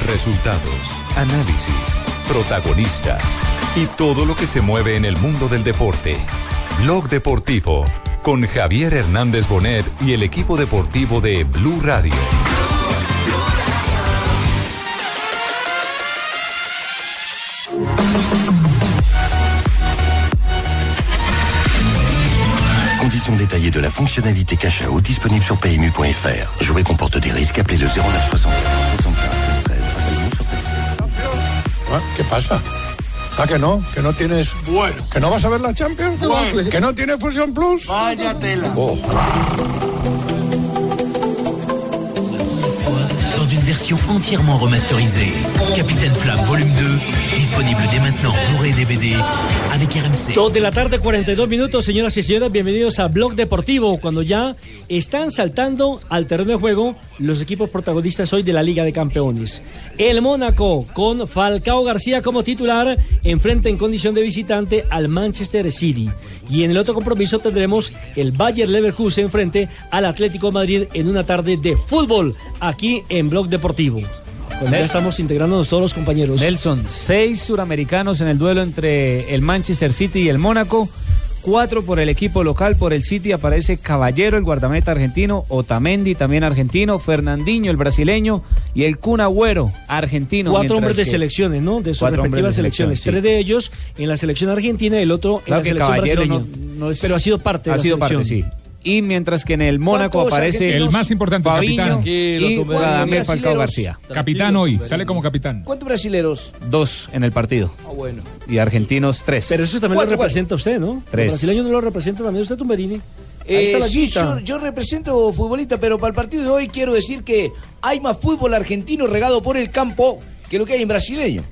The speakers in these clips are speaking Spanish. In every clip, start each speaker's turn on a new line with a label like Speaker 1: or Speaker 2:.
Speaker 1: Resultados, análisis, protagonistas y todo lo que se mueve en el mundo del deporte. Blog Deportivo con Javier Hernández Bonet y el equipo deportivo de Blue Radio.
Speaker 2: Conditions détaillées de la fonctionnalité cash out disponible sur pmu.fr. Jouer comporte des risques. Appelez le 09 75 75 13. Rappelez-nous sur
Speaker 3: Ah, ¿Qué pasa? Ah, que no, que no tienes. Bueno. ¿Que no vas a ver la Champions?
Speaker 4: Bueno.
Speaker 3: ¿Que no tienes Fusion Plus?
Speaker 4: Vaya tela.
Speaker 5: Oh.
Speaker 6: Dans une version entièrement remasterisée, Capitaine Flamme Volume 2, disponible dès maintenant pour DVD avec RMC.
Speaker 7: Dos de la tarde, 42 minutos, señoras y señores, bienvenidos a Blog Deportivo, cuando ya están saltando al terreno de juego los equipos protagonistas hoy de la Liga de Campeones. El Mónaco, con Falcao García como titular, enfrenta en condición de visitante al Manchester City. Y en el otro compromiso tendremos el Bayer Leverkusen frente al Atlético de Madrid en una tarde de fútbol, aquí en Blog Deportivo.
Speaker 8: Eh,
Speaker 7: Cuando Pues ya estamos integrándonos todos los compañeros.
Speaker 8: Nelson, seis suramericanos en el duelo entre el Manchester City y el Mónaco. Cuatro por el equipo local, por el City aparece Caballero, el guardameta argentino, Otamendi también argentino, Fernandinho, el brasileño, y el Kun Agüero, argentino.
Speaker 7: Cuatro hombres de
Speaker 8: selección.
Speaker 7: selecciones, ¿no? De sus
Speaker 8: Cuatro hombres
Speaker 7: respectivas
Speaker 8: de selección,
Speaker 7: selecciones. Tres
Speaker 8: sí.
Speaker 7: de ellos en la selección argentina y el otro en
Speaker 8: Claro
Speaker 7: la
Speaker 8: que el
Speaker 7: selección
Speaker 8: caballero
Speaker 7: brasileña.
Speaker 8: no, no es-
Speaker 7: Pero ha sido parte
Speaker 8: ha
Speaker 7: de la
Speaker 8: sido parte,
Speaker 7: selección.
Speaker 8: sí. Y mientras que en el Mónaco
Speaker 7: ¿Cuántos
Speaker 8: aparece
Speaker 7: argentinos? El más
Speaker 9: importante,
Speaker 8: Fabinho
Speaker 9: capitán.
Speaker 8: y Radamel Falcao García.
Speaker 9: Capitán hoy, sale como capitán.
Speaker 10: ¿Cuántos brasileros?
Speaker 8: Dos en el partido
Speaker 10: Ah, bueno.
Speaker 8: y argentinos tres.
Speaker 7: Pero eso también lo representa usted, ¿no?
Speaker 8: Tres.
Speaker 7: ¿El brasileño no lo representa también usted, Tumberini? Ahí
Speaker 10: Eh,
Speaker 7: está la
Speaker 10: sí,
Speaker 7: guita.
Speaker 10: yo, yo represento futbolista, pero para el partido de hoy quiero decir que hay más fútbol argentino regado por el campo que lo que hay en brasileño.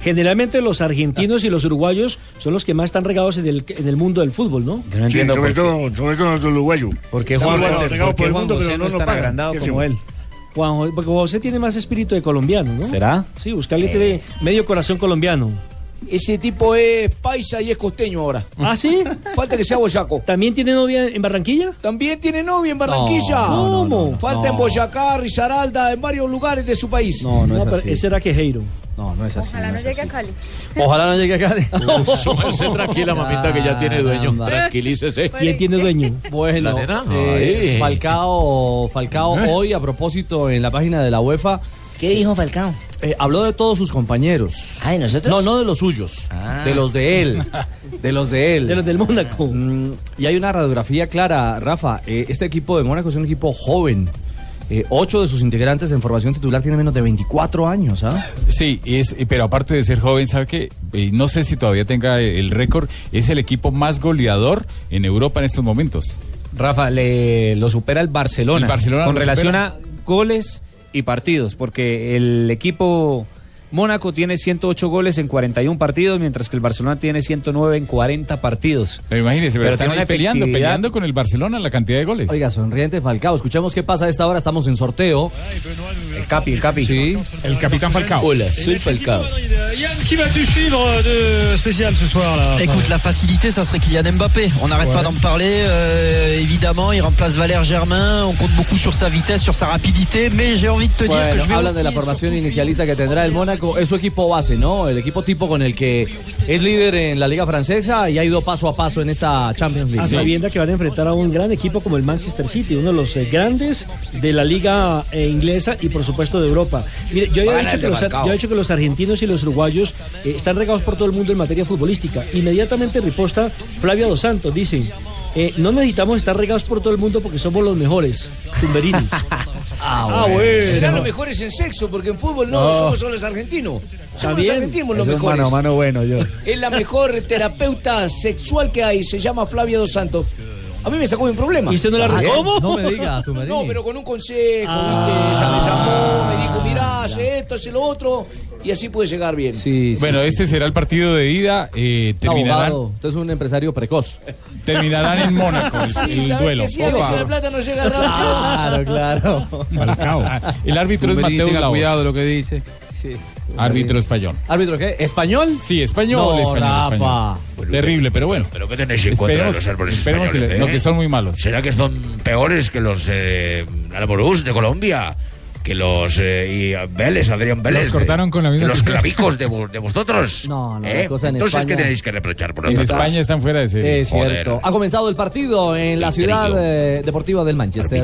Speaker 7: Generalmente los argentinos y los uruguayos son los que más están regados en el, en el mundo del fútbol, ¿no?
Speaker 8: Yo no entiendo por qué.
Speaker 11: sobre todo los uruguayos.
Speaker 8: Porque
Speaker 11: Estamos
Speaker 8: Juan,
Speaker 11: regados,
Speaker 8: Walter,
Speaker 11: regados
Speaker 8: ¿por qué
Speaker 11: por el
Speaker 8: Juan
Speaker 11: mundo,
Speaker 8: José
Speaker 11: pero
Speaker 8: no
Speaker 11: no
Speaker 8: es
Speaker 11: nos
Speaker 8: tan
Speaker 11: pagan?
Speaker 8: agrandado
Speaker 11: ¿Qué
Speaker 8: como
Speaker 11: hacemos?
Speaker 8: él?
Speaker 7: Juan Jo- porque José tiene más espíritu de colombiano, ¿no?
Speaker 8: ¿Será? Eh.
Speaker 7: Sí, buscarle tiene medio corazón colombiano.
Speaker 10: Ese tipo es paisa y es costeño ahora.
Speaker 7: ¿Ah, sí?
Speaker 10: Falta que sea boyaco.
Speaker 7: ¿También tiene novia en Barranquilla?
Speaker 10: También tiene novia en
Speaker 7: No,
Speaker 10: Barranquilla.
Speaker 7: no, no, ¿Cómo? no,
Speaker 10: Falta en
Speaker 7: no.
Speaker 10: Boyacá, Risaralda, en varios lugares de su país.
Speaker 8: No, no es
Speaker 7: pero
Speaker 8: así.
Speaker 7: Ese era Quejeiro.
Speaker 8: No, no es así.
Speaker 12: Ojalá no llegue a Cali.
Speaker 8: Ojalá no llegue acá.
Speaker 13: Súmese tranquila, mamita, que ya tiene dueño.
Speaker 8: Caramba.
Speaker 13: Tranquilícese.
Speaker 7: ¿Quién tiene dueño?
Speaker 13: ¿La
Speaker 14: Bueno,
Speaker 13: nena?
Speaker 14: eh,
Speaker 13: Ay.
Speaker 14: Falcao, Falcao hoy a propósito en la página de la UEFA
Speaker 15: ¿Qué dijo Falcao?
Speaker 14: eh, habló de todos sus compañeros.
Speaker 15: Ah, ¿de nosotros?
Speaker 14: No, no de los suyos, de los de él, de los de él. Mm,
Speaker 7: De los del Mónaco.
Speaker 14: y hay una radiografía clara, Rafa. eh, este equipo de Mónaco es un equipo joven. Eh, ocho de sus integrantes en formación titular tienen menos de 24 años, ¿ah?
Speaker 16: Sí, es, eh, pero aparte de ser joven, ¿sabe qué? Eh, no sé si todavía tenga eh, el récord. Es el equipo más goleador en Europa en estos momentos.
Speaker 8: Rafa, le, lo supera el Barcelona.
Speaker 16: El Barcelona
Speaker 8: con
Speaker 16: lo
Speaker 8: relación
Speaker 16: supera.
Speaker 8: a goles y partidos, porque el equipo Mónaco tiene 108 goles en 41 partidos, mientras que el Barcelona tiene 109 en 40 partidos.
Speaker 16: Pero imagínese, pero,
Speaker 8: Pero
Speaker 16: están
Speaker 8: tiene
Speaker 16: ahí
Speaker 8: una
Speaker 16: peleando,
Speaker 8: efectividad.
Speaker 16: peleando con el Barcelona la cantidad de goles.
Speaker 14: Oiga, sonriente Falcao. Escuchemos qué pasa a esta hora. Estamos en sorteo.
Speaker 8: El Capi, el Capi.
Speaker 14: Sí.
Speaker 9: El capitán Falcao.
Speaker 14: Hola, soy Falcao.
Speaker 17: Yann, qui vas-tu suivre euh, de spécial ce soir là
Speaker 18: Écoute, la facilité, ça serait Kylian Mbappé. On n'arrête pas d'en parler. euh, évidemment, il remplace Valère Germain. On compte beaucoup sur sa vitesse, sur sa rapidité. Mais j'ai envie de te dire que
Speaker 14: Bueno,
Speaker 18: je vais
Speaker 14: hablan de
Speaker 18: aussi
Speaker 14: la formación inicialista que tendrá el Mónaco. Es su equipo base, ¿no? El equipo tipo con el que es líder en la Liga Francesa y ha ido paso a paso en esta Champions
Speaker 7: A
Speaker 16: Ah,
Speaker 14: League.
Speaker 7: sabienda que van a enfrentar a un gran equipo como el Manchester City, uno de los eh, grandes de la liga eh, inglesa y por supuesto de Europa. Mire, yo
Speaker 10: Van
Speaker 7: había
Speaker 10: a
Speaker 7: dicho que los,
Speaker 10: Falcao.
Speaker 7: yo he dicho que los argentinos y los uruguayos eh, están regados por todo el mundo en materia futbolística. Inmediatamente riposta Flavia Dos Santos, dicen. eh, no necesitamos estar regados por todo el mundo porque somos los mejores. Tumberini.
Speaker 14: Ah,
Speaker 10: Serán los mejores en sexo, porque en fútbol no,
Speaker 7: No.
Speaker 10: somos solo los argentinos. Somos los argentinos los
Speaker 14: Eso es
Speaker 10: mejores.
Speaker 14: mano a mano bueno yo.
Speaker 10: Es la mejor terapeuta sexual que hay, se llama Flavia Dos Santos. A mí me sacó de un problema.
Speaker 7: ¿Y usted no la
Speaker 10: Ah,
Speaker 7: arregló?
Speaker 10: ¿cómo?
Speaker 7: No me diga, tu Marini.
Speaker 10: No, pero con un consejo, ¿viste? Ella me llamó, me dijo, mirá, hace esto, hace lo otro, y así pude llegar bien.
Speaker 16: bueno, este será el partido de ida. Eh, terminarán,
Speaker 14: Abogado, usted es un empresario precoz.
Speaker 16: terminarán en Mónaco el, el
Speaker 10: ¿sabes
Speaker 16: duelo.
Speaker 10: que sí? A ver si
Speaker 16: Opa.
Speaker 10: la plata no llega rápido.
Speaker 14: claro.
Speaker 16: Ah, El árbitro es
Speaker 19: Tumberini,
Speaker 16: Mateo
Speaker 19: tenga
Speaker 16: Laos.
Speaker 19: cuidado lo que dice.
Speaker 16: Árbitro español.
Speaker 14: ¿Árbitro qué? ¿Español?
Speaker 16: Sí, español,
Speaker 19: No,
Speaker 16: español,
Speaker 19: Rafa.
Speaker 16: español. Terrible, pero bueno.
Speaker 19: Pero qué tenéis en contra de
Speaker 16: Esperemos-
Speaker 19: los árboles
Speaker 16: esperemos que
Speaker 19: españoles,
Speaker 16: le- no,
Speaker 19: ¿eh?
Speaker 16: que son muy malos.
Speaker 19: ¿Será que son peores que los eh, árboles de Colombia?
Speaker 10: que los eh, y Vélez, Adrián Vélez.
Speaker 16: Los
Speaker 10: de-
Speaker 16: cortaron con la misma
Speaker 10: de Los
Speaker 16: cuchara.
Speaker 10: clavicos de, vos- de vosotros.
Speaker 14: No, no,
Speaker 10: ¿eh?
Speaker 14: la cosa en
Speaker 10: Entonces,
Speaker 14: España-
Speaker 10: ¿qué tenéis que reprochar por
Speaker 16: En
Speaker 10: nosotros?
Speaker 16: España están fuera de serie.
Speaker 14: Es cierto.
Speaker 16: Ah,
Speaker 14: Ha comenzado el partido en la ciudad eh, deportiva del Manchester.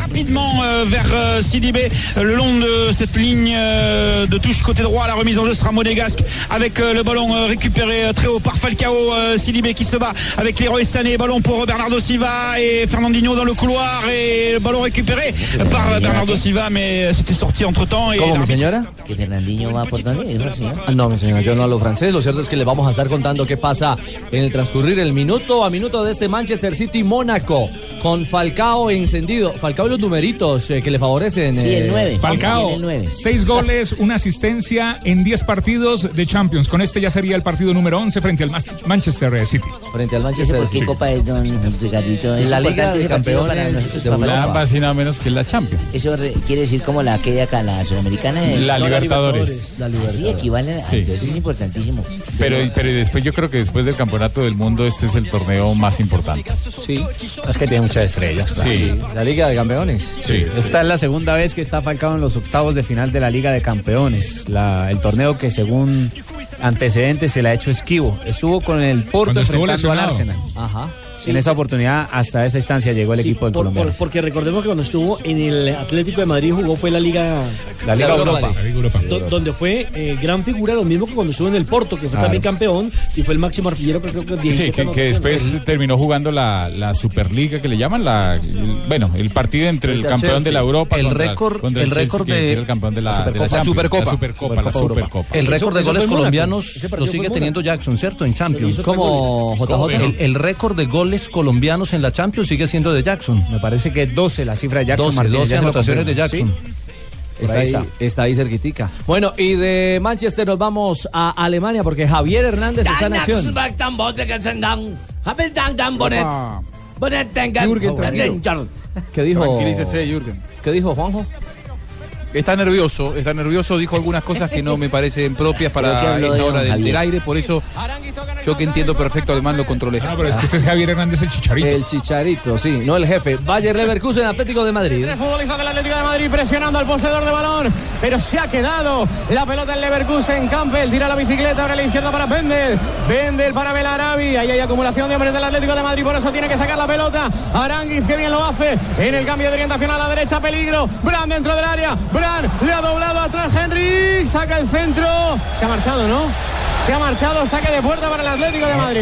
Speaker 4: Rapidement euh, vers euh, Sidibé, euh, le long de cette ligne euh, de touche côté droit, la remise en jeu sera monégasque avec euh, le ballon euh, récupéré euh, très haut par Falcao euh, Sidibé qui se bat avec Leroy Sané, ballon pour euh, Bernardo Silva et Fernandinho dans le couloir et le ballon récupéré euh, par euh, Bernardo Silva mais euh, c'était sorti entre temps et
Speaker 14: ¿Cómo, mi
Speaker 4: l'arbitre-
Speaker 14: señora?
Speaker 11: Que Fernandinho va por dónde, dijo el señor.
Speaker 14: Ah, No, mi señora, yo no hablo francés. Lo cierto es que le vamos a estar contando qué pasa en el transcurrir el minuto a minuto de este Manchester City-Mónaco. Con Falcao encendido. Falcao y los numeritos eh, que le favorecen. eh,
Speaker 9: Falcao, seis goles, una asistencia en 10 partidos de Champions. Con este ya sería el partido número 11 frente al Mas- Manchester City.
Speaker 14: Frente al
Speaker 11: Manchester por qué
Speaker 9: City.
Speaker 11: Copa es don Ricardito? Es
Speaker 9: La Liga
Speaker 11: importante
Speaker 9: de
Speaker 11: ese partido para
Speaker 9: Campeones
Speaker 11: nosotros,
Speaker 9: de
Speaker 11: para
Speaker 9: Europa.
Speaker 11: Europa.
Speaker 16: Nada más y nada menos que la Champions.
Speaker 11: Eso re- quiere decir como la que de acá, la sudamericana. eh?
Speaker 16: La No, la Libertadores. Libertadores.
Speaker 11: La Libertadores. Ah, Sí, equivale a...
Speaker 16: Sí.
Speaker 11: entonces es importantísimo.
Speaker 16: Pero, pero después yo creo que después del campeonato del mundo este es el torneo más importante.
Speaker 14: Sí.
Speaker 16: Es que tiene muchas estrellas. Sí.
Speaker 14: La Liga de Campeones.
Speaker 16: Sí.
Speaker 8: Esta es la segunda vez que está Falcao en los octavos de final de la Liga de Campeones, la- el torneo que según antecedentes se le ha hecho esquivo. Estuvo con el Porto
Speaker 7: Cuando estuvo
Speaker 8: enfrentando al
Speaker 7: lesionado.
Speaker 8: Arsenal.
Speaker 14: Ajá.
Speaker 7: Sí.
Speaker 8: En esa oportunidad, hasta esa instancia llegó el
Speaker 7: Sí,
Speaker 8: equipo del
Speaker 7: por-
Speaker 8: colombiano.
Speaker 7: por- porque recordemos que cuando estuvo en el Atlético de Madrid jugó fue la Liga
Speaker 8: La Liga Europa. La Liga Europa.
Speaker 7: Do- donde fue eh, gran figura lo mismo que cuando estuvo en el Porto que fue
Speaker 16: Claro.
Speaker 7: también campeón y fue el máximo artillero pero creo que 17
Speaker 16: Sí, que, que
Speaker 7: anotaciones.
Speaker 16: después terminó jugando la, la Superliga que le llaman la el- bueno, el partido entre el
Speaker 14: Contra
Speaker 16: campeón
Speaker 14: Chelsea.
Speaker 16: de la Europa
Speaker 14: El
Speaker 16: contra-
Speaker 14: récord-
Speaker 16: contra
Speaker 14: el
Speaker 16: Chelsea,
Speaker 14: récord
Speaker 16: que
Speaker 14: de-
Speaker 16: era el campeón de la,
Speaker 14: la
Speaker 16: de
Speaker 14: Supercopa.
Speaker 16: la Champions,
Speaker 14: Supercopa.
Speaker 16: la Supercopa, la
Speaker 14: Supercopa Europa.
Speaker 16: Supercopa.
Speaker 19: El récord de
Speaker 14: Eso- eso
Speaker 19: goles
Speaker 14: fue en
Speaker 19: colombianos
Speaker 14: Mónaco. Ese
Speaker 19: lo
Speaker 14: partido
Speaker 19: sigue
Speaker 14: fue en
Speaker 19: teniendo Jackson, ¿cierto? En Champions.
Speaker 14: hizo tres ¿Cómo, goles. JJ?
Speaker 19: El, el récord de goles colombianos en la Champions sigue siendo de Jackson.
Speaker 8: Me parece que 12 la cifra de Jackson
Speaker 19: 12,
Speaker 8: Martínez, ya se lo
Speaker 19: anotaciones de
Speaker 8: confirmo.
Speaker 19: Jackson.
Speaker 8: Por
Speaker 14: Está
Speaker 8: ahí
Speaker 14: ahí,
Speaker 8: está.
Speaker 14: está ahí cerquitica. Bueno, y de Manchester nos vamos a Alemania porque Javier Hernández está en acción. Opa. Jürgen, tranquilo. ¿Qué dijo?
Speaker 13: Tranquilícese, Jürgen.
Speaker 14: ¿Qué dijo Juanjo?
Speaker 13: Está nervioso, está nervioso, dijo algunas cosas que no me parecen propias
Speaker 14: Creo que
Speaker 13: para
Speaker 14: habló de
Speaker 13: esta
Speaker 14: don
Speaker 13: hora del,
Speaker 14: Javier.
Speaker 13: del aire, por eso yo que entiendo perfecto alemán lo controlé.
Speaker 14: Ah, pero es que este
Speaker 13: es Javier Hernández el chicharito.
Speaker 14: El chicharito, sí, no el jefe. Bayer Leverkusen, Atlético de Madrid.
Speaker 20: Tres futbolistas del Atlético de Madrid presionando al poseedor de balón, pero se ha quedado la pelota en Leverkusen. Campbell tira la bicicleta ahora a la izquierda para Pendel. Pendel para Belarabi. Ahí hay acumulación de hombres del Atlético de Madrid, por eso tiene que sacar la pelota. Aranguiz, que bien lo hace en el cambio de orientación a la derecha. Peligro. Brand dentro del área. Brand le ha doblado atrás Henry. Saca el centro. Se ha marchado, ¿no? Se ha marchado. Saque de puerta para el Atlético de Madrid.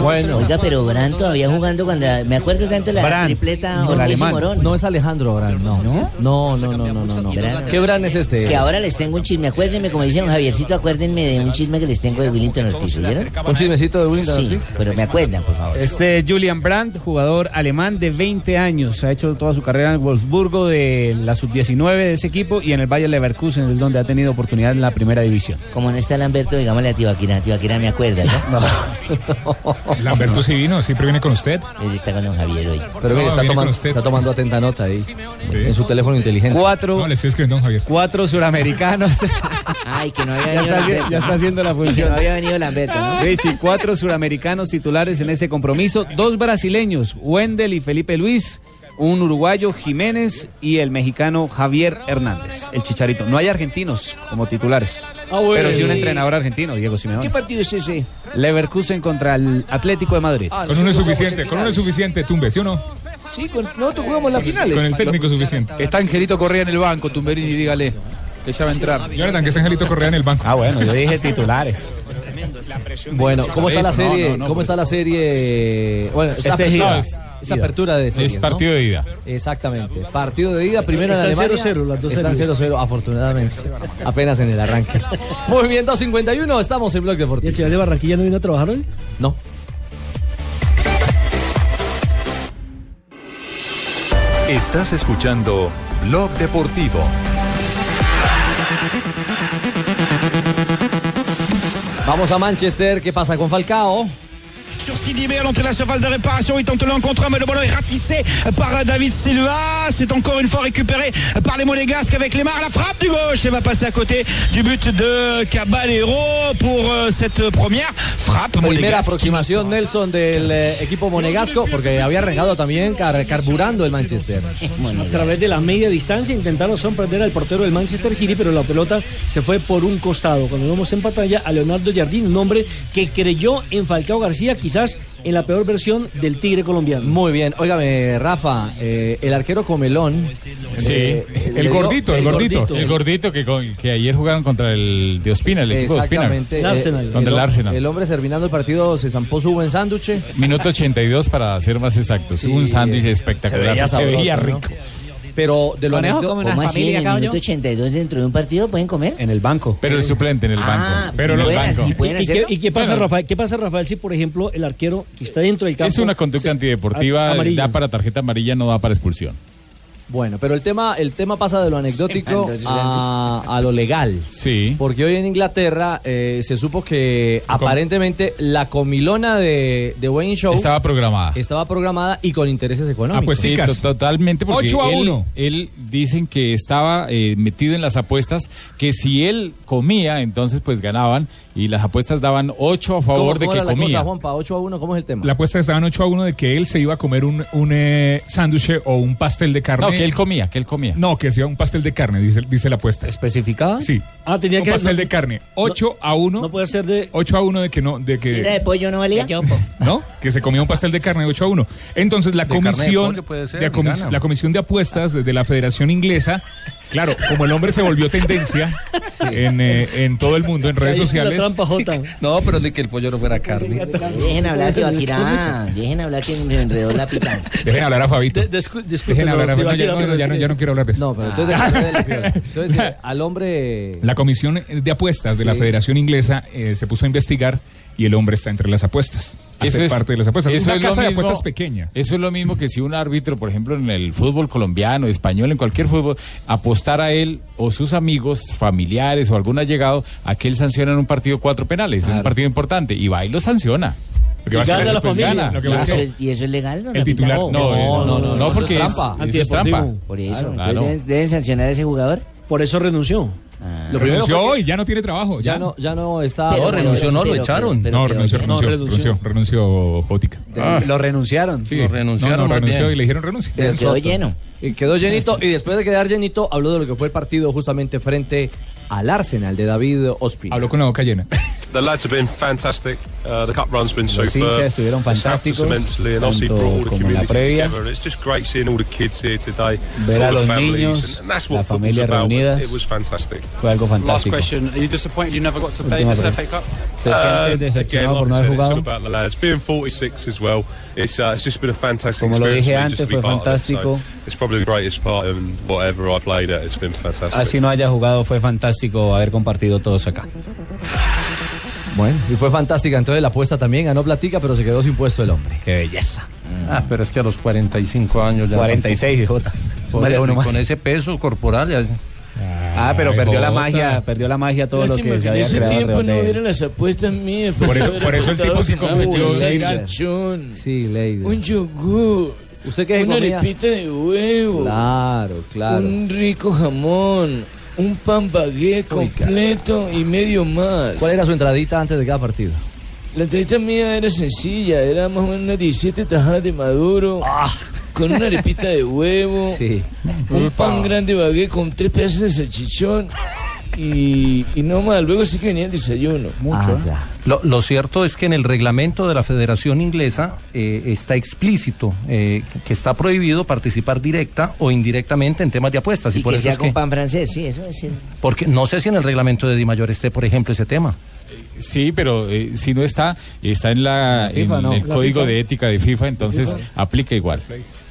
Speaker 11: Bueno. Oiga, pero Bran todavía jugando cuando... Me acuerdo tanto la
Speaker 14: Brand,
Speaker 11: tripleta
Speaker 14: no, el
Speaker 11: Ortiz y
Speaker 14: alemán.
Speaker 11: Morón.
Speaker 14: No es Alejandro Bran, no. ¿No? No, no, no, no, no. ¿Qué Bran es este?
Speaker 11: Que ahora les tengo un chisme. Acuérdenme, como dice don Javiercito, acuérdenme de un chisme que les tengo de Willington Ortiz, ¿oyeron?
Speaker 14: ¿Un chismecito de Willington
Speaker 11: Sí,
Speaker 14: Ortiz?
Speaker 11: pero me acuerdan, por favor.
Speaker 8: Este Julian Brandt, jugador alemán de 20 años, ha hecho toda su carrera en el Wolfsburgo de la sub-19 de ese equipo y en el Bayern Leverkusen, es donde ha tenido oportunidad en la primera división.
Speaker 11: Como no está Lamberto, digámosle a Tibaquirá. Tibaquirá me acuerda, ¿no?
Speaker 9: Lamberto sí vino, siempre viene con usted.
Speaker 11: Él está con don Javier hoy.
Speaker 14: Pero mire,
Speaker 9: No,
Speaker 14: está, tomando,
Speaker 9: viene con usted.
Speaker 14: está tomando atenta nota ahí. En su teléfono inteligente.
Speaker 8: Cuatro.
Speaker 14: No, le estoy escribiendo a Javier.
Speaker 8: Cuatro suramericanos.
Speaker 11: Ay, que no había
Speaker 8: Ya
Speaker 11: venido
Speaker 8: está,
Speaker 11: Lamberto.
Speaker 8: ya está haciendo la función.
Speaker 11: Que no había venido Lamberto, ¿no?
Speaker 8: Richie, cuatro suramericanos titulares en ese compromiso, dos brasileños, Wendel y Felipe Luis, un uruguayo Jiménez y el mexicano Javier Hernández, el chicharito. No hay argentinos como titulares,
Speaker 21: Ah, bueno.
Speaker 8: pero sí un entrenador argentino, Diego Simeone.
Speaker 21: ¿Qué partido es ese?
Speaker 8: Leverkusen contra el Atlético de Madrid.
Speaker 21: Ah, Con uno es nosotros suficiente, jugamos en
Speaker 9: con uno es suficiente, Tumbe, ¿sí o no?
Speaker 21: Sí, con- nosotros jugamos las finales.
Speaker 9: suficiente.
Speaker 13: eh. Está Angelito Correa en el banco, Tumberini, dígale que ya va a entrar.
Speaker 9: Jonathan, que está Angelito Correa en el banco.
Speaker 8: Ah, bueno, yo dije titulares.
Speaker 14: Bueno, ¿cómo está la
Speaker 8: No, no,
Speaker 14: serie?
Speaker 8: no,
Speaker 14: ¿Cómo está la serie? Bueno, esa
Speaker 8: Este es ida.
Speaker 14: apertura- esa apertura de series,
Speaker 16: Es partido
Speaker 14: ¿no?
Speaker 16: de ida.
Speaker 14: Exactamente. Partido de ida, primero en
Speaker 7: Están
Speaker 14: Alemania.
Speaker 7: 0-0 las dos
Speaker 14: Están
Speaker 7: series.
Speaker 14: 0-0, afortunadamente. Apenas en el arranque. Muy bien, 2.51, estamos en Blog Deportivo.
Speaker 7: ¿Y el señor de Barranquilla no vino a trabajar hoy?
Speaker 14: No.
Speaker 17: Estás escuchando Blog Deportivo.
Speaker 14: Vamos a Manchester, ¿qué pasa con Falcao?
Speaker 11: sur Sidibé à l'entrée de la surface de réparation. Il tente le 1 contre 1, mais le ballon est ratissé par David Silva. C'est encore une fois récupéré par les Monégasques avec les La frappe du gauche et va passer à côté du but de Caballero pour euh, cette première frappe.
Speaker 14: Primera
Speaker 11: monégasque.
Speaker 14: aproximación, Nelson, del eh, equipo monegasco, porque había arrancado también car- carburando el Manchester.
Speaker 7: A través de la media distancia intentaron sorprender al portero del Manchester City, pero la pelota se fue por un costado. Cuando vemos en pantalla a Leonardo Jardín, un hombre que creyó en Falcao García, quizás en la peor versión del Tigre colombiano.
Speaker 14: Muy bien, óigame, Rafa, eh, el arquero Comelón.
Speaker 16: Sí,
Speaker 14: eh, le
Speaker 16: el
Speaker 14: dio-
Speaker 16: gordito, el gordito, el gordito que, con- que ayer jugaron contra el de Ospina, el equipo de Ospina.
Speaker 14: Exactamente. eh,
Speaker 16: Contra el Arsenal.
Speaker 14: El hombre terminando el partido se zampó su buen sándwich. eh,
Speaker 16: Minuto 82 para ser más exactos. un sándwich espectacular. Se veía,
Speaker 14: sabroso, ¿no?
Speaker 16: rico.
Speaker 14: Pero de lo
Speaker 16: Conejo
Speaker 14: anecdó-
Speaker 16: como una
Speaker 14: ¿Cómo así?
Speaker 16: familia,
Speaker 14: ¿En el
Speaker 16: caballo?
Speaker 14: minuto
Speaker 12: 82 dentro de un partido pueden comer.
Speaker 14: En el banco.
Speaker 16: Pero el suplente en el banco. Pero en el banco.
Speaker 7: ¿Y, qué, y qué pasa, Rafael? ¿Qué pasa, Rafael, si por ejemplo el arquero que está dentro del campo
Speaker 16: Es una conducta antideportiva.
Speaker 7: amarilla.
Speaker 16: Da para tarjeta amarilla, no da para expulsión.
Speaker 14: Bueno, pero el tema, el tema pasa de lo
Speaker 7: Ah,
Speaker 14: anecdótico
Speaker 16: Entonces,
Speaker 14: a, a lo legal.
Speaker 16: Sí.
Speaker 14: Porque hoy en Inglaterra eh, se supo que aparentemente la comilona de, de Wayne Show
Speaker 16: Estaba programada. Ah, pues
Speaker 14: estaba programada y con intereses
Speaker 9: Ah,
Speaker 14: económicos.
Speaker 9: pues
Speaker 16: Sí, to- totalmente. Porque
Speaker 14: 8 a
Speaker 16: él,
Speaker 14: 1.
Speaker 16: él dicen que estaba eh, metido en las apuestas, que si él comía, entonces pues ganaban y las apuestas daban 8 a
Speaker 14: ¿Cómo,
Speaker 16: favor de
Speaker 14: cómo
Speaker 16: que
Speaker 14: era la cosa,
Speaker 16: comía.
Speaker 14: Juanpa? 8 a 1, ¿cómo es el tema?
Speaker 9: La apuesta estaba en 8 a 1 de que él se iba a comer un, un eh, sándwich o un pastel de carne.
Speaker 16: No, que él comía, que él comía.
Speaker 9: No, que sea un pastel de carne, dice, dice la apuesta.
Speaker 14: ¿Especificada?
Speaker 9: Sí.
Speaker 7: Ah, tenía
Speaker 9: un
Speaker 7: que-
Speaker 9: pastel
Speaker 7: no-
Speaker 9: de carne. 8 a 1. No
Speaker 7: puede ser de.
Speaker 9: 8 a 1 de que no. De
Speaker 12: Si era de
Speaker 9: que,
Speaker 12: pollo no valía.
Speaker 9: ¿No? Que se comía un pastel de carne de 8 a 1. Entonces la
Speaker 19: De carne de
Speaker 9: comisión.
Speaker 19: pollo puede ser,
Speaker 9: la, comis-
Speaker 19: vegana.
Speaker 9: la comisión de apuestas de de la Federación Inglesa. Claro, como el hombre se volvió tendencia en, eh, en todo el mundo, en redes sociales.
Speaker 19: No, pero de que el pollo no fuera carne.
Speaker 12: Dejen hablar, Tibaquirá. Dejen hablar que me enredó la pica.
Speaker 9: Dejen hablar a Fabito. Dejen hablar a Fabito. Ya, no, ya no- ya no quiero hablar de eso. Ah.
Speaker 14: No, pero entonces, entonces, eh, al hombre
Speaker 9: La comisión de apuestas de la
Speaker 14: Sí.
Speaker 9: Federación Inglesa eh, se puso a investigar y el hombre está entre las apuestas. Hace parte de las apuestas.
Speaker 16: eso
Speaker 9: Una
Speaker 16: es lo
Speaker 9: casa de
Speaker 16: mismo-
Speaker 9: apuestas pequeña.
Speaker 16: Eso es lo mismo que si un árbitro, por ejemplo, en el fútbol colombiano, español, en cualquier fútbol, apostara a él o sus amigos, familiares o algún allegado, a que él sanciona en un partido cuatro penales, en un partido importante, y va y lo sanciona. Lo que pasa es que después gana. Lo que pasa es
Speaker 12: Eso
Speaker 16: que-
Speaker 12: es- ¿Y eso es legal? don
Speaker 16: El
Speaker 12: Lapita?
Speaker 16: titular, no, no, no, no, no, eso porque es es- trampa. eso es trampa.
Speaker 12: Por eso.
Speaker 16: Claro,
Speaker 12: entonces
Speaker 16: claro.
Speaker 12: Deben, deben sancionar a ese jugador. Ah.
Speaker 7: Por eso renunció.
Speaker 12: Lo
Speaker 9: renunció hoy, ya no tiene trabajo.
Speaker 14: ya no, ya no está.
Speaker 9: Ah, Pero-
Speaker 12: pero- pero-
Speaker 9: no,
Speaker 12: pero-
Speaker 9: renunció,
Speaker 12: pero-
Speaker 9: renunció, renunció, renunció Jotica.
Speaker 14: Lo renunciaron.
Speaker 9: Sí. Lo renunciaron, No, no, más renunció bien. y le dijeron renuncia.
Speaker 12: Pero quedó lleno.
Speaker 14: Y quedó llenito. Y después de quedar llenito, habló de lo que fue el partido justamente frente al Arsenal de David Ospina. Habló
Speaker 9: con la boca llena.
Speaker 22: The lads have been fantastic. Uh, the cup run's been
Speaker 8: Los
Speaker 22: superb.
Speaker 8: hinchas estuvieron
Speaker 22: It's helped us
Speaker 8: fantásticos,
Speaker 22: immensely, and obviously
Speaker 8: tanto
Speaker 22: brought all the
Speaker 8: como en la
Speaker 22: community
Speaker 8: previa.
Speaker 22: together. And it's just great seeing all the kids here today,
Speaker 8: Ver a
Speaker 22: all the
Speaker 8: los
Speaker 22: families,
Speaker 8: niños,
Speaker 22: and, and that's
Speaker 8: la
Speaker 22: what football's
Speaker 8: familia
Speaker 22: about.
Speaker 8: reunidas.
Speaker 22: It was fantastic.
Speaker 8: Fue algo fantástico.
Speaker 22: question: Are you disappointed you never got to
Speaker 8: play Última this pregunta. FA
Speaker 22: Cup?
Speaker 8: ¿Te
Speaker 22: Uh,
Speaker 8: sientes decepcionado por no haber
Speaker 22: it's all
Speaker 8: jugado?
Speaker 22: about the lads. Being 46 as well, it's, uh, it's just been a fantastic
Speaker 8: Como lo
Speaker 22: experience
Speaker 8: dije
Speaker 22: for me just
Speaker 8: antes,
Speaker 22: to be
Speaker 8: fue
Speaker 22: part of it. So
Speaker 8: fantástico.
Speaker 22: it's probably the greatest part and whatever I played at. It's been fantastic.
Speaker 8: Así no haya jugado, fue fantástico haber compartido todos acá.
Speaker 14: Bueno, y fue fantástica. Entonces la apuesta también ganó platica, pero se quedó sin puesto el hombre.
Speaker 8: Qué belleza.
Speaker 19: Ah, pero es que a los 45 años ya.
Speaker 8: 46, Jota.
Speaker 19: Súmale
Speaker 8: uno más.
Speaker 19: Con ese peso corporal.
Speaker 8: Ah, pero perdió la magia, perdió la magia todo lo que
Speaker 10: Lástima que
Speaker 8: se
Speaker 10: en
Speaker 8: había
Speaker 10: ese
Speaker 8: creado
Speaker 10: tiempo
Speaker 8: alrededor
Speaker 10: no
Speaker 8: de él.
Speaker 10: vieron las apuestas mías.
Speaker 8: Por eso-
Speaker 10: porque
Speaker 8: por eso el
Speaker 10: hubiera
Speaker 8: tipo sí
Speaker 10: apostado
Speaker 8: cometió
Speaker 10: con un
Speaker 8: Leider.
Speaker 10: salchichón,
Speaker 14: Sí, Leider.
Speaker 10: Un yogur.
Speaker 14: ¿Usted qué se
Speaker 10: Una
Speaker 14: comía?
Speaker 10: arepita de huevo.
Speaker 14: Claro, claro.
Speaker 10: Un rico jamón. Un pan baguette completo y medio más.
Speaker 14: ¿Cuál era su entradita antes de cada partido?
Speaker 10: La entrevista mía era sencilla, era más o menos unas 17 tajadas de maduro,
Speaker 8: Ah.
Speaker 10: con una arepita de huevo,
Speaker 14: Sí.
Speaker 10: un pan grande bagué con tres pedazos de salchichón y, y no más. Luego sí que venía el desayuno.
Speaker 12: Ah,
Speaker 19: Mucho, ¿eh? Lo, lo cierto es que en el reglamento de la Federación Inglesa eh, está explícito eh, que está prohibido participar directa o indirectamente en temas de apuestas. Y,
Speaker 12: Y
Speaker 19: por
Speaker 12: que
Speaker 19: eso
Speaker 12: sea
Speaker 19: es
Speaker 12: con
Speaker 19: que.
Speaker 12: pan francés, sí, eso es. el-
Speaker 19: Porque no sé si en el reglamento de Di Mayor esté, por ejemplo, ese tema.
Speaker 16: Sí, pero eh, si no está, está en, la,
Speaker 19: FIFA,
Speaker 16: en
Speaker 19: no.
Speaker 16: el
Speaker 19: La
Speaker 16: código
Speaker 19: FIFA.
Speaker 16: de ética de FIFA, entonces
Speaker 19: FIFA.
Speaker 16: aplica igual.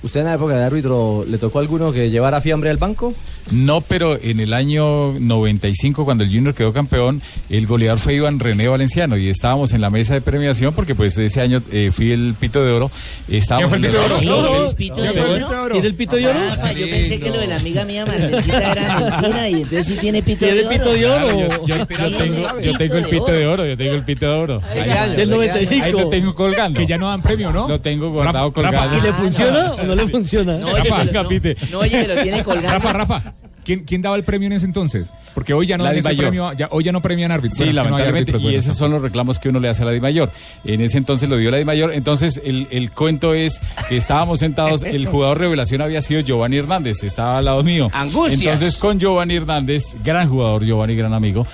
Speaker 14: ¿Usted en la época de árbitro le tocó alguno que llevara fiambre al banco?
Speaker 16: No, pero en el año 95, cuando el Junior quedó campeón, el goleador fue Iván René Valenciano y estábamos en la mesa de premiación porque pues ese año eh, fui el pito de oro. Estábamos
Speaker 9: ¿Quién fue el
Speaker 16: en
Speaker 9: pito de oro?
Speaker 16: No,
Speaker 12: fue
Speaker 9: ¿Quién
Speaker 12: el pito de oro?
Speaker 16: ¿Quién el pito de oro?
Speaker 12: Ah, yo pensé que lo de la amiga mía Marlencita era mentira y entonces sí tiene pito de oro.
Speaker 16: Claro, yo- yo- yo tengo- Yo tengo el pito de oro, yo tengo el pito de oro.
Speaker 9: Del
Speaker 16: Ahí-
Speaker 9: año, del
Speaker 16: Ahí
Speaker 9: 95.
Speaker 16: lo tengo colgando. Que ya no dan premio, ¿no? Lo tengo guardado colgado.
Speaker 9: ¿Y le
Speaker 7: funciona o no le funciona?
Speaker 9: No, oye,
Speaker 16: Rafa,
Speaker 9: que lo-
Speaker 16: capite.
Speaker 9: no, oye, que lo tiene colgado. Ah, Rafa, Rafa. ¿Quién, ¿Quién daba el premio en ese entonces? Porque hoy ya no
Speaker 16: La
Speaker 9: dan
Speaker 16: de
Speaker 9: ese
Speaker 16: Mayor.
Speaker 9: premio, ya, hoy ya no premian árbitros.
Speaker 16: Sí,
Speaker 9: Bueno, es que no hay
Speaker 16: lamentablemente.
Speaker 9: árbitros
Speaker 16: y
Speaker 9: buenos.
Speaker 16: esos son los reclamos que uno le hace a la Di Mayor. En ese entonces lo dio la Di Mayor. Entonces, el, el cuento es que estábamos sentados, el jugador revelación había sido Giovanni Hernández, estaba al lado mío.
Speaker 23: Angustias.
Speaker 16: Entonces, con Giovanni Hernández, gran jugador, Giovanni, gran amigo,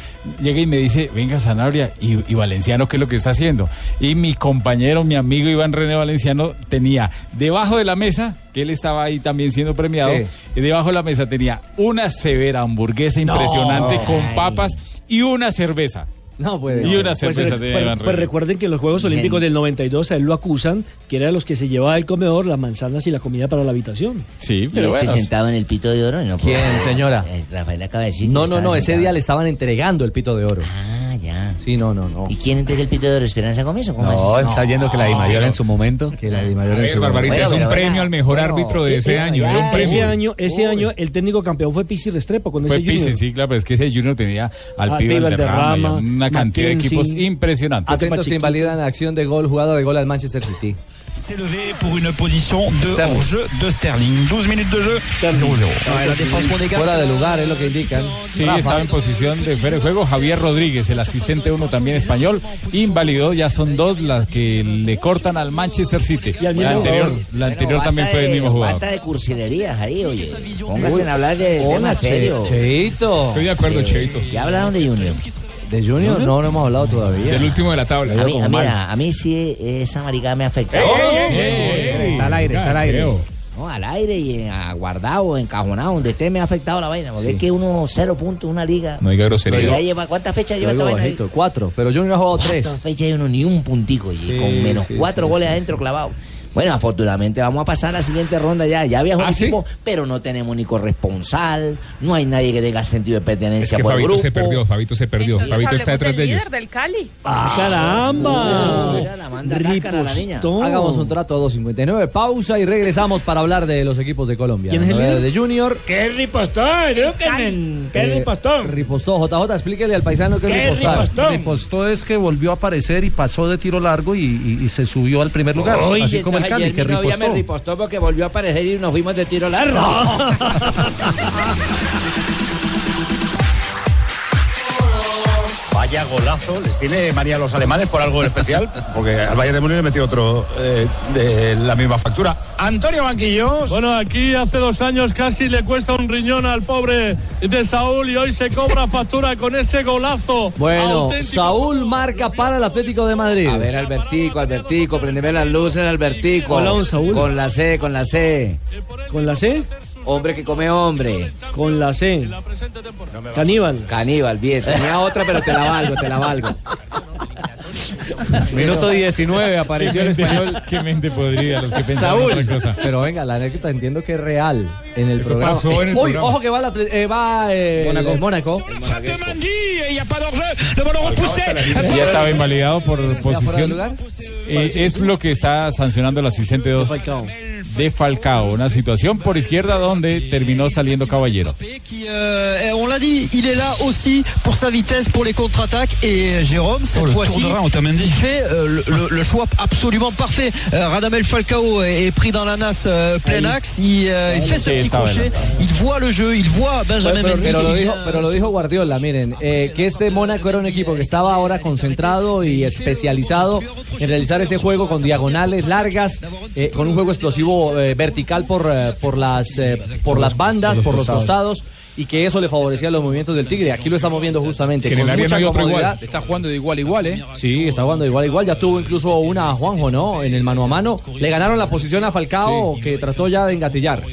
Speaker 16: llega y me dice: Venga, Sanabria, y, y Valenciano, ¿qué es lo que está haciendo? Y mi compañero, mi amigo Iván René Valenciano, tenía debajo de la mesa, que él estaba ahí también siendo premiado,
Speaker 15: Sí.
Speaker 16: y debajo de la mesa tenía una severa hamburguesa impresionante con
Speaker 7: Ay.
Speaker 16: papas y una cerveza.
Speaker 14: No
Speaker 16: Y una
Speaker 7: Pues,
Speaker 16: cerveza
Speaker 7: pues,
Speaker 16: tenía
Speaker 7: pues,
Speaker 16: Iván
Speaker 7: pues
Speaker 16: René.
Speaker 7: recuerden que en los Juegos
Speaker 16: Bien.
Speaker 7: Olímpicos del 92 a él lo acusan que era de los que se llevaba al comedor las manzanas y la comida para la habitación.
Speaker 16: Sí,
Speaker 12: Y este sentado en el pito de oro. No
Speaker 14: ¿Quién, señora?
Speaker 12: Rafael acaba de decir que
Speaker 14: No, no,
Speaker 12: estaba
Speaker 14: no, ese
Speaker 12: sentado.
Speaker 14: día le estaban entregando el pito de oro.
Speaker 12: Ah, ya.
Speaker 14: Sí, no, no, no.
Speaker 12: ¿Y quién entrega el pito de oro? ¿Esperanza Gómez o cómo
Speaker 14: No,
Speaker 12: así?
Speaker 14: está yendo que la Di Mayor en su momento, que la Di Mayor
Speaker 9: A
Speaker 14: en
Speaker 9: ver,
Speaker 14: su momento.
Speaker 9: Barbarita, es un premio al mejor árbitro
Speaker 12: eh,
Speaker 9: de ese año. era un
Speaker 7: Ese
Speaker 9: premio.
Speaker 7: año, ese año el técnico campeón fue Pisi Restrepo con
Speaker 16: Fue
Speaker 7: ese Junior.
Speaker 16: Pise, sí, claro, pero es que ese Junior tenía al
Speaker 7: Al
Speaker 16: Pibe
Speaker 7: Pibe
Speaker 16: Valderrama, y a
Speaker 7: Valderrama,
Speaker 16: una cantidad
Speaker 7: Mackenzie,
Speaker 16: de equipos impresionantes.
Speaker 14: Atentos que invalidan acción de gol, jugada de gol al Manchester City.
Speaker 11: C'est levé pour une position de
Speaker 14: Sterling.
Speaker 11: hors-jeu de Sterling. 12 minutes de jeu, 0-0.
Speaker 14: Fuera de lugar, es lo que indican.
Speaker 16: Sí,
Speaker 14: Rafa.
Speaker 16: estaba en posición de fuera de juego. Javier Rodríguez, el asistente uno también español, invalidó. Ya son dos las que le cortan al Manchester City.
Speaker 12: Y al
Speaker 16: La
Speaker 12: mismo
Speaker 16: anterior,
Speaker 12: jugador.
Speaker 16: la anterior
Speaker 12: Bueno,
Speaker 16: también
Speaker 12: basta
Speaker 16: fue el
Speaker 12: de-
Speaker 16: mismo jugador.
Speaker 12: Basta de cursilerías ahí, oye. Pónganse a hablar de
Speaker 14: Hola,
Speaker 12: temas
Speaker 14: Che-
Speaker 12: serios. Eh,
Speaker 14: Cheito. Estoy de acuerdo, Cheito.
Speaker 12: ¿Ya hablaron de Junior?
Speaker 14: ¿De Junior? No, no hemos hablado todavía.
Speaker 12: Del
Speaker 16: último de la tabla.
Speaker 12: A mí, a- mira, a mí sí eh, esa maricada me afecta.
Speaker 8: Está al aire, está al aire.
Speaker 12: No, al aire y eh, aguardado, encajonado, donde esté me ha afectado la vaina. Porque es que uno, cero puntos, una liga.
Speaker 16: No diga
Speaker 12: Pero
Speaker 16: grosería.
Speaker 12: ya lleva, ¿Cuántas fechas
Speaker 14: Yo
Speaker 12: lleva esta
Speaker 14: digo
Speaker 12: vaina? ahí?
Speaker 14: bajito, cuatro, pero Junior ha jugado tres.
Speaker 12: Cuatro fechas y uno ni un puntico, y con menos cuatro goles adentro clavado. Bueno, afortunadamente vamos a pasar a la siguiente ronda ya. Ya viajó un equipo, pero no tenemos ni corresponsal, no hay nadie que tenga sentido de
Speaker 9: Es
Speaker 12: pertenencia
Speaker 9: que
Speaker 12: por el
Speaker 9: Fabito
Speaker 12: grupo.
Speaker 9: se perdió, Fabito se perdió. Fabito está detrás de ellos. Ah,
Speaker 24: del Cali.
Speaker 7: ¡Ah,
Speaker 14: caramba!
Speaker 12: cáscara a la niña.
Speaker 14: Ripostón. Hagamos un trato a 2.59. Pausa y regresamos para hablar de los equipos de Colombia.
Speaker 7: ¿Quién es el
Speaker 14: La
Speaker 7: líder?
Speaker 14: De Junior.
Speaker 7: ¿Qué es Ripostón? Eduquen.
Speaker 14: ¿Qué es ripostón? Ripostó. JJ, explíquele al paisano qué es ripostón.
Speaker 19: Ripostó es que volvió a aparecer y pasó de tiro largo y, y- y se subió al primer lugar. así como el Cali, que
Speaker 20: novia me
Speaker 19: ripostó.
Speaker 20: ripostó porque volvió a aparecer y nos fuimos de tiro largo.
Speaker 3: Vaya golazo, les tiene María a los alemanes por algo en especial, porque al Valle de Múnich le metió otro eh, de la misma factura. Antonio Banquillos.
Speaker 17: Bueno, aquí hace dos años casi le cuesta un riñón al pobre de Saúl y hoy se cobra factura con ese golazo.
Speaker 14: Bueno,
Speaker 17: Auténtico.
Speaker 14: Saúl marca para el Atlético de Madrid.
Speaker 20: A ver, Albertico, Albertico, prendeme las luces, Albertico.
Speaker 14: Hola, don Saúl.
Speaker 20: Con la C, con la C.
Speaker 7: ¿Con la C?
Speaker 20: Hombre que come hombre.
Speaker 7: Con la C. Caníbal.
Speaker 20: Caníbal, bien. Tenía otra, pero te la valgo, te la valgo.
Speaker 8: Minuto 19 apareció el
Speaker 20: Qué mente-
Speaker 8: español.
Speaker 16: Qué mente podrida los que pensaban
Speaker 14: Saúl.
Speaker 16: otra cosa.
Speaker 14: Pero venga, la anécdota entiendo que es real en el
Speaker 16: Eso
Speaker 14: programa.
Speaker 16: pasó en el
Speaker 14: Uy,
Speaker 16: programa.
Speaker 14: ojo que va, la, eh, va eh,
Speaker 16: Mónaco.
Speaker 14: el Mónaco.
Speaker 11: Il n'y a pas d'enjeu, le ballon repoussé.
Speaker 16: Ya estaba invalidado por
Speaker 11: fuera de
Speaker 16: posición.
Speaker 11: lugar?
Speaker 16: Eh, es lo que está sancionando el asistente 2 de Falcao. Una situación por izquierda donde terminó saliendo Caballero.
Speaker 18: Qui, euh, on l'a dit, il est là aussi pour sa vitesse, pour les contre-attaques. Et euh, Jérôme, cette
Speaker 11: Oh, le
Speaker 18: fois-ci,
Speaker 11: tour de rein, Otamendi.
Speaker 18: il fait euh, le, le- le choix absolument parfait. Euh, Radamel Falcao est, est pris dans la nasse euh, plein axe. Il, euh, il
Speaker 14: Ahí.
Speaker 18: fait ce
Speaker 14: Sí,
Speaker 18: petit
Speaker 14: está
Speaker 18: crochet.
Speaker 14: bueno.
Speaker 18: Il voit le jeu, il voit Benjamin
Speaker 14: pero,
Speaker 18: Mendy.
Speaker 14: pero lo
Speaker 18: Il
Speaker 14: dijo,
Speaker 18: a-
Speaker 14: pero lo dijo Guardiola, miren, eh, que este Mónaco era un equipo que estaba ahora concentrado y especializado en realizar ese juego con diagonales largas, eh, con un juego explosivo eh, vertical por, eh, por, las, eh, por las bandas, por los costados, y que eso le favorecía los movimientos del Tigre. Aquí lo estamos viendo justamente.
Speaker 8: Que en
Speaker 14: con
Speaker 8: el área
Speaker 14: mucha
Speaker 8: no hay otro igual.
Speaker 14: comodidad.
Speaker 13: Está jugando de igual a igual, ¿eh?
Speaker 14: Sí, está jugando igual, igual. Ya tuvo incluso una a Juanjo, ¿no? En el mano a mano. Le ganaron la posición a Falcao, que trató ya de engatillar.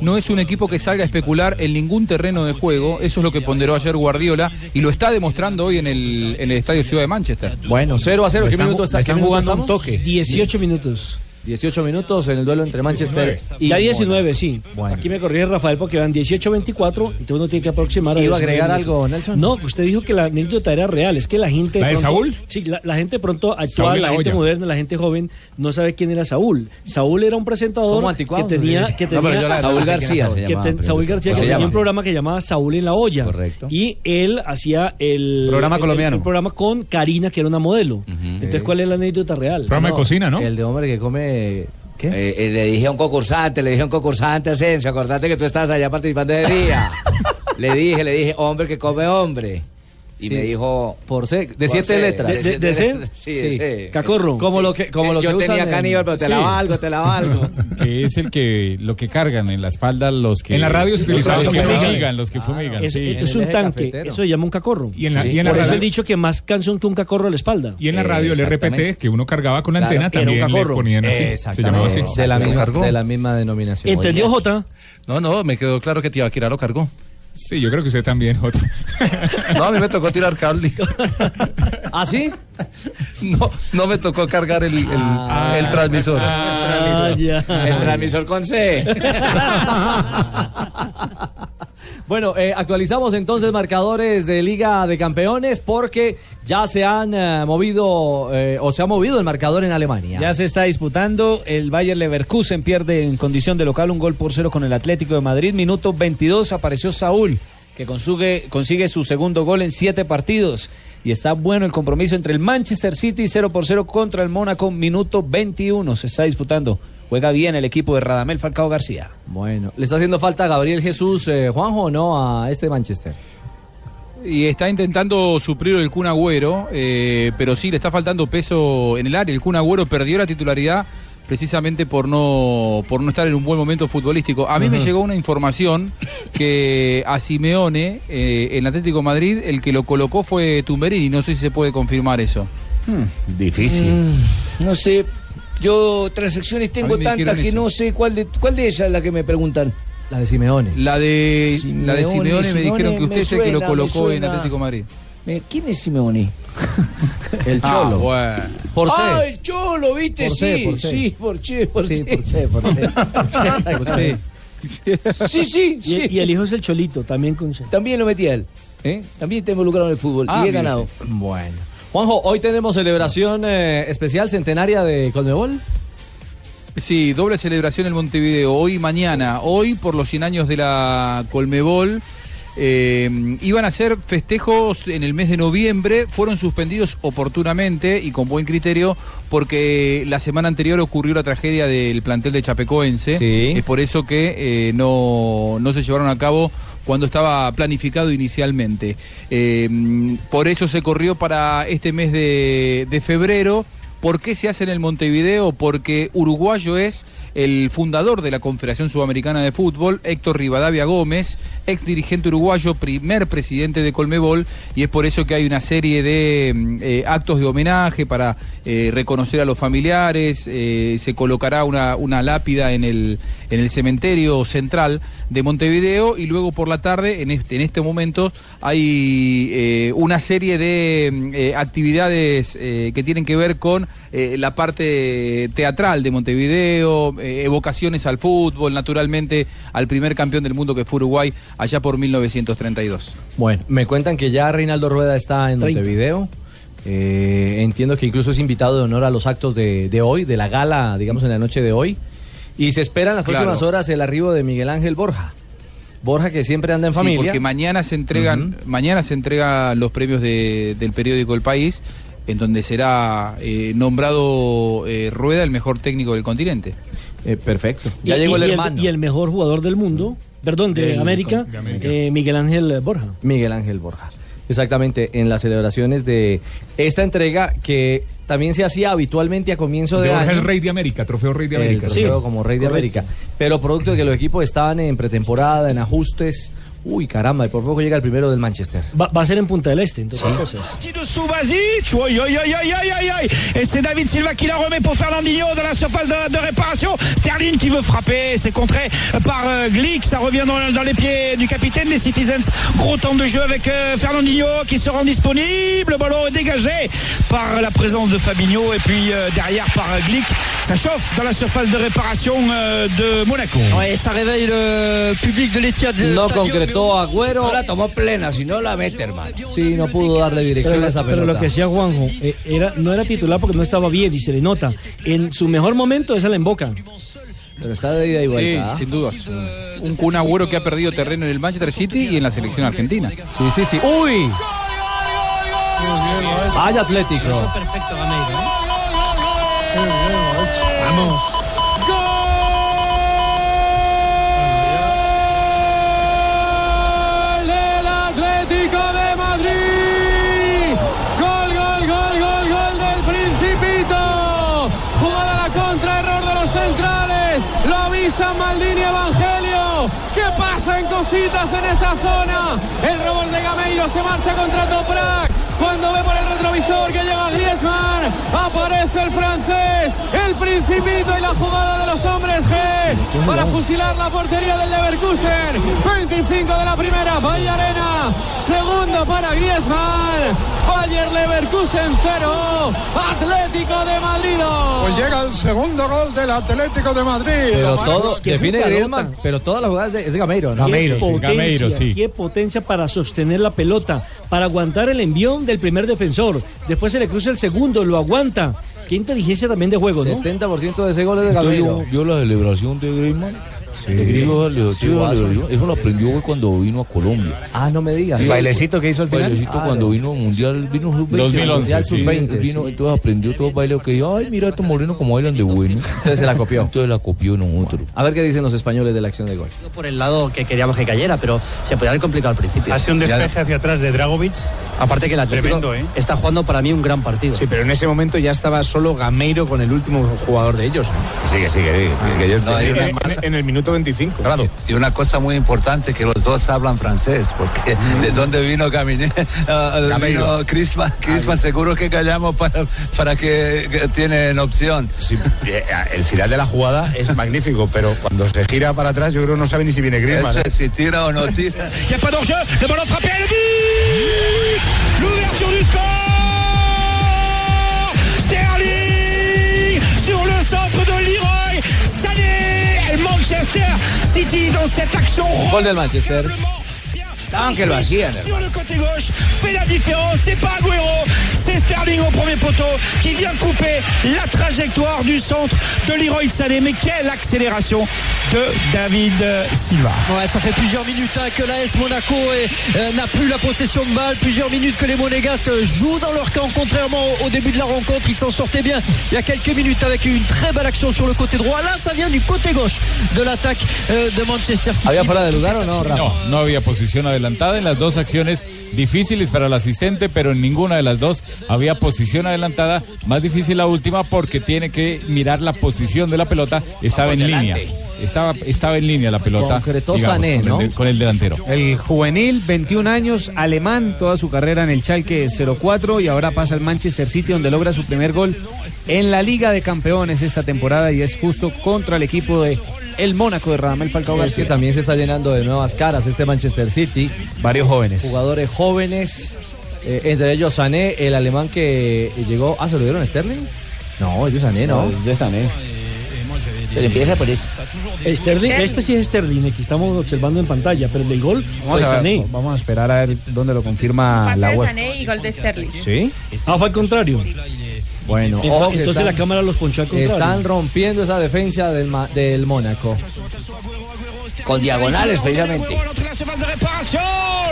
Speaker 13: No es un equipo que salga a especular en ningún terreno de juego. Eso es lo que ponderó ayer Guardiola y lo está demostrando hoy en el, en el Estadio Ciudad de Manchester.
Speaker 14: Bueno, 0 a 0. ¿Qué minuto está? ¿Qué minuto estamos?
Speaker 7: 18 minutos.
Speaker 14: 18 minutos en el duelo entre Manchester y.
Speaker 7: Ya 19, sí.
Speaker 14: Bueno.
Speaker 7: Aquí me corrí Rafael porque van 18-24, entonces uno tiene que aproximar.
Speaker 14: ¿Iba a agregar
Speaker 7: 19
Speaker 14: algo,
Speaker 7: minutos. No, usted dijo que la anécdota era real. Es que la gente.
Speaker 14: ¿La de
Speaker 7: pronto-
Speaker 14: Saúl?
Speaker 7: Sí, la, la gente pronto
Speaker 14: Saúl
Speaker 7: actual,
Speaker 14: de
Speaker 7: la,
Speaker 14: la
Speaker 7: gente
Speaker 14: olla.
Speaker 7: moderna, la gente joven, no sabe quién era Saúl. Saúl era un presentador
Speaker 14: Somos
Speaker 7: que
Speaker 14: anticuados,
Speaker 7: tenía.
Speaker 14: sí.
Speaker 7: Que
Speaker 14: No,
Speaker 7: tenía
Speaker 14: pero yo la- Saúl
Speaker 7: que
Speaker 14: García
Speaker 7: tenía-
Speaker 14: se
Speaker 7: que
Speaker 14: llamaba
Speaker 7: ten-
Speaker 14: primero.
Speaker 7: Saúl García,
Speaker 14: Pues
Speaker 7: que
Speaker 14: se
Speaker 7: tenía
Speaker 14: llama.
Speaker 7: un programa que llamaba Saúl en la olla. Correcto. Y él hacía el.
Speaker 14: Programa
Speaker 7: el-
Speaker 14: colombiano.
Speaker 7: El, programa con Karina, que era una modelo. Entonces, ¿cuál es la anécdota real?
Speaker 14: Pues El de hombre que come. ¿Qué?
Speaker 20: Eh, eh, le dije a un concursante, le dije a un concursante, Asensio, acordate que tú estabas allá participando de día. le dije, le dije, hombre que come hombre. Y
Speaker 14: Sí.
Speaker 20: me dijo...
Speaker 14: Por C, de
Speaker 20: por
Speaker 14: siete
Speaker 20: C,
Speaker 14: letras. ¿De-
Speaker 20: siete
Speaker 14: de C?
Speaker 20: letras. Sí, de
Speaker 14: Sí.
Speaker 20: C.
Speaker 14: Cacorro. Como lo que- como lo
Speaker 20: Yo
Speaker 14: que
Speaker 20: tenía
Speaker 14: usan en-
Speaker 20: caníbal, pero te la
Speaker 14: Sí.
Speaker 20: valgo, te la valgo.
Speaker 16: que es el que lo que cargan en la espalda los que
Speaker 9: En la radio se utilizaba
Speaker 16: los que
Speaker 9: mucho.
Speaker 16: fumigan, los que fumigan.
Speaker 7: Ah, Es,
Speaker 16: sí.
Speaker 7: es un tanque, eso se llama un cacorro.
Speaker 9: Y en la- Sí. y en la
Speaker 7: Por eso
Speaker 9: radio-
Speaker 7: he dicho que más canción que un cacorro a la espalda.
Speaker 9: Y en la radio, el RPT, que uno cargaba con la
Speaker 7: Claro,
Speaker 9: antena,
Speaker 7: era un
Speaker 9: también le
Speaker 7: cajorro.
Speaker 9: ponían así. Se llamaba así.
Speaker 14: De la, misma,
Speaker 19: cargó.
Speaker 14: de la misma denominación.
Speaker 7: Jota?
Speaker 19: No, no, me quedó claro que Tibaquirá lo cargó.
Speaker 9: Sí, yo creo que usted también, Jota.
Speaker 19: No, a mí me tocó tirar cable.
Speaker 14: ¿Ah, sí?
Speaker 19: No, no me tocó cargar el, el, el transmisor.
Speaker 14: ah,
Speaker 9: Ah,
Speaker 20: El transmisor con C.
Speaker 14: Bueno, eh, actualizamos entonces marcadores de Liga de Campeones porque ya se han eh, movido eh, o se ha movido el marcador en Alemania.
Speaker 8: Ya se está disputando. El Bayer Leverkusen pierde en condición de local un gol por cero con el Atlético de Madrid. Minuto 22 apareció Saúl, que consigue, consigue su segundo gol en siete partidos. Y está bueno el compromiso entre el Manchester City 0 por 0 contra el Mónaco. Minuto 21 se está disputando. Juega bien el equipo de Radamel Falcao García.
Speaker 14: Bueno, ¿le está haciendo falta a Gabriel Jesús eh, Juanjo o no a este Manchester?
Speaker 13: Y está intentando suplir el Kun Agüero, eh, pero sí le está faltando peso en el área. El Kun Agüero perdió la titularidad precisamente por no, por no estar en un buen momento futbolístico. A mí me
Speaker 2: Ujú.
Speaker 13: llegó una información que a Simeone eh, en Atlético de Madrid el que lo colocó fue Tumberini. No sé si se puede confirmar eso. Mm.
Speaker 4: Difícil.
Speaker 10: Mm, No sé, yo transacciones
Speaker 13: A
Speaker 10: tengo
Speaker 13: mí me
Speaker 10: tantas
Speaker 13: dijeron
Speaker 10: que
Speaker 13: eso.
Speaker 10: no sé cuál de, cuál de ellas es la que me preguntan.
Speaker 14: La de Simeone.
Speaker 13: La de Simeone, la de Simeone, me dijeron que usted es el que
Speaker 10: suena,
Speaker 13: lo
Speaker 10: me
Speaker 13: colocó en
Speaker 10: suena.
Speaker 13: Atlético de Madrid.
Speaker 10: Me- Eh, ¿Quién es Simeone?
Speaker 14: El
Speaker 13: Ah,
Speaker 14: Cholo.
Speaker 13: bueno.
Speaker 14: Por C.
Speaker 10: Ah, el Cholo, viste, sí,
Speaker 14: Por C, por C.
Speaker 10: sí, por che, por
Speaker 14: Sí,
Speaker 10: che.
Speaker 14: por C, por C.
Speaker 10: Por C. Sí, sí,
Speaker 7: Y,
Speaker 10: sí.
Speaker 7: y el hijo es el Cholito, también con
Speaker 10: También lo metí a él. ¿eh? También está involucrado en el fútbol. y
Speaker 14: Ah,
Speaker 10: he
Speaker 14: mire.
Speaker 10: ganado.
Speaker 14: Bueno. Juanjo, hoy tenemos celebración eh, especial centenaria de Conmebol.
Speaker 13: Sí, doble celebración en Montevideo, hoy y mañana. Hoy, por los 100 años de la Colmebol, eh, iban a hacer festejos en el mes de noviembre, fueron suspendidos oportunamente y con buen criterio, porque la semana anterior ocurrió la tragedia del plantel de Chapecoense.
Speaker 14: Sí.
Speaker 13: Es por eso que eh, no, no se llevaron a cabo cuando estaba planificado inicialmente. Eh, por eso se corrió para este mes de, de febrero. ¿Por qué se hace en el Montevideo? Porque uruguayo es el fundador de la Confederación Sudamericana de Fútbol, Héctor Rivadavia Gómez, ex dirigente uruguayo, primer presidente de Colmebol, y es por eso que hay una serie de mm, eh, actos de homenaje para eh, reconocer a los familiares, eh, se colocará una, una lápida en el, en el cementerio central de Montevideo y luego por la tarde, en este, en este momento, hay eh, una serie de mm, eh, actividades eh, que tienen que ver con eh, la parte teatral de Montevideo, eh, evocaciones al fútbol, naturalmente al primer campeón del mundo que fue Uruguay allá por 1932.
Speaker 14: Bueno, me cuentan que ya Reinaldo Rueda está en Montevideo. Eh, entiendo que incluso es invitado de honor a los actos de, de hoy, de la gala, digamos, en la noche de hoy. Y se espera en las
Speaker 13: Claro.
Speaker 14: próximas horas el arribo de Miguel Ángel Borja. Borja que siempre anda en
Speaker 13: Sí,
Speaker 14: familia.
Speaker 13: porque mañana se entregan, mañana se entregan los premios de- del periódico El País, en donde será eh, nombrado eh, Rueda el mejor técnico del continente.
Speaker 14: Eh, perfecto.
Speaker 7: Y- y- y Y el mejor jugador del mundo, perdón, de,
Speaker 14: Del-
Speaker 7: América,
Speaker 14: de América.
Speaker 7: eh, Miguel Ángel Borja.
Speaker 14: Miguel Ángel Borja. Exactamente, en las celebraciones de esta entrega que también se hacía habitualmente a comienzo de,
Speaker 9: De Borja
Speaker 14: año.
Speaker 9: el Rey de América, trofeo Rey de América.
Speaker 14: El trofeo como Rey de América. Pero producto de que los equipos estaban en pretemporada, en ajustes, Uy, caramba, y por poco llega el primero del Manchester.
Speaker 7: Va, va a ser en Punta del Este, entonces. cosas.
Speaker 4: Petit dessous Basic. Oi, oi, oi, oi, oi, oi, oi. Et c'est David Silva qui la remet pour Fernandinho dans la surface de, de réparation. Sterling qui veut frapper. C'est contré par euh, Glick. Ça revient dans, dans les pieds du capitaine des Citizens. Gros temps de jeu avec euh, Fernandinho qui se rend disponible. Ballon dégagé par la présence de Fabinho et puis euh, derrière par euh, Glick. Ça chauffe dans la surface de réparation euh, de Monaco.
Speaker 18: Ouais, ça réveille le public de l'Etihad.
Speaker 14: No
Speaker 18: Stadium.
Speaker 14: concretó Agüero.
Speaker 18: No la
Speaker 12: tomó plena, si no la mete, hermano.
Speaker 14: Sí, no pudo darle dirección
Speaker 7: Pero,
Speaker 14: a esa
Speaker 7: pero
Speaker 14: pelota.
Speaker 7: lo que hacía Juanjo, eh, era, no era titular porque no estaba bien y se le nota. En su mejor momento esa la emboca.
Speaker 14: Pero está de ida y vuelta. ¿ah?
Speaker 13: Sí, sin duda. Un, un agüero que ha perdido terreno en el Manchester City y en la selección argentina.
Speaker 14: Sí, sí, sí. ¡Uy! Vaya Atlético.
Speaker 25: Perfecto,
Speaker 7: ¿eh?
Speaker 25: Gameiro.
Speaker 4: Vamos.
Speaker 20: Gol del Atlético de Madrid. Gol, gol, gol, gol, gol del Principito. Jugada a la contra, error de los centrales. Lo avisan Maldini y Evangelio. ¿Qué pasa en cositas en esa zona? El robot de Gameiro se marcha contra Toprak. Cuando ve por el retrovisor que llega Griezmann, aparece el francés, el Principito y la jugada de los hombres G para fusilar la portería del Leverkusen. 25 de la primera, Valle Arena. Segundo para Griezmann. Bayer Leverkusen 0, Atlético de Madrid. dos.
Speaker 5: Pues llega el segundo gol del Atlético de Madrid.
Speaker 14: Pero
Speaker 5: Lo marca-
Speaker 14: todo, define Griezmann, pero todas las jugadas de- es de Gameiro, ¿no?
Speaker 7: qué potencia, Qué potencia para sostener la pelota, para aguantar el envión del primer defensor. Después se le cruza el segundo, lo aguanta. Qué inteligencia también de juego, ¿no?
Speaker 14: 70% de ese gol es
Speaker 10: Yo, yo la celebración de Griezmann. de Griezmann, la celebración, eso lo aprendió hoy cuando vino a Colombia.
Speaker 14: Ah, no me digas.
Speaker 10: Sí.
Speaker 14: Ah,
Speaker 10: Bailecito cuando vino Mundial, vino sub-20.
Speaker 14: 2011,
Speaker 10: Mundial
Speaker 14: sí.
Speaker 10: sub-20, vino, entonces aprendió todo el baile. Que ay, mira estos morenos como bailan de bueno. Entonces
Speaker 14: se la copió.
Speaker 10: Entonces la copió en otro.
Speaker 14: A ver qué dicen los españoles de la acción de gol.
Speaker 26: por el lado que queríamos que cayera, pero se podía haber complicado al principio.
Speaker 27: Ha sido un despeje
Speaker 26: hacia atrás de Dragovic. Aparte que el Atlético
Speaker 27: Tremendo, ¿eh?
Speaker 26: está jugando para mí un gran partido.
Speaker 27: Sí, pero en ese momento ya estaba solo Gameiro con el último jugador de ellos.
Speaker 3: Sigue, sigue,
Speaker 27: No, en, en- en el minuto 25.
Speaker 28: Y una cosa muy importante que los dos hablan francés, porque de dónde vino Caminé, uh,
Speaker 3: Gameiro.
Speaker 28: vino Crisma, Crisma seguro que callamos para, para que, que tienen opción.
Speaker 3: Eh, El final de la jugada es magnífico, pero cuando se gira para atrás, yo creo que no sabe ni si viene Griezmann. ¿eh?
Speaker 28: Eso es, si tira o no tira.
Speaker 4: Il n'y a pas d'enjeu. Le ballon frappé. Le but L'ouverture du score Sterling sur le centre de Leroy Sané El Manchester City dans cette action
Speaker 14: Gol del Manchester.
Speaker 4: que
Speaker 14: lo hacían,
Speaker 4: Sur le côté gauche, fait la différence. C'est pas Agüero, c'est Sterling au premier poteau qui vient couper la trajectoire du centre de Leroy Sané. Mais quelle accélération de David Silva.
Speaker 18: Ouais, ça fait plusieurs minutes hein, que l'AS Monaco est- euh, n'a plus la possession de balle, plusieurs minutes que les Monégasques euh, jouent dans leur camp, contrairement au, au début de la rencontre, ils s'en sortaient bien il y a quelques minutes avec une très belle action sur le côté droit, là ça vient du côté gauche de l'attaque euh, de Manchester
Speaker 16: Ah
Speaker 18: City.
Speaker 16: No, no había posición adelantada en las dos acciones difíciles para el asistente, pero en ninguna de las dos había posición adelantada. Más difícil la última porque tiene que mirar la posición de la pelota. Estaba en línea. Estaba, estaba en línea la pelota.
Speaker 8: Concretó
Speaker 16: digamos,
Speaker 8: Sané,
Speaker 16: con,
Speaker 8: ¿no?
Speaker 16: el, con el delantero.
Speaker 8: El juvenil, 21 años, alemán, toda su carrera en el Schalke 04 y ahora pasa al Manchester City donde logra su primer gol en la Liga de Campeones esta temporada y es justo contra el equipo de el Mónaco de Radamel Falcao
Speaker 14: Es que
Speaker 8: García.
Speaker 14: también se está llenando de nuevas caras este Manchester City.
Speaker 8: Varios jóvenes.
Speaker 14: Jugadores jóvenes. eh, entre ellos Sané, el alemán que llegó. Ah, ¿se lo dieron a Sterling? No, es de Sané, ¿no?
Speaker 7: No,
Speaker 14: de Sané.
Speaker 7: Pero empieza
Speaker 14: pues,
Speaker 7: por eso. Sterling, este sí es Sterling, el que estamos observando en pantalla, pero el del gol
Speaker 8: Vamos,
Speaker 7: fue
Speaker 8: a, ver,
Speaker 7: Sané.
Speaker 8: vamos a esperar a ver dónde lo confirma
Speaker 1: Pase
Speaker 8: la
Speaker 1: de
Speaker 8: web.
Speaker 1: Sané y gol de Sterling.
Speaker 8: ¿Sí?
Speaker 7: Ah, fue al contrario.
Speaker 8: Bueno,
Speaker 14: Ento-
Speaker 8: ojo que
Speaker 14: entonces
Speaker 8: están-
Speaker 14: la cámara los ponchó al contrario.
Speaker 8: Están
Speaker 14: rompiendo esa defensa del, Ma- del Mónaco.
Speaker 29: Con diagonales, precisamente.
Speaker 4: Réparation,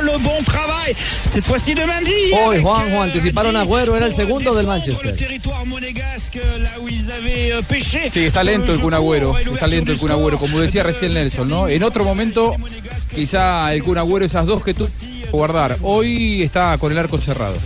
Speaker 4: le bon travail. Cette fois-ci de Mendy.
Speaker 14: Hoy Juanjo anticiparon a Agüero, era el segundo del Manchester.
Speaker 13: Sí, está lento el Kun Agüero, está lento el Kun Agüero, como decía recién Nelson, ¿no? En otro momento, quizá el Kun Agüero, esas dos que tú guardar, hoy está con el arco cerrado.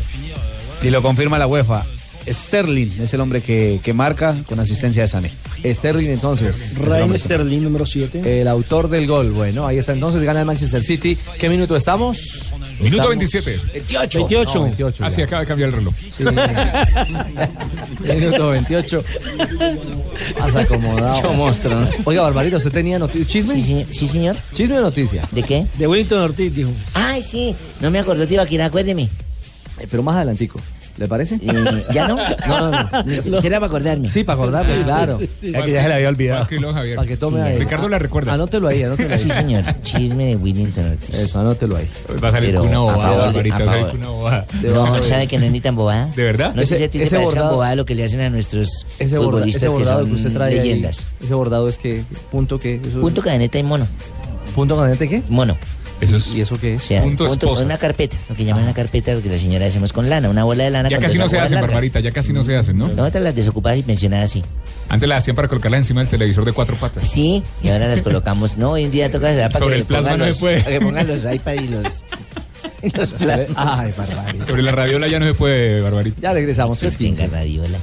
Speaker 8: Y lo confirma la UEFA. Sterling es el hombre que, que marca con asistencia de Sané.
Speaker 14: Sterling entonces.
Speaker 7: Raheem Sterling, número 7.
Speaker 14: El autor del gol. Bueno, ahí está entonces. Gana el Manchester City. ¿Qué minuto estamos?
Speaker 9: Minuto
Speaker 14: Estamos-
Speaker 9: 27.
Speaker 14: 28. 28. No, 28
Speaker 9: Así
Speaker 14: ya.
Speaker 9: acaba de cambiar el reloj.
Speaker 14: Minuto 28. Has acomodado.
Speaker 12: Yo monstruo, ¿no?
Speaker 14: Oiga, Barbarita, ¿usted tenía noti- chisme?
Speaker 12: Sí, sí, sí, señor.
Speaker 14: ¿Chisme o noticia?
Speaker 12: ¿De qué?
Speaker 7: De Willington Ortiz, dijo.
Speaker 12: Ay, sí. No me acordé, tío Akira, acuérdeme. Eh,
Speaker 14: Eh, Pero más adelantico. ¿Le parece?
Speaker 12: ¿Ya no? No, no, no. Será para acordarme.
Speaker 14: Sí, para acordarme,
Speaker 12: Sí,
Speaker 14: claro.
Speaker 12: sí, sí, sí.
Speaker 14: Es que ya se le había olvidado. Para que tome ahí.
Speaker 12: recuerda.
Speaker 14: Anótelo ahí, anótelo ahí.
Speaker 12: Ah, Sí, señor. Chisme de Willington Ortiz.
Speaker 14: Eso, anótelo ahí.
Speaker 9: Va a salir
Speaker 12: Pero,
Speaker 9: una
Speaker 12: a
Speaker 9: bobada,
Speaker 12: favor de-
Speaker 9: Barbarita,
Speaker 12: a
Speaker 9: va a salir
Speaker 12: favor.
Speaker 9: una bobada.
Speaker 12: No, sabe que no es ni tan bobada.
Speaker 9: ¿De verdad?
Speaker 12: No sé si a ti te
Speaker 14: ese
Speaker 12: parezca
Speaker 14: bordado-
Speaker 12: bobada lo que le hacen a nuestros
Speaker 14: Ese borda-
Speaker 12: futbolistas
Speaker 14: ese bordado que,
Speaker 12: que
Speaker 14: usted
Speaker 12: son
Speaker 14: trae ahí,
Speaker 12: leyendas.
Speaker 14: ese bordado es que punto que eso-
Speaker 12: Punto cadeneta y mono.
Speaker 14: punto cadeneta qué?
Speaker 12: Mono.
Speaker 9: Eso es,
Speaker 14: ¿Y eso qué es?
Speaker 12: O sea, una carpeta, lo que llaman una carpeta, lo que la señora hacemos con lana, una bola de lana.
Speaker 9: Ya
Speaker 12: con
Speaker 9: casi
Speaker 12: dos
Speaker 9: no se
Speaker 12: hojas
Speaker 9: hacen,
Speaker 12: largas.
Speaker 9: Barbarita, ya casi no se hacen, ¿no?
Speaker 12: No, otras las desocupadas y pensionadas así.
Speaker 9: Antes las hacían para colocarla encima del televisor de cuatro patas.
Speaker 12: Sí, y ahora las colocamos. No, hoy en día toca hacer para
Speaker 9: Sobre
Speaker 12: que
Speaker 9: el plasma
Speaker 12: pongan
Speaker 9: no se
Speaker 12: los,
Speaker 9: puede.
Speaker 12: para que pongan los iPad y los, y los plasmas.
Speaker 14: Ay, barbaridad.
Speaker 9: Sobre la radiola ya no se puede, Barbarita.
Speaker 14: Ya regresamos,
Speaker 12: Que tenga radiola.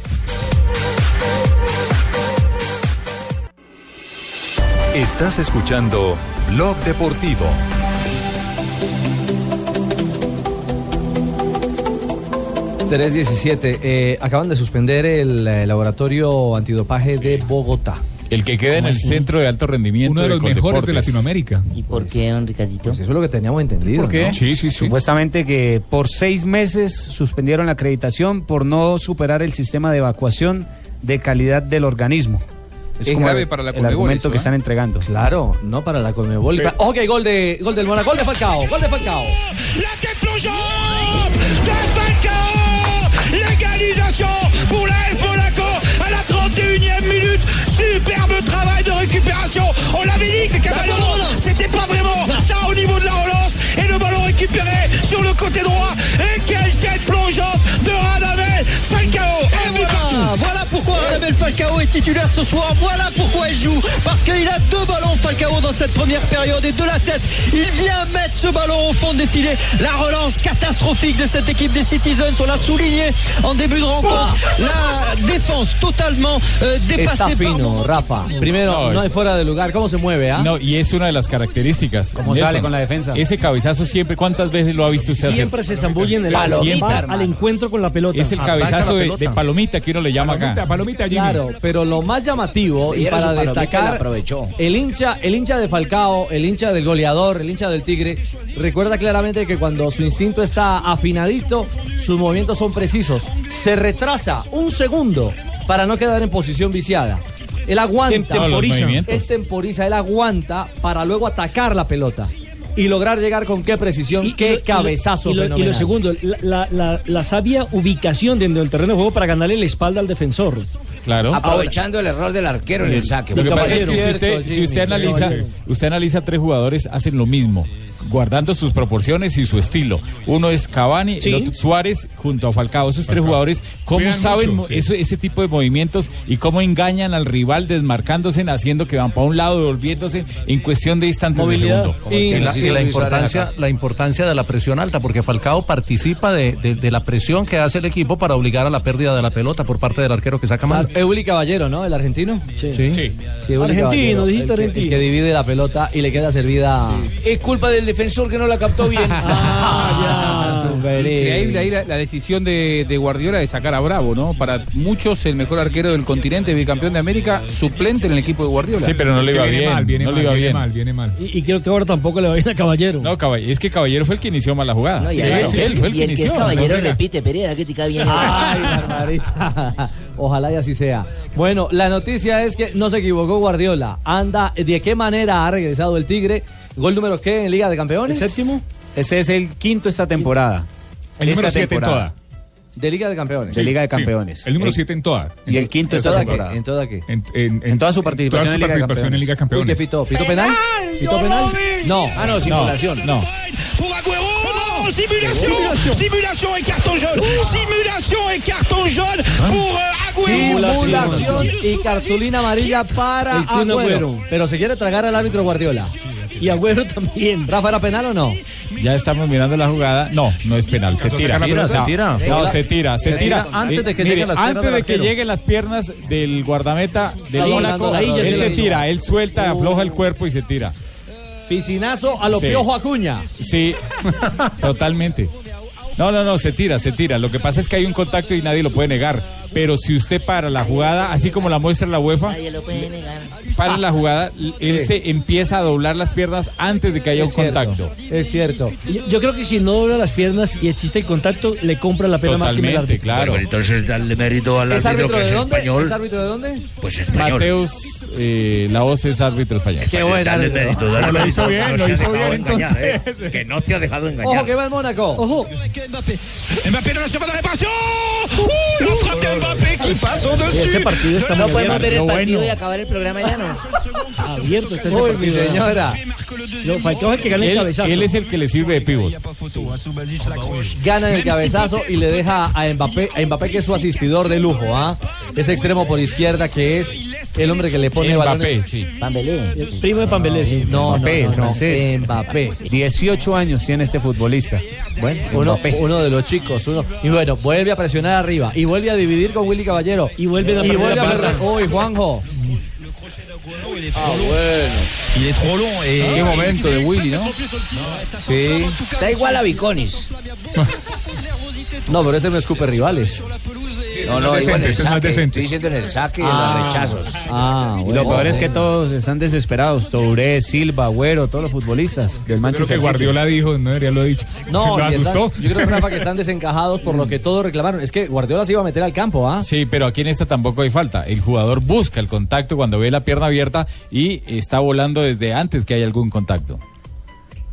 Speaker 1: Estás escuchando Blog Deportivo.
Speaker 14: Tres 17 Eh, acaban de suspender el eh, laboratorio antidopaje de Bogotá.
Speaker 16: El que queda en
Speaker 14: ¿Cómo
Speaker 16: el
Speaker 14: así?
Speaker 16: centro de alto rendimiento.
Speaker 14: Uno de los
Speaker 16: Coldeportes.
Speaker 14: mejores de Latinoamérica.
Speaker 12: ¿Y por qué, don Ricardito?
Speaker 8: Pues
Speaker 14: Eso es lo que teníamos entendido.
Speaker 8: ¿Por qué?
Speaker 14: ¿no?
Speaker 8: Sí, sí, sí. Supuestamente que por seis meses suspendieron la acreditación por no superar el sistema de evacuación de calidad del organismo.
Speaker 13: Es grave
Speaker 8: el-
Speaker 13: para la
Speaker 8: el
Speaker 13: Conmebol
Speaker 8: argumento
Speaker 13: eso,
Speaker 8: que
Speaker 13: ¿eh?
Speaker 8: están entregando.
Speaker 14: Claro, no para la Conmebol.
Speaker 8: Pero-
Speaker 14: Ok, gol de gol del Mónaco, gol de Falcao, gol de Falcao.
Speaker 17: L'égalisation pour l'AS Monaco à la 31e minute. Superbe travail de récupération. On l'avait dit que Caballero, c'était pas vraiment ça au niveau de la relance. Et le ballon récupéré sur le côté droit. Et quelle tête plongeante de Radamel. Falcao, un but
Speaker 18: Ah,
Speaker 17: partout.
Speaker 18: Voilà pourquoi Radamel Falcao est titulaire ce soir. Voilà pourquoi il joue. Parce qu'il a deux ballons Falcao dans cette première période et de la tête, il vient mettre ce ballon au fond des filets. La relance catastrophique de cette équipe des Citizens, on l'a souligné en début de rencontre. La défense totalement euh,
Speaker 14: Está
Speaker 18: dépassée par
Speaker 14: fino, Rafa. Primero,
Speaker 16: No,
Speaker 14: no,
Speaker 16: es-
Speaker 14: hay fuera de lugar. ¿Cómo se mueve, ah?
Speaker 16: No, y es una de las características.
Speaker 8: ¿Cómo sale con la defensa?
Speaker 16: Ese cabezazo siempre, ¿cuántas veces lo ha visto usted
Speaker 7: Siempre
Speaker 16: hacer?
Speaker 7: se zambulle en el área,
Speaker 16: Siempre.
Speaker 7: va al encuentro con la pelota.
Speaker 16: Es el cabezazo de, de palomita que uno le llama acá.
Speaker 14: Claro, pero lo más llamativo y
Speaker 12: Era su
Speaker 14: para
Speaker 12: palomita, la
Speaker 14: destacar,
Speaker 12: aprovechó.
Speaker 14: el hincha, el hincha de Falcao, el hincha del goleador, el hincha del Tigre, recuerda claramente que cuando su instinto está afinadito, sus movimientos son precisos. Se retrasa un segundo para no quedar en posición viciada. Él
Speaker 7: Tem-
Speaker 14: aguanta,
Speaker 7: temporiza.
Speaker 14: él temporiza, él aguanta para luego atacar la pelota y lograr llegar con qué precisión, qué cabezazo
Speaker 7: y lo, y lo
Speaker 14: fenomenal.
Speaker 7: segundo, la, la- la- la sabia ubicación dentro del terreno de juego para ganarle la espalda al defensor.
Speaker 16: Claro.
Speaker 10: Aprovechando el error del arquero en el saque.
Speaker 16: Lo que
Speaker 10: Bueno,
Speaker 16: pasa es que si
Speaker 10: cierto,
Speaker 16: usted, si
Speaker 10: Jimmy,
Speaker 16: usted analiza,
Speaker 10: no,
Speaker 16: usted analiza tres jugadores hacen lo mismo, guardando sus proporciones y su estilo. Uno es Cavani,
Speaker 7: Sí.
Speaker 16: el otro Suárez junto a Falcao. Esos tres jugadores, cómo
Speaker 7: Cuidan
Speaker 16: saben
Speaker 7: mucho,
Speaker 16: mo-
Speaker 7: sí.
Speaker 16: eso- ese tipo de movimientos y cómo engañan al rival desmarcándose, haciendo que van para un lado, volviéndose en cuestión de instantes de segundo.
Speaker 19: Y la, y la importancia, la importancia de la presión alta, porque Falcao participa de, de- de la presión que hace el equipo para obligar a la pérdida de la pelota por parte del arquero que saca mal.
Speaker 14: Claro, Euli Ah, Caballero, ¿no? El argentino. Sí.
Speaker 19: Sí.
Speaker 14: Euli
Speaker 19: Argentino,
Speaker 14: Caballero,
Speaker 19: dijiste
Speaker 14: el que-
Speaker 19: argentino.
Speaker 14: El que divide la pelota y le queda servida.
Speaker 10: Es culpa del defensor que no la captó bien.
Speaker 14: Ah,
Speaker 13: Increíble ahí la, la decisión de, de Guardiola de sacar a Bravo, ¿no? Para muchos, el mejor arquero del continente, bicampeón de América, suplente en el equipo de Guardiola.
Speaker 16: Sí, pero no
Speaker 9: Es
Speaker 16: le
Speaker 9: que
Speaker 16: iba
Speaker 9: viene
Speaker 16: bien.
Speaker 9: mal, viene
Speaker 16: no
Speaker 9: mal,
Speaker 16: le iba
Speaker 9: viene
Speaker 16: bien.
Speaker 9: mal, viene mal.
Speaker 7: Y, y creo que ahora tampoco le va bien a Caballero.
Speaker 16: No, Caballero, es que Caballero fue el que inició mal la jugada.
Speaker 7: No, y
Speaker 16: Sí,
Speaker 7: además-
Speaker 16: sí, él fue el
Speaker 12: Y
Speaker 16: que
Speaker 12: el que es
Speaker 16: inició.
Speaker 12: caballero
Speaker 16: Entonces,
Speaker 12: repite, Pereira, que te cae bien.
Speaker 14: Ay, Barbarita. Ojalá y así sea. Bueno, la noticia es que no se equivocó Guardiola. Anda, ¿de qué manera ha regresado el Tigre? ¿Gol número qué en Liga de Campeones?
Speaker 8: ¿El séptimo? Este es el quinto esta temporada.
Speaker 14: El número
Speaker 8: Esta
Speaker 14: siete en
Speaker 8: temporada.
Speaker 14: De Liga de Campeones.
Speaker 8: De Liga de Campeones.
Speaker 9: El número 7 en toda.
Speaker 8: Y el quinto
Speaker 9: En
Speaker 8: esta
Speaker 9: toda
Speaker 8: temporada.
Speaker 9: que-
Speaker 14: ¿En toda qué?
Speaker 9: En, en-
Speaker 8: En toda su participación en Liga de
Speaker 9: participación en Liga de
Speaker 8: Campeones.
Speaker 9: Campeones.
Speaker 8: Uy, ¿qué pitó?
Speaker 14: ¿Pitó penal? ¿Pitó penal?
Speaker 17: oh,
Speaker 14: No.
Speaker 9: Ah, no, sin No, violación.
Speaker 16: No.
Speaker 17: Pour Agüero, non, oh, simulation, simulation et carton jaune, simulation et carton jaune pour euh, Agüero.
Speaker 14: Simulación y Hein? cartulina amarilla para
Speaker 7: El Kun
Speaker 14: Agüero.
Speaker 7: Agüero.
Speaker 14: Pero se quiere tragar al árbitro Guardiola.
Speaker 7: y Agüero también.
Speaker 14: ¿Rafa era penal o no?
Speaker 16: Ya estamos mirando la jugada. No, no es penal. Se
Speaker 7: ¿Se
Speaker 16: tira.
Speaker 7: saca la pelota?
Speaker 16: O sea,
Speaker 7: Se tira.
Speaker 16: No, se tira. Se
Speaker 7: Se
Speaker 16: tira.
Speaker 7: tira antes de que
Speaker 16: Eh,
Speaker 7: lleguen las piernas
Speaker 16: Antes de
Speaker 7: del
Speaker 16: que
Speaker 7: arquero.
Speaker 16: lleguen las piernas del guardameta del
Speaker 14: Ahí,
Speaker 16: Mónaco,
Speaker 14: ahí ya se
Speaker 16: él
Speaker 14: la
Speaker 16: se
Speaker 14: hizo.
Speaker 16: tira. Él suelta, afloja el cuerpo y se tira.
Speaker 14: Piscinazo a lo
Speaker 16: Sí.
Speaker 14: Piojo Acuña.
Speaker 16: Sí, totalmente. No, no, no, se tira, se tira. Lo que pasa es que hay un contacto y nadie lo puede negar. Pero si usted para la jugada, así como la muestra la UEFA,
Speaker 12: Nadie lo puede negar.
Speaker 16: para la jugada, él se empieza a doblar las piernas antes de que haya un contacto.
Speaker 14: Es cierto.
Speaker 7: Yo, yo creo que si no dobla las piernas y existe el contacto, le compra la pena máxima al árbitro.
Speaker 2: Bueno, entonces darle mérito al
Speaker 14: ¿Es
Speaker 2: árbitro
Speaker 14: árbitro
Speaker 2: que es
Speaker 14: de dónde? ¿Es
Speaker 2: español.
Speaker 14: árbitro de dónde?
Speaker 2: Pues español.
Speaker 16: Mateus, eh, la voz es árbitro español.
Speaker 2: Español,
Speaker 14: buen
Speaker 2: dale
Speaker 14: árbitro.
Speaker 2: mérito, dale
Speaker 14: Lo
Speaker 2: mérito,
Speaker 14: hizo
Speaker 2: que
Speaker 14: bien,
Speaker 2: no
Speaker 14: lo
Speaker 2: se ha
Speaker 14: hizo
Speaker 2: dejado
Speaker 14: bien,
Speaker 2: engañar, ¿eh? Que no te ha dejado
Speaker 7: Oh,
Speaker 2: engañar.
Speaker 14: Ojo que va el Mónaco.
Speaker 11: Oh,
Speaker 14: Ojo.
Speaker 11: Mbappé dans la surface de réparation
Speaker 4: Uh,
Speaker 11: Ouh, Uh, la frappe de Mbappé qui passe au-dessus
Speaker 12: Ese partido está
Speaker 11: de la
Speaker 12: no podemos
Speaker 11: barre.
Speaker 12: ver el
Speaker 11: Lo
Speaker 12: partido
Speaker 11: bueno.
Speaker 12: y acabar el programa ya, ¿no?
Speaker 7: Abierto está ese
Speaker 14: pues,
Speaker 12: Uy, mi
Speaker 7: partido, ¿no?
Speaker 12: señora.
Speaker 7: No, Falcao es el que gana el
Speaker 16: Él-
Speaker 7: cabezazo.
Speaker 16: él es el que le sirve de pívot.
Speaker 14: Gana en el cabezazo y le deja a Mbappé, a Mbappé que es su asistidor de lujo, ¿ah? Ese extremo por izquierda que es el hombre que le pone
Speaker 16: Mbappé,
Speaker 14: balones.
Speaker 16: sí.
Speaker 12: Pambelé.
Speaker 7: Primo de Pambelé, sí.
Speaker 14: No,
Speaker 8: Mbappé,
Speaker 14: no, no, no,
Speaker 8: francés.
Speaker 14: Mbappé.
Speaker 16: pues
Speaker 8: 18 años tiene este futbolista. Bueno, pues
Speaker 14: Uno, uno de los chicos, uno. Y bueno, vuelve a presionar arriba. Y vuelve a dividir con Willy Caballero. Y
Speaker 7: vuelve
Speaker 14: a
Speaker 7: a
Speaker 14: perder.
Speaker 7: perder la
Speaker 14: perder. Uy, Juanjo.
Speaker 2: Ah, Il est trop long
Speaker 14: Eh,
Speaker 2: et
Speaker 12: eh,
Speaker 14: Ah,
Speaker 12: Ah.
Speaker 13: Qué momento de Willy, ¿no?
Speaker 2: Sí.
Speaker 12: Está igual a Viconis.
Speaker 14: No, pero ese no escupe rivales.
Speaker 12: No, no, igual en el saque. Estoy diciendo en el saque y en los rechazos.
Speaker 8: Ah,
Speaker 12: bueno.
Speaker 8: y lo peor es que
Speaker 12: Oh.
Speaker 8: todos están desesperados. Touré, Silva, Agüero, todos los futbolistas del
Speaker 16: Creo
Speaker 8: Manchester
Speaker 16: que
Speaker 8: City.
Speaker 16: Guardiola dijo, no debería lo dicho.
Speaker 14: No,
Speaker 16: Me
Speaker 14: y están-
Speaker 16: asustó.
Speaker 14: yo creo, Rafa, que están desencajados por lo que todos reclamaron. Es que Guardiola se iba a meter al campo, ¿ah?
Speaker 16: Sí, pero aquí en esta tampoco hay falta. El jugador busca el contacto cuando ve la pierna abierta y está volando desde antes que haya algún contacto.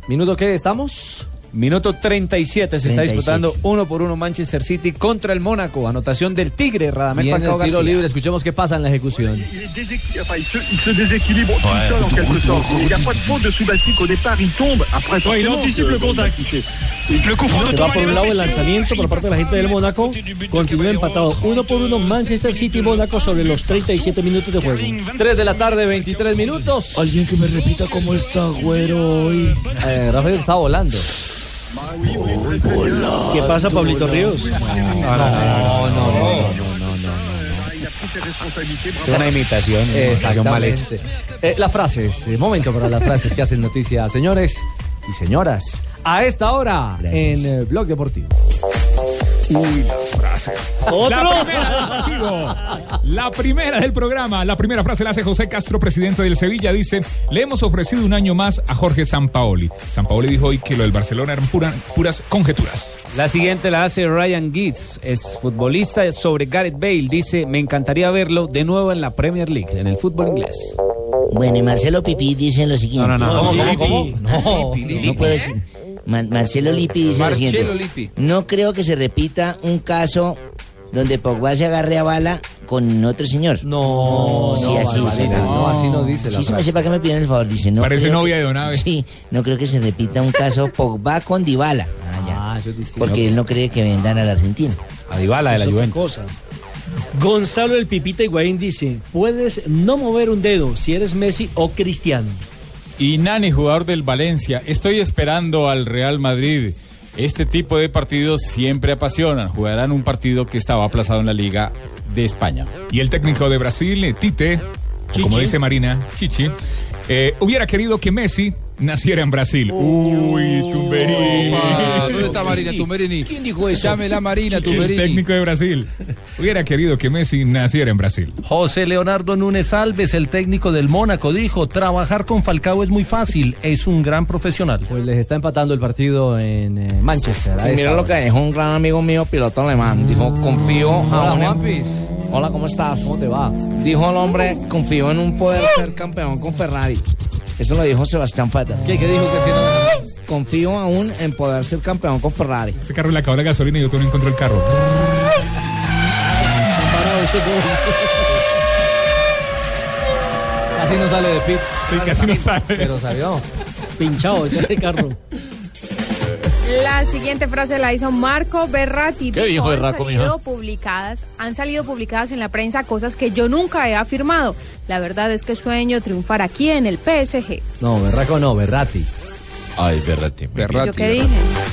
Speaker 14: ¿Minuto qué estamos?
Speaker 8: Minuto 37 se está
Speaker 14: 37.
Speaker 8: disputando uno por uno Manchester City contra el Mónaco. Anotación del Tigre, Radamel
Speaker 14: Viene el
Speaker 8: Falcao
Speaker 14: tiro
Speaker 8: García.
Speaker 14: libre, escuchemos qué pasa en la ejecución.
Speaker 4: Enfin, uh, il, se, il se déséquilibre tout seul en quelque sorte. Il n'y a pas de faute de Subasic au départ, il tombe. Après,
Speaker 11: Ouais, il
Speaker 4: forcément, euh,
Speaker 11: anticipe
Speaker 4: que-
Speaker 11: le contact.
Speaker 4: Le coup franc de
Speaker 7: Se va
Speaker 4: Thomas
Speaker 7: por un lado el lanzamiento por parte de la gente del Mónaco. Continúa empatado uno por uno Manchester City y Mónaco sobre los 37 minutos de juego.
Speaker 14: 3 de la tarde, 23 minutos.
Speaker 7: Alguien que me repita cómo está Agüero hoy.
Speaker 14: Eh, Rafael estaba volando.
Speaker 7: ¿Qué pasa, Pablito Ríos?
Speaker 14: No, no, no.
Speaker 8: Una imitación, una imitación mal hecha.
Speaker 14: Exactamente. Eh, las frases, eh, momento para las frases que hacen noticia, señores y señoras. A esta hora en eh, Blog Deportivo.
Speaker 2: Uy, las frases.
Speaker 9: La primera, del archivo. La primera del programa, la primera frase la hace José Castro, presidente del Sevilla, dice, le hemos ofrecido un año más a Jorge Sampaoli. Sampaoli dijo hoy que lo del Barcelona eran pura- puras conjeturas.
Speaker 8: La siguiente la hace Ryan Giggs, es futbolista sobre Gareth Bale. Dice, me encantaría verlo de nuevo en la Premier League, en el fútbol inglés.
Speaker 12: Bueno, y Marcelo Pipí dice lo siguiente.
Speaker 8: No, no, no. ¿Cómo, cómo, cómo?
Speaker 12: Lippi.
Speaker 8: No,
Speaker 12: No, puedo decir. Ma- Marcelo Lippi dice lo
Speaker 13: Marcelo
Speaker 12: siguiente.
Speaker 13: Lippi.
Speaker 12: No creo que se repita un caso donde Pogba se agarre a bala con otro señor.
Speaker 14: No,
Speaker 12: sí,
Speaker 14: no,
Speaker 12: así dice.
Speaker 14: Barbarita, no, así no dice la
Speaker 12: Sí, sí, no
Speaker 14: frase.
Speaker 12: sé para qué me piden el favor. Dice, no
Speaker 14: Parece
Speaker 12: creo
Speaker 14: novia
Speaker 12: que-
Speaker 14: de Don Abe.
Speaker 12: Sí, no creo que se repita un caso Pogba con Dybala.
Speaker 14: Ah, eso es distinto.
Speaker 12: Porque él no cree que vendan al argentino.
Speaker 8: A Dybala
Speaker 7: Eso es otra cosa. Gonzalo el Pipita Higuaín dice, puedes no mover un dedo si eres Messi o Cristiano.
Speaker 16: Y Nani, jugador del Valencia, estoy esperando al Real Madrid. Este tipo de partidos siempre apasionan. Jugarán un partido que estaba aplazado en la Liga de España.
Speaker 9: Y el técnico de Brasil, eh, Tite, o como dice Marina, Chichi, eh, hubiera querido que Messi naciera en Brasil. Oh, Uy, Tumberini.
Speaker 13: Ah, ¿Dónde está Marina Tumberini? ¿Quién dijo eso? Llámela Marina
Speaker 9: El
Speaker 13: Tumberini.
Speaker 9: técnico de Brasil. Hubiera querido que Messi naciera en Brasil.
Speaker 19: José Leonardo Núñez Alves, el técnico del Mónaco, dijo, trabajar con Falcao es muy fácil, es un gran profesional.
Speaker 14: Pues les está empatando el partido en eh, Manchester. a
Speaker 19: Y
Speaker 14: esta
Speaker 19: mira lo
Speaker 14: hora.
Speaker 19: que
Speaker 12: Es un gran amigo mío, piloto alemán. Dijo, confío
Speaker 14: Hola,
Speaker 12: a un em-
Speaker 14: Juanpis.
Speaker 12: Hola, ¿cómo estás?
Speaker 14: ¿Cómo te va?
Speaker 12: Dijo el hombre, confío en un poder ser campeón con Ferrari. Eso lo dijo Sebastián Feta.
Speaker 14: ¿Qué, qué dijo que
Speaker 12: Confío aún en poder ser campeón con Ferrari.
Speaker 9: Este carro le acabó la gasolina y yo todavía no encontré el carro.
Speaker 14: Casi no sale de pit.
Speaker 9: casi no sale.
Speaker 14: Pero salió.
Speaker 7: Pinchado, ya este carro.
Speaker 6: La siguiente frase la hizo Marco Berratti.
Speaker 15: ¿Qué dijo
Speaker 6: "Han
Speaker 15: Berraco,
Speaker 6: salido
Speaker 15: mija?
Speaker 6: publicadas, han salido publicadas en la prensa cosas que yo nunca he afirmado. La verdad es que sueño triunfar aquí en el PSG.
Speaker 14: No, Berraco no, Berrati.
Speaker 15: Ay, Berratti.
Speaker 6: ¿Yo qué dije?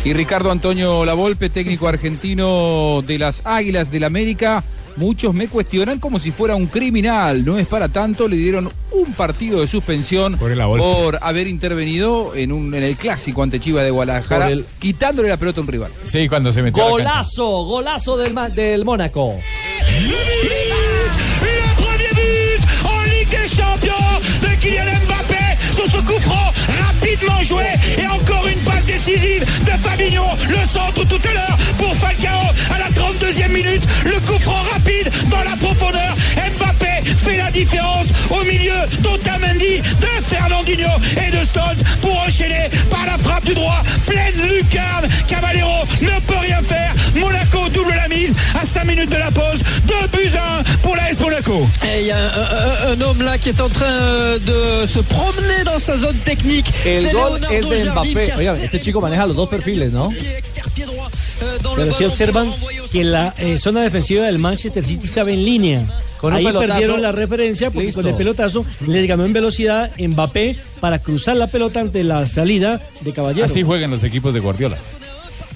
Speaker 13: Y Ricardo Antonio Lavolpe, técnico argentino de las Águilas del América. Muchos me cuestionan como si fuera un criminal. No es para tanto, le dieron un partido de suspensión por, haber intervenido en, un, en el clásico ante Chivas de Guadalajara,
Speaker 16: Por el-
Speaker 13: quitándole la pelota a un rival.
Speaker 16: Sí, cuando se metió a la cancha.
Speaker 14: Golazo, golazo del, Ma- del Mónaco.
Speaker 15: Le premier but en Ligue des Champions de Kylian Mbappé sur ce coup franc rapidement joué et encore une passe décisive de Fabinho. Le centre tout à l'heure pour Falcao à la 32e minute. Le coup franc rapide dans la profondeur. Mbappé fait la différence au milieu d'Otamendi, de Fernandinho et de Stones pour enchaîner par la frappe du droit. Pleine lucarne. Cavalero ne peut rien faire. Monaco double la mise à 5 minutes de la pause. 2 buts à 1 pour la S Monaco.
Speaker 6: Et
Speaker 18: Eh,
Speaker 15: il y a
Speaker 18: un, un homme là qui est en train euh, de se promener dans sa zone technique.
Speaker 14: El
Speaker 18: C'est
Speaker 14: gol
Speaker 18: Leonardo
Speaker 14: es de
Speaker 18: Jardim qui
Speaker 14: Mbappé.
Speaker 18: a
Speaker 14: Oigan, este chico maneja los dos perfiles, ¿no?
Speaker 7: Pero si observan que la eh, zona defensiva del Manchester City estaba en línea.
Speaker 14: Con un
Speaker 7: Ahí
Speaker 14: pelotazo.
Speaker 7: perdieron la referencia porque
Speaker 14: Listo.
Speaker 7: con el pelotazo les ganó en velocidad Mbappé para cruzar la pelota ante la salida de Caballero.
Speaker 16: Así juegan los equipos de Guardiola.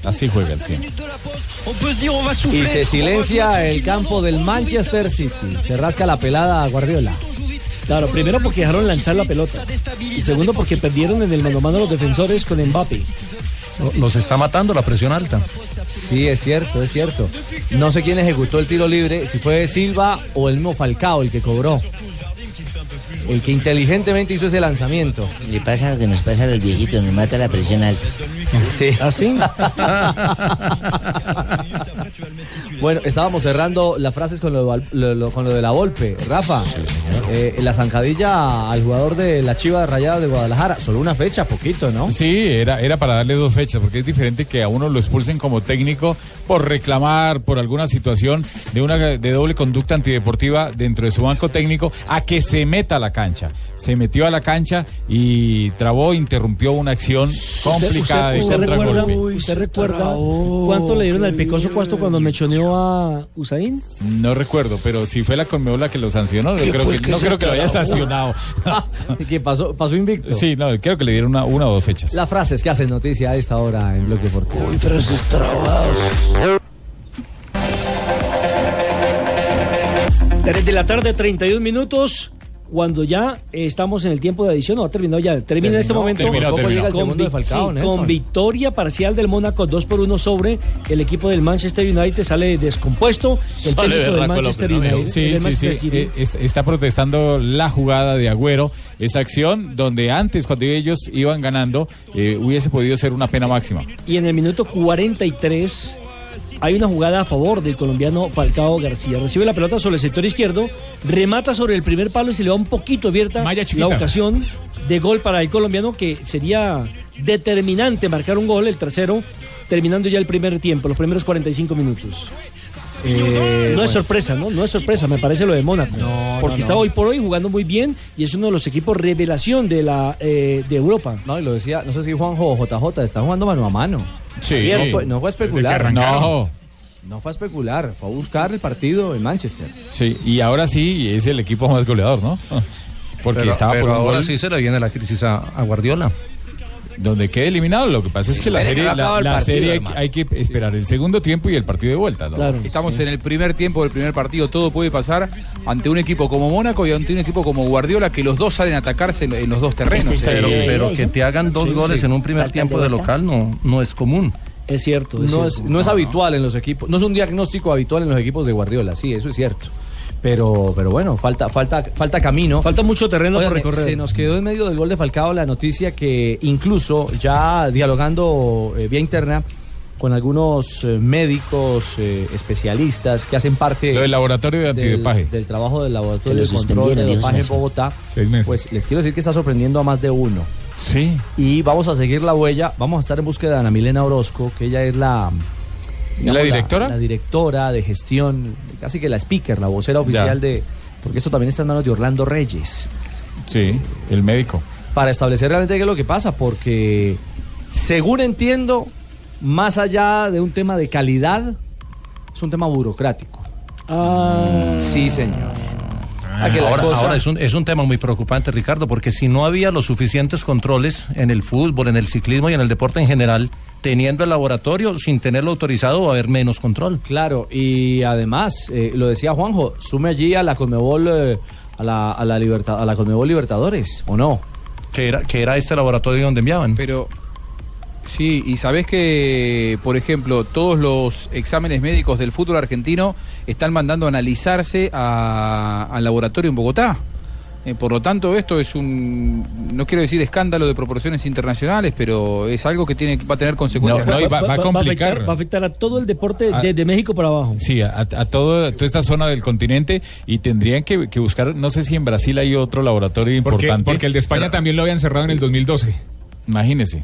Speaker 16: Así juegan siempre.
Speaker 18: On peut se dire on va souffler.
Speaker 14: Y se silencia el campo del Manchester City. Se rasca la pelada a Guardiola.
Speaker 7: Claro, primero porque dejaron lanzar la pelota. Y segundo porque perdieron en el mano a mano los defensores con Mbappé.
Speaker 19: Lo- Los está matando la presión alta.
Speaker 14: Sí, es cierto, es cierto. No sé quién ejecutó el tiro libre, si fue Silva o el mismo Falcao el que cobró. El que inteligentemente hizo ese lanzamiento.
Speaker 12: Le pasa lo que nos pasa a los viejitos, nos mata la presión alta. ¿Ah,
Speaker 14: Sí.
Speaker 7: ¿Así?
Speaker 14: Bueno, estábamos cerrando las frases con lo, de Val- lo- lo- con lo de la Volpe. Rafa, eh, la zancadilla al jugador de la Chiva Rayada de Guadalajara. Solo una fecha, poquito, ¿no?
Speaker 16: Sí, era, era para darle dos fechas, porque es diferente que a uno lo expulsen como técnico por reclamar por alguna situación de una de doble conducta antideportiva dentro de su banco técnico a que se meta a la cancha. Se metió a la cancha y trabó, interrumpió una acción complicada de
Speaker 7: ¿Usted recuerda,
Speaker 16: contragolpe.
Speaker 7: usted recuerda cuánto le dieron al Pecoso Cuasto cuando mechoneó a Usain?
Speaker 16: No recuerdo, pero si fue la Conmebol la que lo sancionó,
Speaker 7: ¿Qué
Speaker 16: yo creo
Speaker 7: fue
Speaker 16: que,
Speaker 7: el que
Speaker 16: no
Speaker 7: se
Speaker 16: creo que lo haya
Speaker 7: trabó?
Speaker 16: sancionado.
Speaker 14: que pasó, pasó invicto.
Speaker 16: Sí, no, creo que le dieron una, una o dos fechas.
Speaker 14: Las frases que hacen noticia a esta hora en Bloque Deportivo. frases trabadas.
Speaker 7: 3 de la tarde, 31 minutos. Cuando ya estamos en el tiempo de adición, no ha terminado ya. Termina en este
Speaker 14: Terminó,
Speaker 7: momento
Speaker 14: terminó,
Speaker 7: con,
Speaker 14: terminó. Llega el
Speaker 7: con
Speaker 14: segundo de
Speaker 7: vic-
Speaker 14: Falcao,
Speaker 7: sí,
Speaker 14: Nelson.
Speaker 7: con victoria parcial del Mónaco 2 por 1 sobre el equipo del Manchester United. Sale descompuesto el
Speaker 16: Sale
Speaker 7: técnico del
Speaker 16: Berraco el
Speaker 7: Manchester
Speaker 16: hombre, ¿no?
Speaker 7: United.
Speaker 16: Sí,
Speaker 7: del
Speaker 16: sí,
Speaker 7: Manchester
Speaker 16: sí.
Speaker 7: City.
Speaker 16: Eh, es- está protestando la jugada de Agüero, esa acción donde antes, cuando ellos iban ganando, eh, hubiese podido ser una pena máxima.
Speaker 7: Y en el minuto 43 hay una jugada a favor del colombiano Falcao García. Recibe la pelota sobre el sector izquierdo, remata sobre el primer palo y se le va un poquito abierta
Speaker 16: chiquita.
Speaker 7: la ocasión de gol para el colombiano que sería determinante marcar un gol, el tercero, terminando ya el primer tiempo, los primeros 45 minutos.
Speaker 14: Eh,
Speaker 7: no
Speaker 14: bueno.
Speaker 7: es sorpresa, ¿no? No es sorpresa, me parece lo de Mónaco. porque
Speaker 14: no,
Speaker 7: está
Speaker 14: no.
Speaker 7: hoy por hoy jugando muy bien y es uno de los equipos revelación de, la, eh, de Europa.
Speaker 14: No, y lo decía, no sé si Juanjo o JJ están jugando mano a mano.
Speaker 7: Sí.
Speaker 14: Javier, No fue, no fue a
Speaker 7: Desde
Speaker 14: especular.
Speaker 16: que arrancaron. No.
Speaker 14: No fue a especular, fue a buscar el partido en Manchester.
Speaker 16: Sí, y ahora sí es el equipo más goleador, ¿no? Porque
Speaker 19: Pero-
Speaker 16: estaba
Speaker 19: pero
Speaker 16: por un
Speaker 19: ahora
Speaker 16: gol
Speaker 19: sí se le viene la crisis a, a Guardiola.
Speaker 16: donde queda eliminado. Lo que pasa es que la
Speaker 19: Espere que
Speaker 16: serie,
Speaker 19: no
Speaker 16: la,
Speaker 19: ha acabado el
Speaker 16: la
Speaker 19: partido,
Speaker 16: serie hay,
Speaker 19: hermano.
Speaker 16: hay que esperar el segundo tiempo y el partido de vuelta. ¿no?
Speaker 13: Estamos en el primer tiempo del primer partido, todo puede pasar ante un equipo como Mónaco y ante un equipo como Guardiola, que los dos salen a atacarse en, en los dos terrenos.
Speaker 19: pero, pero que te hagan dos goles en un primer tiempo de, local no, no es común.
Speaker 7: Es cierto.
Speaker 14: No es, no es habitual en los equipos, no es un diagnóstico habitual en los equipos de Guardiola, sí, eso es cierto. Pero, pero bueno, falta, falta, falta camino.
Speaker 7: Falta mucho terreno
Speaker 14: por
Speaker 7: por recorrer.
Speaker 14: Se nos quedó en medio del gol de Falcao la noticia que incluso ya dialogando eh, vía interna con algunos eh, médicos eh, especialistas que hacen parte
Speaker 16: Lo del laboratorio de
Speaker 14: del-
Speaker 16: antidopaje.
Speaker 14: Del, trabajo del
Speaker 16: Que lo
Speaker 14: laboratorio de control de
Speaker 16: suspendieron, dijo
Speaker 14: dopaje en
Speaker 16: Nelson.
Speaker 14: Bogotá.
Speaker 16: Seis meses.
Speaker 14: Pues les quiero decir que está sorprendiendo a más de uno.
Speaker 16: Sí.
Speaker 14: Y vamos a seguir la huella, vamos a estar en búsqueda de Ana Milena Orozco, que ella es la digamos,
Speaker 16: ¿La directora?
Speaker 14: La, directora de gestión, casi que la speaker, la vocera oficial de. Porque esto también está en manos de Orlando Reyes.
Speaker 16: Sí, el médico.
Speaker 14: Para establecer realmente qué es lo que pasa, porque según entiendo, más allá de un tema de calidad, es un tema burocrático. Sí, señor. Ah, que la
Speaker 19: Ahora,
Speaker 14: cosa-
Speaker 19: ahora es, un, es un tema muy preocupante, Ricardo, porque si no había los suficientes controles en el fútbol, en el ciclismo y en el deporte en general, teniendo el laboratorio, sin tenerlo autorizado, va a haber menos control.
Speaker 14: Claro, y además, eh, lo decía Juanjo, sume allí a la Conmebol, eh, a, la, a, la liberta- a la Conmebol Libertadores, ¿o no?
Speaker 19: Que era, que era este laboratorio donde enviaban.
Speaker 13: Pero sí, y sabés que, por ejemplo, todos los exámenes médicos del fútbol argentino están mandando a analizarse a- al laboratorio en Bogotá. Eh, por lo tanto, esto es un, no quiero decir escándalo de proporciones internacionales, pero es algo que tiene, va a tener consecuencias.
Speaker 7: afectar, va a afectar a todo el deporte
Speaker 16: Ah.
Speaker 7: desde México para abajo.
Speaker 16: Sí, a, a todo, a toda esta zona del continente y tendrían que, que buscar, no sé si en Brasil hay otro laboratorio
Speaker 30: Porque-
Speaker 16: importante.
Speaker 30: porque el de España
Speaker 16: también lo habían cerrado en el 2012. Imagínese.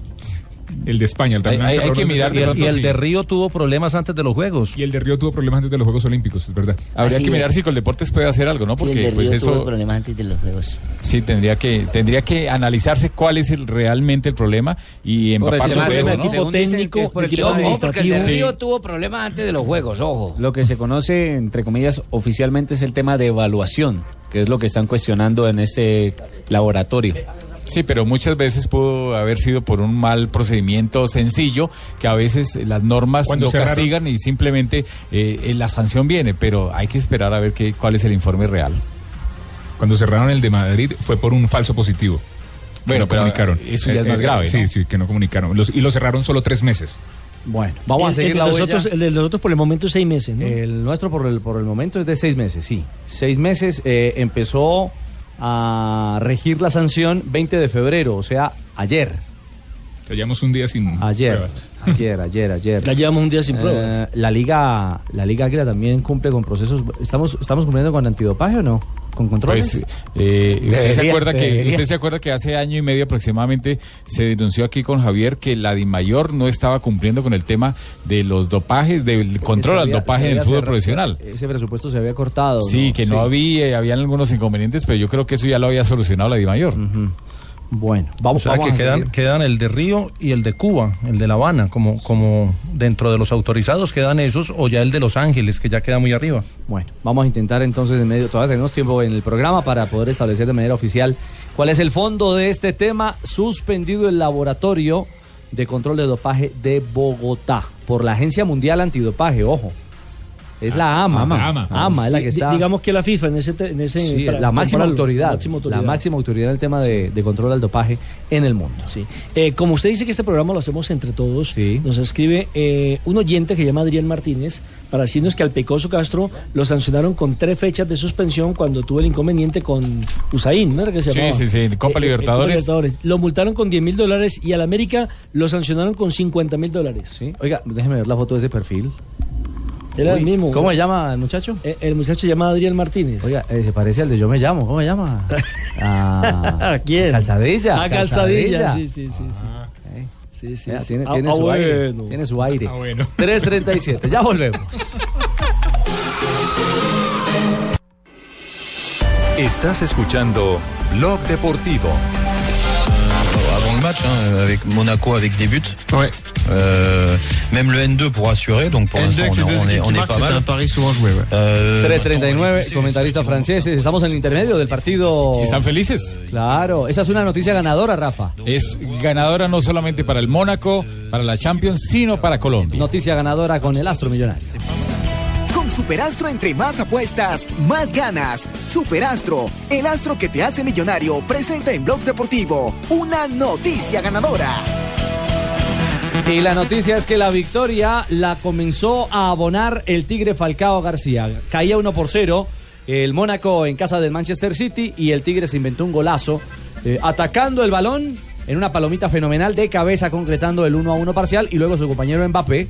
Speaker 16: El de España, el
Speaker 19: Hay,
Speaker 16: también
Speaker 19: hay- hay
Speaker 16: cerrado
Speaker 19: que
Speaker 16: en el
Speaker 19: mirar
Speaker 16: 2012.
Speaker 19: de pronto, Y el,
Speaker 16: Sí.
Speaker 19: de Río tuvo problemas antes de los Juegos.
Speaker 16: Y el de Río tuvo problemas antes de los Juegos Olímpicos, es verdad. Habría
Speaker 19: Así
Speaker 16: que mirar
Speaker 19: es.
Speaker 16: si Coldeportes puede hacer algo, ¿no?
Speaker 19: Sí, el
Speaker 16: Porque
Speaker 19: de Río
Speaker 16: pues
Speaker 19: tuvo
Speaker 16: eso
Speaker 12: problemas antes de los juegos.
Speaker 16: sí tendría que tendría que analizarse cuál es el, realmente el problema y
Speaker 12: Por
Speaker 16: empaparse
Speaker 12: eso,
Speaker 16: de
Speaker 12: según-
Speaker 16: eso, ¿no?
Speaker 12: según dicen que es por el tema
Speaker 8: administrativo.
Speaker 12: No, porque el de
Speaker 8: Sí.
Speaker 12: Río tuvo problemas antes de los juegos, ojo.
Speaker 8: Lo que se conoce, entre comillas, oficialmente es el tema de evaluación, que es lo que están cuestionando en este laboratorio.
Speaker 16: Sí, pero muchas veces pudo haber sido por un mal procedimiento sencillo, que a veces las normas
Speaker 30: Cuando
Speaker 16: lo
Speaker 30: cerraron-
Speaker 16: castigan y simplemente eh, eh, la sanción viene, pero hay que esperar a ver qué, cuál es el informe real.
Speaker 30: Cuando cerraron el de Madrid fue por un falso positivo.
Speaker 16: Bueno, pero, eh, eso ya es más grave,
Speaker 30: Sí,
Speaker 16: ¿no?
Speaker 30: sí, que no comunicaron. Los- y lo cerraron solo tres meses.
Speaker 14: Bueno, vamos
Speaker 7: Eh,
Speaker 30: a seguir
Speaker 14: el de
Speaker 30: la
Speaker 14: los
Speaker 30: huella.
Speaker 14: otros- El de nosotros por el momento es seis meses, ¿no?
Speaker 12: El
Speaker 14: nuestro por el, por el momento es de seis meses, sí. Seis meses eh, empezó a regir la sanción 20 de febrero, o sea, ayer.
Speaker 30: Te llevamos un día sin
Speaker 14: Ayer,
Speaker 30: pruebas.
Speaker 14: ayer, ayer, ayer. Eh,
Speaker 30: Ya llevamos un día sin pruebas.
Speaker 14: la liga, la liga Águila también cumple con procesos. ¿Estamos, estamos cumpliendo con antidopaje o no? ¿Con controles?
Speaker 16: Pues, eh, ¿usted, se
Speaker 14: Debería,
Speaker 16: acuerda que,
Speaker 14: debería.
Speaker 16: usted se acuerda que hace año y medio aproximadamente se denunció aquí con Javier que la DIMAYOR no estaba cumpliendo con el tema de los dopajes, del control
Speaker 14: Se
Speaker 16: al
Speaker 14: había-
Speaker 16: dopaje
Speaker 14: se
Speaker 16: en el
Speaker 14: había
Speaker 16: fútbol
Speaker 14: cerra-
Speaker 16: profesional.
Speaker 14: Ese presupuesto se había cortado.
Speaker 16: Sí, que no había, eh, habían algunos inconvenientes, pero yo creo que eso ya lo había solucionado la DIMAYOR.
Speaker 14: Bueno,
Speaker 19: o sea que quedan, quedan el de Río y el de Cuba, el de La Habana, como, como dentro de los autorizados quedan esos, o ya el de Los Ángeles, que ya queda muy arriba.
Speaker 14: Bueno, vamos a intentar entonces en medio, todavía tenemos tiempo en el programa para poder establecer de manera oficial cuál es el fondo de este tema suspendido el laboratorio de control de dopaje de Bogotá por la Agencia Mundial Antidopaje, ojo. Es la AMA,
Speaker 7: Ah, Ama.
Speaker 14: AMA, es la
Speaker 7: Di-
Speaker 14: que está
Speaker 7: Digamos que la FIFA en ese. te- En ese
Speaker 14: Sí,
Speaker 7: para
Speaker 14: la máxima
Speaker 7: compararlo,
Speaker 14: autoridad,
Speaker 7: máxima
Speaker 14: la máxima autoridad en el tema de, de control al dopaje en el mundo.
Speaker 7: Sí. Eh, como usted dice que este programa lo hacemos entre todos, nos escribe eh, un oyente que llama Adrián Martínez para decirnos que al Pecoso Castro lo sancionaron con tres fechas de suspensión cuando tuvo el inconveniente con Usain, ¿no era que se
Speaker 16: Sí,
Speaker 7: llamaba? Eh,
Speaker 16: sí, sí, el Copa
Speaker 7: el
Speaker 16: Libertadores.
Speaker 7: Lo multaron con 10 mil dólares y al América lo sancionaron con 50 mil dólares.
Speaker 14: Oiga, déjeme ver la foto de ese perfil.
Speaker 7: Era el
Speaker 14: Uy,
Speaker 7: mismo.
Speaker 14: ¿Cómo se llama el muchacho?
Speaker 7: Eh, el muchacho se llama Adrián Martínez.
Speaker 14: Oiga, eh, se parece al de Yo Me Llamo, ¿cómo se llama? Ah,
Speaker 7: quién?
Speaker 14: Calzadilla.
Speaker 7: Ah, calzadilla. Sí, sí, sí. sí. Sí, sí,
Speaker 14: Ah. Ya,
Speaker 7: sí.
Speaker 14: tiene,
Speaker 7: Ah,
Speaker 14: tiene
Speaker 7: ah,
Speaker 14: su aire.
Speaker 7: bueno.
Speaker 14: Tiene su aire.
Speaker 7: Ah, bueno.
Speaker 14: 3.37, ya volvemos.
Speaker 17: Estás escuchando Blog Deportivo.
Speaker 18: avant le match hein, avec Monaco avec des buts. Euh, même le N2 pour assurer, donc pour
Speaker 14: N2
Speaker 18: l'instant
Speaker 14: avec les
Speaker 18: on,
Speaker 14: deux
Speaker 18: est- on est,
Speaker 14: équipes qui
Speaker 18: on est
Speaker 14: marquent,
Speaker 18: pas
Speaker 14: c'est
Speaker 18: mal.
Speaker 14: un pari souvent joué,
Speaker 18: Euh,
Speaker 14: 3.39, comentaristas franceses. Estamos en el intermedio del partido.
Speaker 16: ¿Están felices?
Speaker 14: Claro, esa es una noticia ganadora, Rafa.
Speaker 16: Es ganadora no solamente para el Mónaco, para la Champions, sino para Colombia.
Speaker 14: Noticia ganadora con el Astro Millonario.
Speaker 9: Con Superastro, entre más apuestas, más ganas. Superastro, el astro que te hace millonario, presenta en Blog Deportivo una noticia ganadora.
Speaker 14: Y la noticia es que la victoria la comenzó a abonar el Tigre Falcao García. Caía 1 por 0 el Mónaco en casa del Manchester City y el Tigre se inventó un golazo eh, atacando el balón en una palomita fenomenal de cabeza concretando el 1 a 1 parcial y luego su compañero Mbappé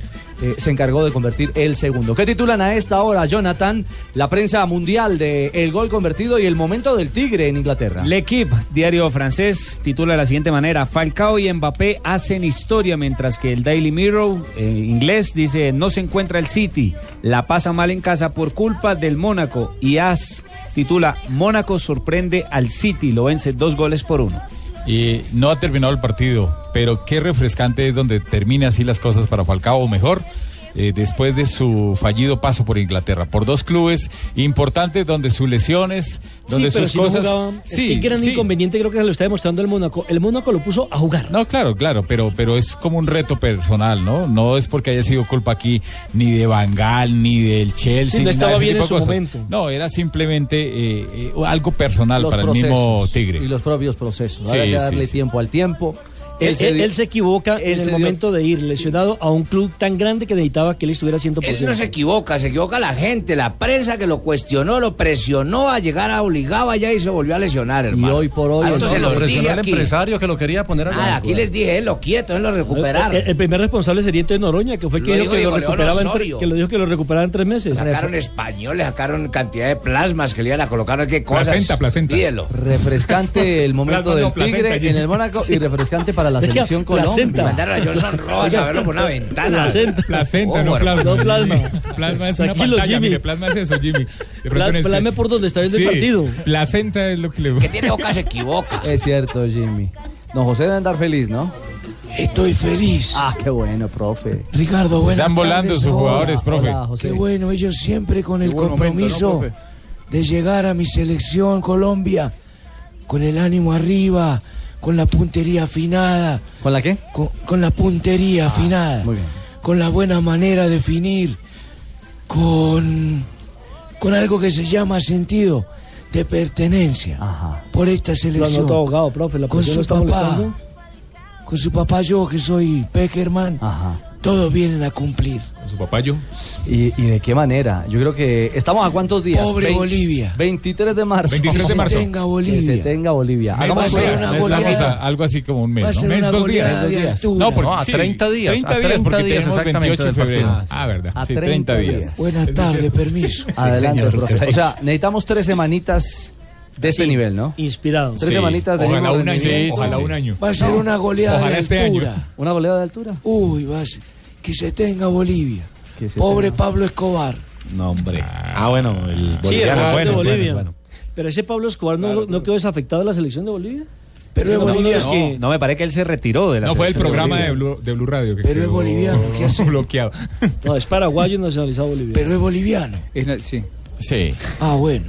Speaker 14: eh, se encargó de convertir el segundo. ¿Qué titulan a esta hora, Jonathan? La prensa mundial de el gol convertido y el momento del Tigre en Inglaterra.
Speaker 8: L'Equipe, diario francés, titula de la siguiente manera: Falcao y Mbappé hacen historia, mientras que el Daily Mirror eh, inglés dice: No se encuentra el City, la pasa mal en casa por culpa del Mónaco. Y AS titula: Mónaco sorprende al City, lo vence dos goles por uno.
Speaker 16: Y no ha terminado el partido, pero qué refrescante es donde termine así las cosas para Falcao, o mejor, eh, después de su fallido paso por Inglaterra, por dos clubes importantes donde sus lesiones, donde
Speaker 7: sí, pero
Speaker 16: sus
Speaker 7: si no
Speaker 16: cosas...
Speaker 7: jugaba, es que el gran inconveniente creo que se lo está demostrando el Mónaco. El Mónaco lo puso a jugar.
Speaker 16: No, claro, claro, pero, pero es como un reto personal, ¿no? No es porque haya sido culpa aquí ni de Bangal, ni del Chelsea.
Speaker 7: Sí, no
Speaker 16: ni
Speaker 7: estaba
Speaker 16: nada de ese
Speaker 7: bien en
Speaker 16: tipo de
Speaker 7: su
Speaker 16: cosas.
Speaker 7: momento.
Speaker 16: No, era simplemente eh, eh, algo personal
Speaker 14: Los
Speaker 16: para el
Speaker 14: procesos
Speaker 16: mismo Tigre.
Speaker 14: Y los propios procesos.
Speaker 16: Sí,
Speaker 14: Ahora hay que
Speaker 16: sí,
Speaker 14: darle
Speaker 16: sí.
Speaker 14: tiempo al tiempo.
Speaker 7: Él,
Speaker 14: se
Speaker 7: él-
Speaker 14: dio-
Speaker 7: él se equivoca
Speaker 14: él
Speaker 7: en
Speaker 14: se
Speaker 7: el
Speaker 14: dio-
Speaker 7: momento de ir lesionado a un club tan grande que necesitaba que él estuviera 100%.
Speaker 12: Él no se equivoca, se equivoca la gente, la prensa que lo cuestionó, lo presionó a llegar a obligado allá y se volvió a lesionar, hermano. Y hoy por hoy.
Speaker 19: No,
Speaker 12: Entonces
Speaker 19: lo
Speaker 12: los dije
Speaker 19: presionó el
Speaker 12: aquí.
Speaker 19: empresario que lo quería poner a
Speaker 12: Nada, aquí les dije, él lo quieto, él lo
Speaker 7: El, el-
Speaker 12: recuperaron.
Speaker 7: Eh, el primer responsable sería entonces Noroña, que fue el que,
Speaker 12: Lo
Speaker 7: dijo que,
Speaker 12: dijo
Speaker 7: lo
Speaker 12: León
Speaker 7: recuperaba en tre-
Speaker 12: Osorio.
Speaker 7: que lo dijo que lo recuperaba en tres meses.
Speaker 12: Sacaron españoles, sacaron cantidad de plasmas que le iban a colocar, no sé qué cosas.
Speaker 7: Placenta, placenta.
Speaker 12: Pídelo.
Speaker 14: Refrescante el momento del
Speaker 12: Plasma, no,
Speaker 14: Tigre
Speaker 12: placenta,
Speaker 14: en el Mónaco
Speaker 12: Sí.
Speaker 14: y refrescante para la
Speaker 12: Oiga,
Speaker 14: selección
Speaker 12: placenta.
Speaker 14: Colombia.
Speaker 12: Mandaron a Johnson Rojas a verlo por una ventana.
Speaker 16: Placenta,
Speaker 12: Ojo,
Speaker 16: no plasma.
Speaker 12: hermano.
Speaker 16: Plasma es una
Speaker 7: Tranquilo,
Speaker 16: pantalla,
Speaker 7: Jimmy.
Speaker 16: mire, plasma es eso, Jimmy. De
Speaker 7: Pla-
Speaker 16: pronto en el-
Speaker 7: plame por donde está viendo el
Speaker 16: Sí,
Speaker 7: partido.
Speaker 16: Placenta es lo que le
Speaker 12: Que tiene boca se equivoca.
Speaker 14: Es cierto, Jimmy. Don José debe andar feliz, ¿no?
Speaker 10: Estoy feliz.
Speaker 14: Ah, qué bueno, profe.
Speaker 10: Ricardo, buenas
Speaker 14: Están volando
Speaker 10: tardes.
Speaker 14: sus
Speaker 10: Hola,
Speaker 14: jugadores, profe.
Speaker 10: hola, José. Qué bueno, ellos siempre con el
Speaker 14: buen momento,
Speaker 10: compromiso
Speaker 14: ¿no, profe?
Speaker 10: de llegar a mi selección Colombia con el ánimo arriba, con la puntería afinada.
Speaker 14: ¿Con la qué?
Speaker 10: Con, con la puntería afinada. Con la buena manera de definir, con, con algo que se llama sentido de pertenencia por esta
Speaker 7: Lo
Speaker 10: selección.
Speaker 7: anotó abogado, profe. La
Speaker 10: con
Speaker 7: presión
Speaker 10: su
Speaker 7: lo está molestando.
Speaker 10: papá, con su papá yo que soy Peckerman, todos vienen a cumplir.
Speaker 16: Su papayo.
Speaker 14: ¿Y, y de qué manera? Yo creo que estamos a cuántos días.
Speaker 10: Pobre
Speaker 14: Vein-
Speaker 10: Bolivia.
Speaker 14: 23 de marzo.
Speaker 16: 23 de marzo.
Speaker 14: Que se tenga Bolivia. Que se tenga Bolivia.
Speaker 16: Mes,
Speaker 14: Hagamos
Speaker 16: dos
Speaker 14: una
Speaker 16: días,
Speaker 14: buena
Speaker 16: mes,
Speaker 14: goleada.
Speaker 16: vamos a- algo así como un mes.
Speaker 14: Va a
Speaker 16: ¿no?
Speaker 14: ser
Speaker 16: Mes,
Speaker 14: una
Speaker 16: dos
Speaker 14: goleada
Speaker 16: días.
Speaker 14: de altura.
Speaker 16: No, porque,
Speaker 14: No, a
Speaker 16: sí,
Speaker 14: 30 días,
Speaker 16: 30
Speaker 14: a
Speaker 16: días, porque
Speaker 14: 30 días
Speaker 16: tenemos
Speaker 14: exactamente
Speaker 16: 28 de
Speaker 14: del
Speaker 16: febrero.
Speaker 14: partido.
Speaker 16: Ah, verdad.
Speaker 14: A
Speaker 16: sí, 30 días.
Speaker 10: Buenas tardes, permiso.
Speaker 14: Adelante, profe. O sea, necesitamos tres semanitas de este nivel, ¿no?
Speaker 7: Inspirado.
Speaker 14: Tres semanitas de
Speaker 16: Ojalá
Speaker 14: mismo
Speaker 16: un año,
Speaker 14: rendimiento.
Speaker 16: ojalá un año.
Speaker 10: Va a ser una goleada
Speaker 16: Ojalá
Speaker 10: de
Speaker 16: este
Speaker 10: altura.
Speaker 16: año.
Speaker 14: ¿Una goleada de altura?
Speaker 10: Uy, va a ser- que se tenga Bolivia.
Speaker 14: Que se
Speaker 10: Pobre Pablo Escobar.
Speaker 31: No, hombre. Ah, bueno, el
Speaker 7: Sí, el
Speaker 31: boliviano.
Speaker 7: jugador
Speaker 31: bueno,
Speaker 7: de
Speaker 31: bueno,
Speaker 7: Bolivia.
Speaker 31: bueno.
Speaker 7: Pero ese Pablo Escobar no, no quedó desafectado de la selección de Bolivia.
Speaker 10: Pero es
Speaker 7: no,
Speaker 10: Bolivia.
Speaker 7: es que-
Speaker 8: No, no, me parece que él se retiró de la
Speaker 16: No fue el
Speaker 8: selección
Speaker 16: programa de
Speaker 8: Bolivia.
Speaker 16: Blue, de Blue Radio. Que
Speaker 8: Pero es boliviano,
Speaker 16: ¿qué hace? Bloqueado.
Speaker 7: No, es paraguayo nacionalizado boliviano.
Speaker 10: Pero es boliviano.
Speaker 13: Es na- sí.
Speaker 16: Sí.
Speaker 10: Ah, bueno.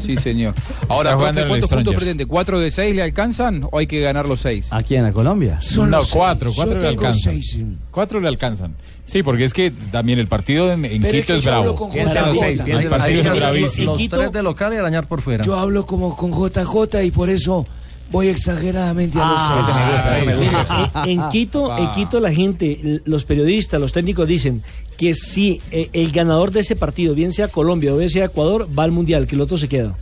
Speaker 13: Sí, señor.
Speaker 16: Está
Speaker 13: Ahora,
Speaker 16: jugando
Speaker 13: profe,
Speaker 16: en el
Speaker 13: ¿cuántos puntos
Speaker 16: Strongers.
Speaker 13: pretende? ¿Cuatro de seis le alcanzan o hay que ganar los seis?
Speaker 14: ¿A quién? ¿A Colombia?
Speaker 16: no, cuatro, cuatro le
Speaker 13: alcanzan.
Speaker 16: alcanzan. Cuatro le alcanzan. Sí, porque es que también el partido en, en
Speaker 10: Pero es
Speaker 16: Quito
Speaker 10: que
Speaker 16: es,
Speaker 10: yo hablo
Speaker 16: bravo.
Speaker 10: con Piensa en los seis,
Speaker 16: El
Speaker 10: piensa en los
Speaker 16: partido
Speaker 10: seis.
Speaker 16: es
Speaker 10: Hay que hacerlo
Speaker 16: bravísimo.
Speaker 10: los Quito- tres
Speaker 19: de local y arañar por fuera.
Speaker 10: Yo hablo como con JJ y por eso voy exageradamente a los
Speaker 7: Ah,
Speaker 19: Ah,
Speaker 10: seis.
Speaker 7: En- En Quito, en Quito la gente, l- los periodistas, los técnicos dicen que si eh, el ganador de ese partido, bien sea Colombia o bien sea Ecuador, va al mundial, que el otro se queda.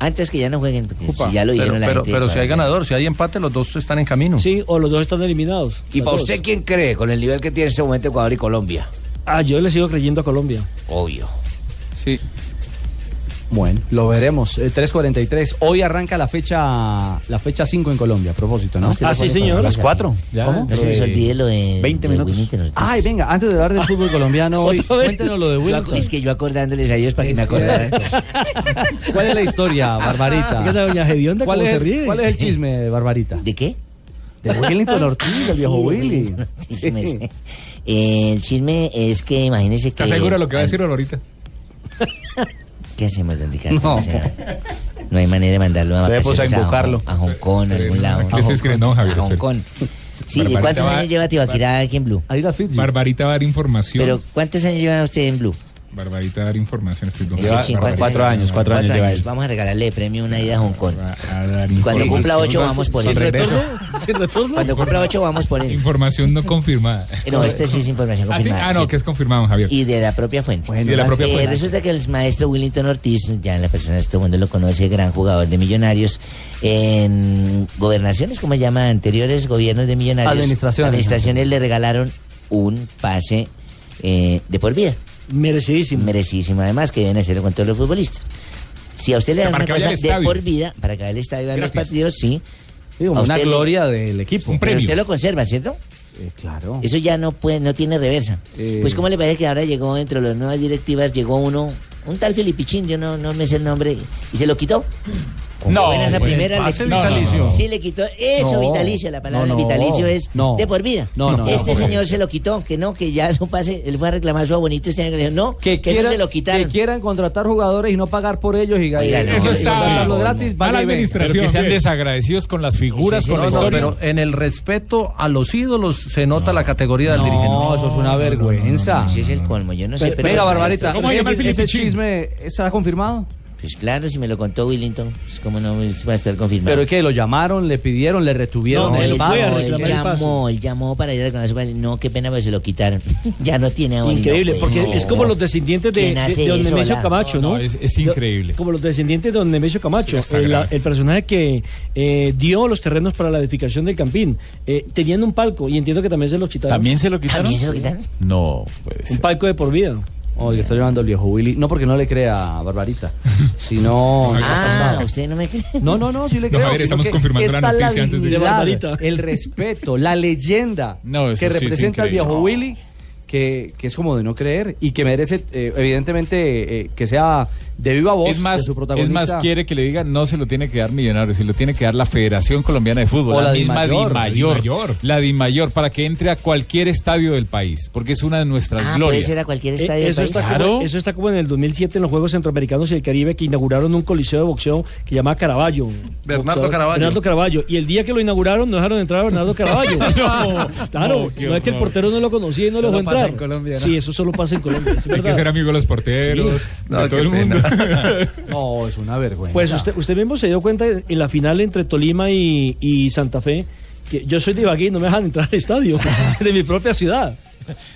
Speaker 11: Antes que ya no jueguen, porque si ya lo
Speaker 19: pero,
Speaker 11: dijeron la
Speaker 19: pero,
Speaker 11: gente.
Speaker 19: pero si hay ganador, si hay empate, los dos están en camino.
Speaker 7: Sí, o los dos están eliminados.
Speaker 12: ¿Y para usted quién cree con el nivel que tiene en este momento Ecuador y Colombia?
Speaker 7: Ah, yo le sigo creyendo a Colombia.
Speaker 12: Obvio.
Speaker 13: Sí.
Speaker 14: Bueno, lo veremos. Eh, 3.43. Hoy arranca la fecha la fecha 5 en Colombia, a propósito, ¿no?
Speaker 16: Ah,
Speaker 11: No, se lo pone con
Speaker 14: A las
Speaker 11: Rosa.
Speaker 14: 4.
Speaker 11: No se les olvide lo de.
Speaker 14: 20
Speaker 11: de
Speaker 14: minutos.
Speaker 11: Willington Ortiz.
Speaker 14: Ay, venga, antes de hablar del fútbol colombiano hoy,
Speaker 11: Otra vez.
Speaker 14: cuéntenos lo de
Speaker 11: Yo acu-
Speaker 14: Wilton.
Speaker 11: Es que yo acordándoles a ellos para que me acordaran.
Speaker 14: ¿Cuál es la historia, Barbarita?
Speaker 11: Mira, doña Gedionda,
Speaker 14: ¿Cuál,
Speaker 11: cómo se
Speaker 14: es,
Speaker 11: ríe.
Speaker 14: ¿Cuál es el chisme, Barbarita?
Speaker 11: ¿De qué? Ah,
Speaker 14: De Willington Ortiz, el viejo
Speaker 11: Sí, de
Speaker 14: Willy.
Speaker 11: Willington Ortiz, me sé. Eh, El chisme es que imagínense que.
Speaker 16: ¿Estás seguro lo que va a decir ahorita?
Speaker 11: ¿Qué hacemos, don Ricardo?
Speaker 16: No.
Speaker 11: O sea, no hay manera de mandarlo a
Speaker 16: Se
Speaker 11: vacaciones
Speaker 16: puso a
Speaker 11: Hong-
Speaker 16: invocarlo.
Speaker 11: A Hong Kong, a algún lado.
Speaker 16: ¿Qué se escribe? No,
Speaker 11: A
Speaker 16: Javier.
Speaker 11: Hong
Speaker 16: espera.
Speaker 11: Kong. Sí, ¿de
Speaker 16: Barbarita
Speaker 11: cuántos
Speaker 16: va-
Speaker 11: años lleva Tibaquirá aquí en Blue?
Speaker 16: Barbarita va a dar información.
Speaker 11: Pero, ¿cuántos años lleva usted en Blue?
Speaker 16: Barbarita va a dar información. este Estoy
Speaker 11: Sí, sí, cuatro años. Vamos a regalarle de premio una ida a Hong Kong. Cuando
Speaker 16: información.
Speaker 11: cumpla ocho vamos por
Speaker 16: Sin
Speaker 11: él.
Speaker 16: retorno,
Speaker 11: Cuando cumpla ocho vamos por él.
Speaker 16: Información no confirmada.
Speaker 11: Eh, No, esta sí es información
Speaker 16: Ah, sí,
Speaker 11: confirmada.
Speaker 16: ah, no,
Speaker 11: sí.
Speaker 16: que es confirmado, Javier.
Speaker 11: Y de la propia fuente.
Speaker 16: Y de la propia
Speaker 11: Eh,
Speaker 16: fuente.
Speaker 11: Resulta que el maestro Willington Ortiz, ya la persona, todo el mundo lo conoce, gran jugador de millonarios, en gobernaciones, como se llama, anteriores gobiernos de millonarios.
Speaker 14: Administraciones.
Speaker 11: Administraciones le regalaron un pase eh, de por vida.
Speaker 7: Merecidísimo.
Speaker 11: Merecidísimo, además, que deben hacerlo con todos los futbolistas. Si a usted le
Speaker 14: O sea,
Speaker 11: dan
Speaker 14: para
Speaker 11: una
Speaker 14: que vaya
Speaker 11: cosa
Speaker 14: al
Speaker 11: de
Speaker 14: estadio.
Speaker 11: por vida, para que vaya al estadio a los
Speaker 14: Gratis.
Speaker 11: partidos, sí.
Speaker 14: Digo,
Speaker 11: A
Speaker 14: una
Speaker 11: usted le-
Speaker 14: gloria del equipo.
Speaker 11: Pero usted lo conserva, ¿cierto?
Speaker 14: Claro.
Speaker 11: Eso ya no puede, no tiene reversa.
Speaker 14: Eh.
Speaker 11: Pues cómo le parece que ahora llegó entre las nuevas directivas, llegó uno, un tal Filipichín, yo no, no me sé el nombre, y se lo quitó. No, en esa
Speaker 14: güey.
Speaker 11: primera le
Speaker 14: Pase
Speaker 11: quitó-
Speaker 14: vitalicio.
Speaker 11: Sí, le quitó eso,
Speaker 14: No.
Speaker 11: vitalicio. La palabra
Speaker 14: No, no,
Speaker 11: vitalicio es
Speaker 14: no.
Speaker 11: de por vida.
Speaker 14: No, no,
Speaker 11: este
Speaker 14: no,
Speaker 11: señor
Speaker 14: no.
Speaker 11: se lo quitó, que no, que ya su pase, él fue a reclamar su abonito este año que le dijo, no, que, eso
Speaker 14: quieran-
Speaker 11: se lo quitaron.
Speaker 14: que quieran contratar jugadores y no pagar por ellos y
Speaker 11: Oiga, no,
Speaker 14: y
Speaker 11: eso está-
Speaker 14: contratarlos gratis. vale, ven.
Speaker 19: administración,
Speaker 16: Pero que sean
Speaker 19: bien.
Speaker 16: desagradecidos con las figuras, con la
Speaker 19: No, no,
Speaker 16: historia.
Speaker 19: pero en el respeto a los ídolos se nota la categoría del dirigente. No,
Speaker 14: eso es una vergüenza.
Speaker 11: es el colmo, yo no sé.
Speaker 14: Pe-
Speaker 11: pero
Speaker 14: Venga,
Speaker 11: eso-
Speaker 14: Barbarita, ese, ese chisme está confirmado.
Speaker 11: Pues claro, si me lo contó Willington, pues cómo no va a estar confirmado.
Speaker 14: Pero es que lo llamaron, le pidieron, le retuvieron
Speaker 11: No,
Speaker 14: el
Speaker 11: él
Speaker 14: bar.
Speaker 11: fue a reclamar el pase. llamó, él llamó para ir a reconocer. vale, No, qué pena, pero se lo quitaron. ya no tiene abonito.
Speaker 7: Increíble,
Speaker 11: pues,
Speaker 7: porque
Speaker 11: no.
Speaker 7: es como los descendientes de,
Speaker 11: ¿Quién
Speaker 7: de-
Speaker 11: hace
Speaker 7: de don
Speaker 11: eso,
Speaker 7: Nemesio
Speaker 11: hola?
Speaker 7: Camacho, ¿no? es, increíble. Como los descendientes de don Nemesio Camacho, el, la- el personaje que eh, dio los terrenos para la edificación del Campín. Eh, tenían un palco y entiendo que también se lo quitaron.
Speaker 16: ¿También se lo quitaron? ¿También se lo quitaron? No, pues.
Speaker 14: Un palco de por vida. Oye, está llevando el viejo Willy. No porque no le crea a Barbarita, sino.
Speaker 11: Ah, usted no me cree.
Speaker 14: No, no, no, sí le
Speaker 16: No,
Speaker 14: creo.
Speaker 16: Javier,
Speaker 14: sino
Speaker 16: estamos
Speaker 14: que
Speaker 16: confirmando la
Speaker 14: está
Speaker 16: noticia antes de-
Speaker 14: dignidad,
Speaker 16: De Barbarita.
Speaker 14: El respeto, la leyenda
Speaker 16: No, eso
Speaker 14: que
Speaker 16: sí es
Speaker 14: representa al
Speaker 16: increíble.
Speaker 14: viejo Willy, que, que es como de no creer y que merece, eh, evidentemente, eh, que sea de viva voz
Speaker 16: Es más,
Speaker 14: de su
Speaker 16: es
Speaker 14: protagonista.
Speaker 16: más, quiere que le diga, no se lo tiene que dar Millonarios, se lo tiene que dar la Federación Colombiana de Fútbol,
Speaker 14: O
Speaker 16: la,
Speaker 14: la
Speaker 16: misma
Speaker 14: Dimayor.
Speaker 16: Dimayor,
Speaker 14: La Dimayor.
Speaker 16: la Dimayor, para que entre a cualquier estadio del país, porque es una de nuestras
Speaker 11: Ah, puede
Speaker 16: glorias.
Speaker 11: ser a cualquier
Speaker 7: Eh,
Speaker 11: estadio del
Speaker 7: eso,
Speaker 11: país.
Speaker 7: está como, eso está como en el 2007 en los Juegos Centroamericanos y el Caribe que inauguraron un coliseo de boxeo que llamaba Caraballo.
Speaker 19: Bernardo
Speaker 7: Boxeador-
Speaker 19: Caraballo.
Speaker 7: Bernardo Caraballo. Y el día que lo inauguraron no dejaron entrar a Bernardo Caraballo.
Speaker 16: No,
Speaker 7: claro,
Speaker 16: no, qué
Speaker 7: no, es que el
Speaker 16: horror.
Speaker 7: portero no lo conocía y no lo
Speaker 16: Solo
Speaker 7: dejó
Speaker 16: pasa
Speaker 7: entrar.
Speaker 16: en Colombia, ¿no?
Speaker 7: Sí, eso solo pasa en Colombia. es
Speaker 16: Hay que
Speaker 7: verdad.
Speaker 16: ser amigo de los porteros,
Speaker 7: Sí.
Speaker 16: de todo el mundo.
Speaker 14: No, es una vergüenza.
Speaker 7: Pues usted, usted mismo se dio cuenta en la final entre Tolima y, y Santa Fe que yo soy de Ibagué y no me dejan entrar al estadio de mi propia ciudad.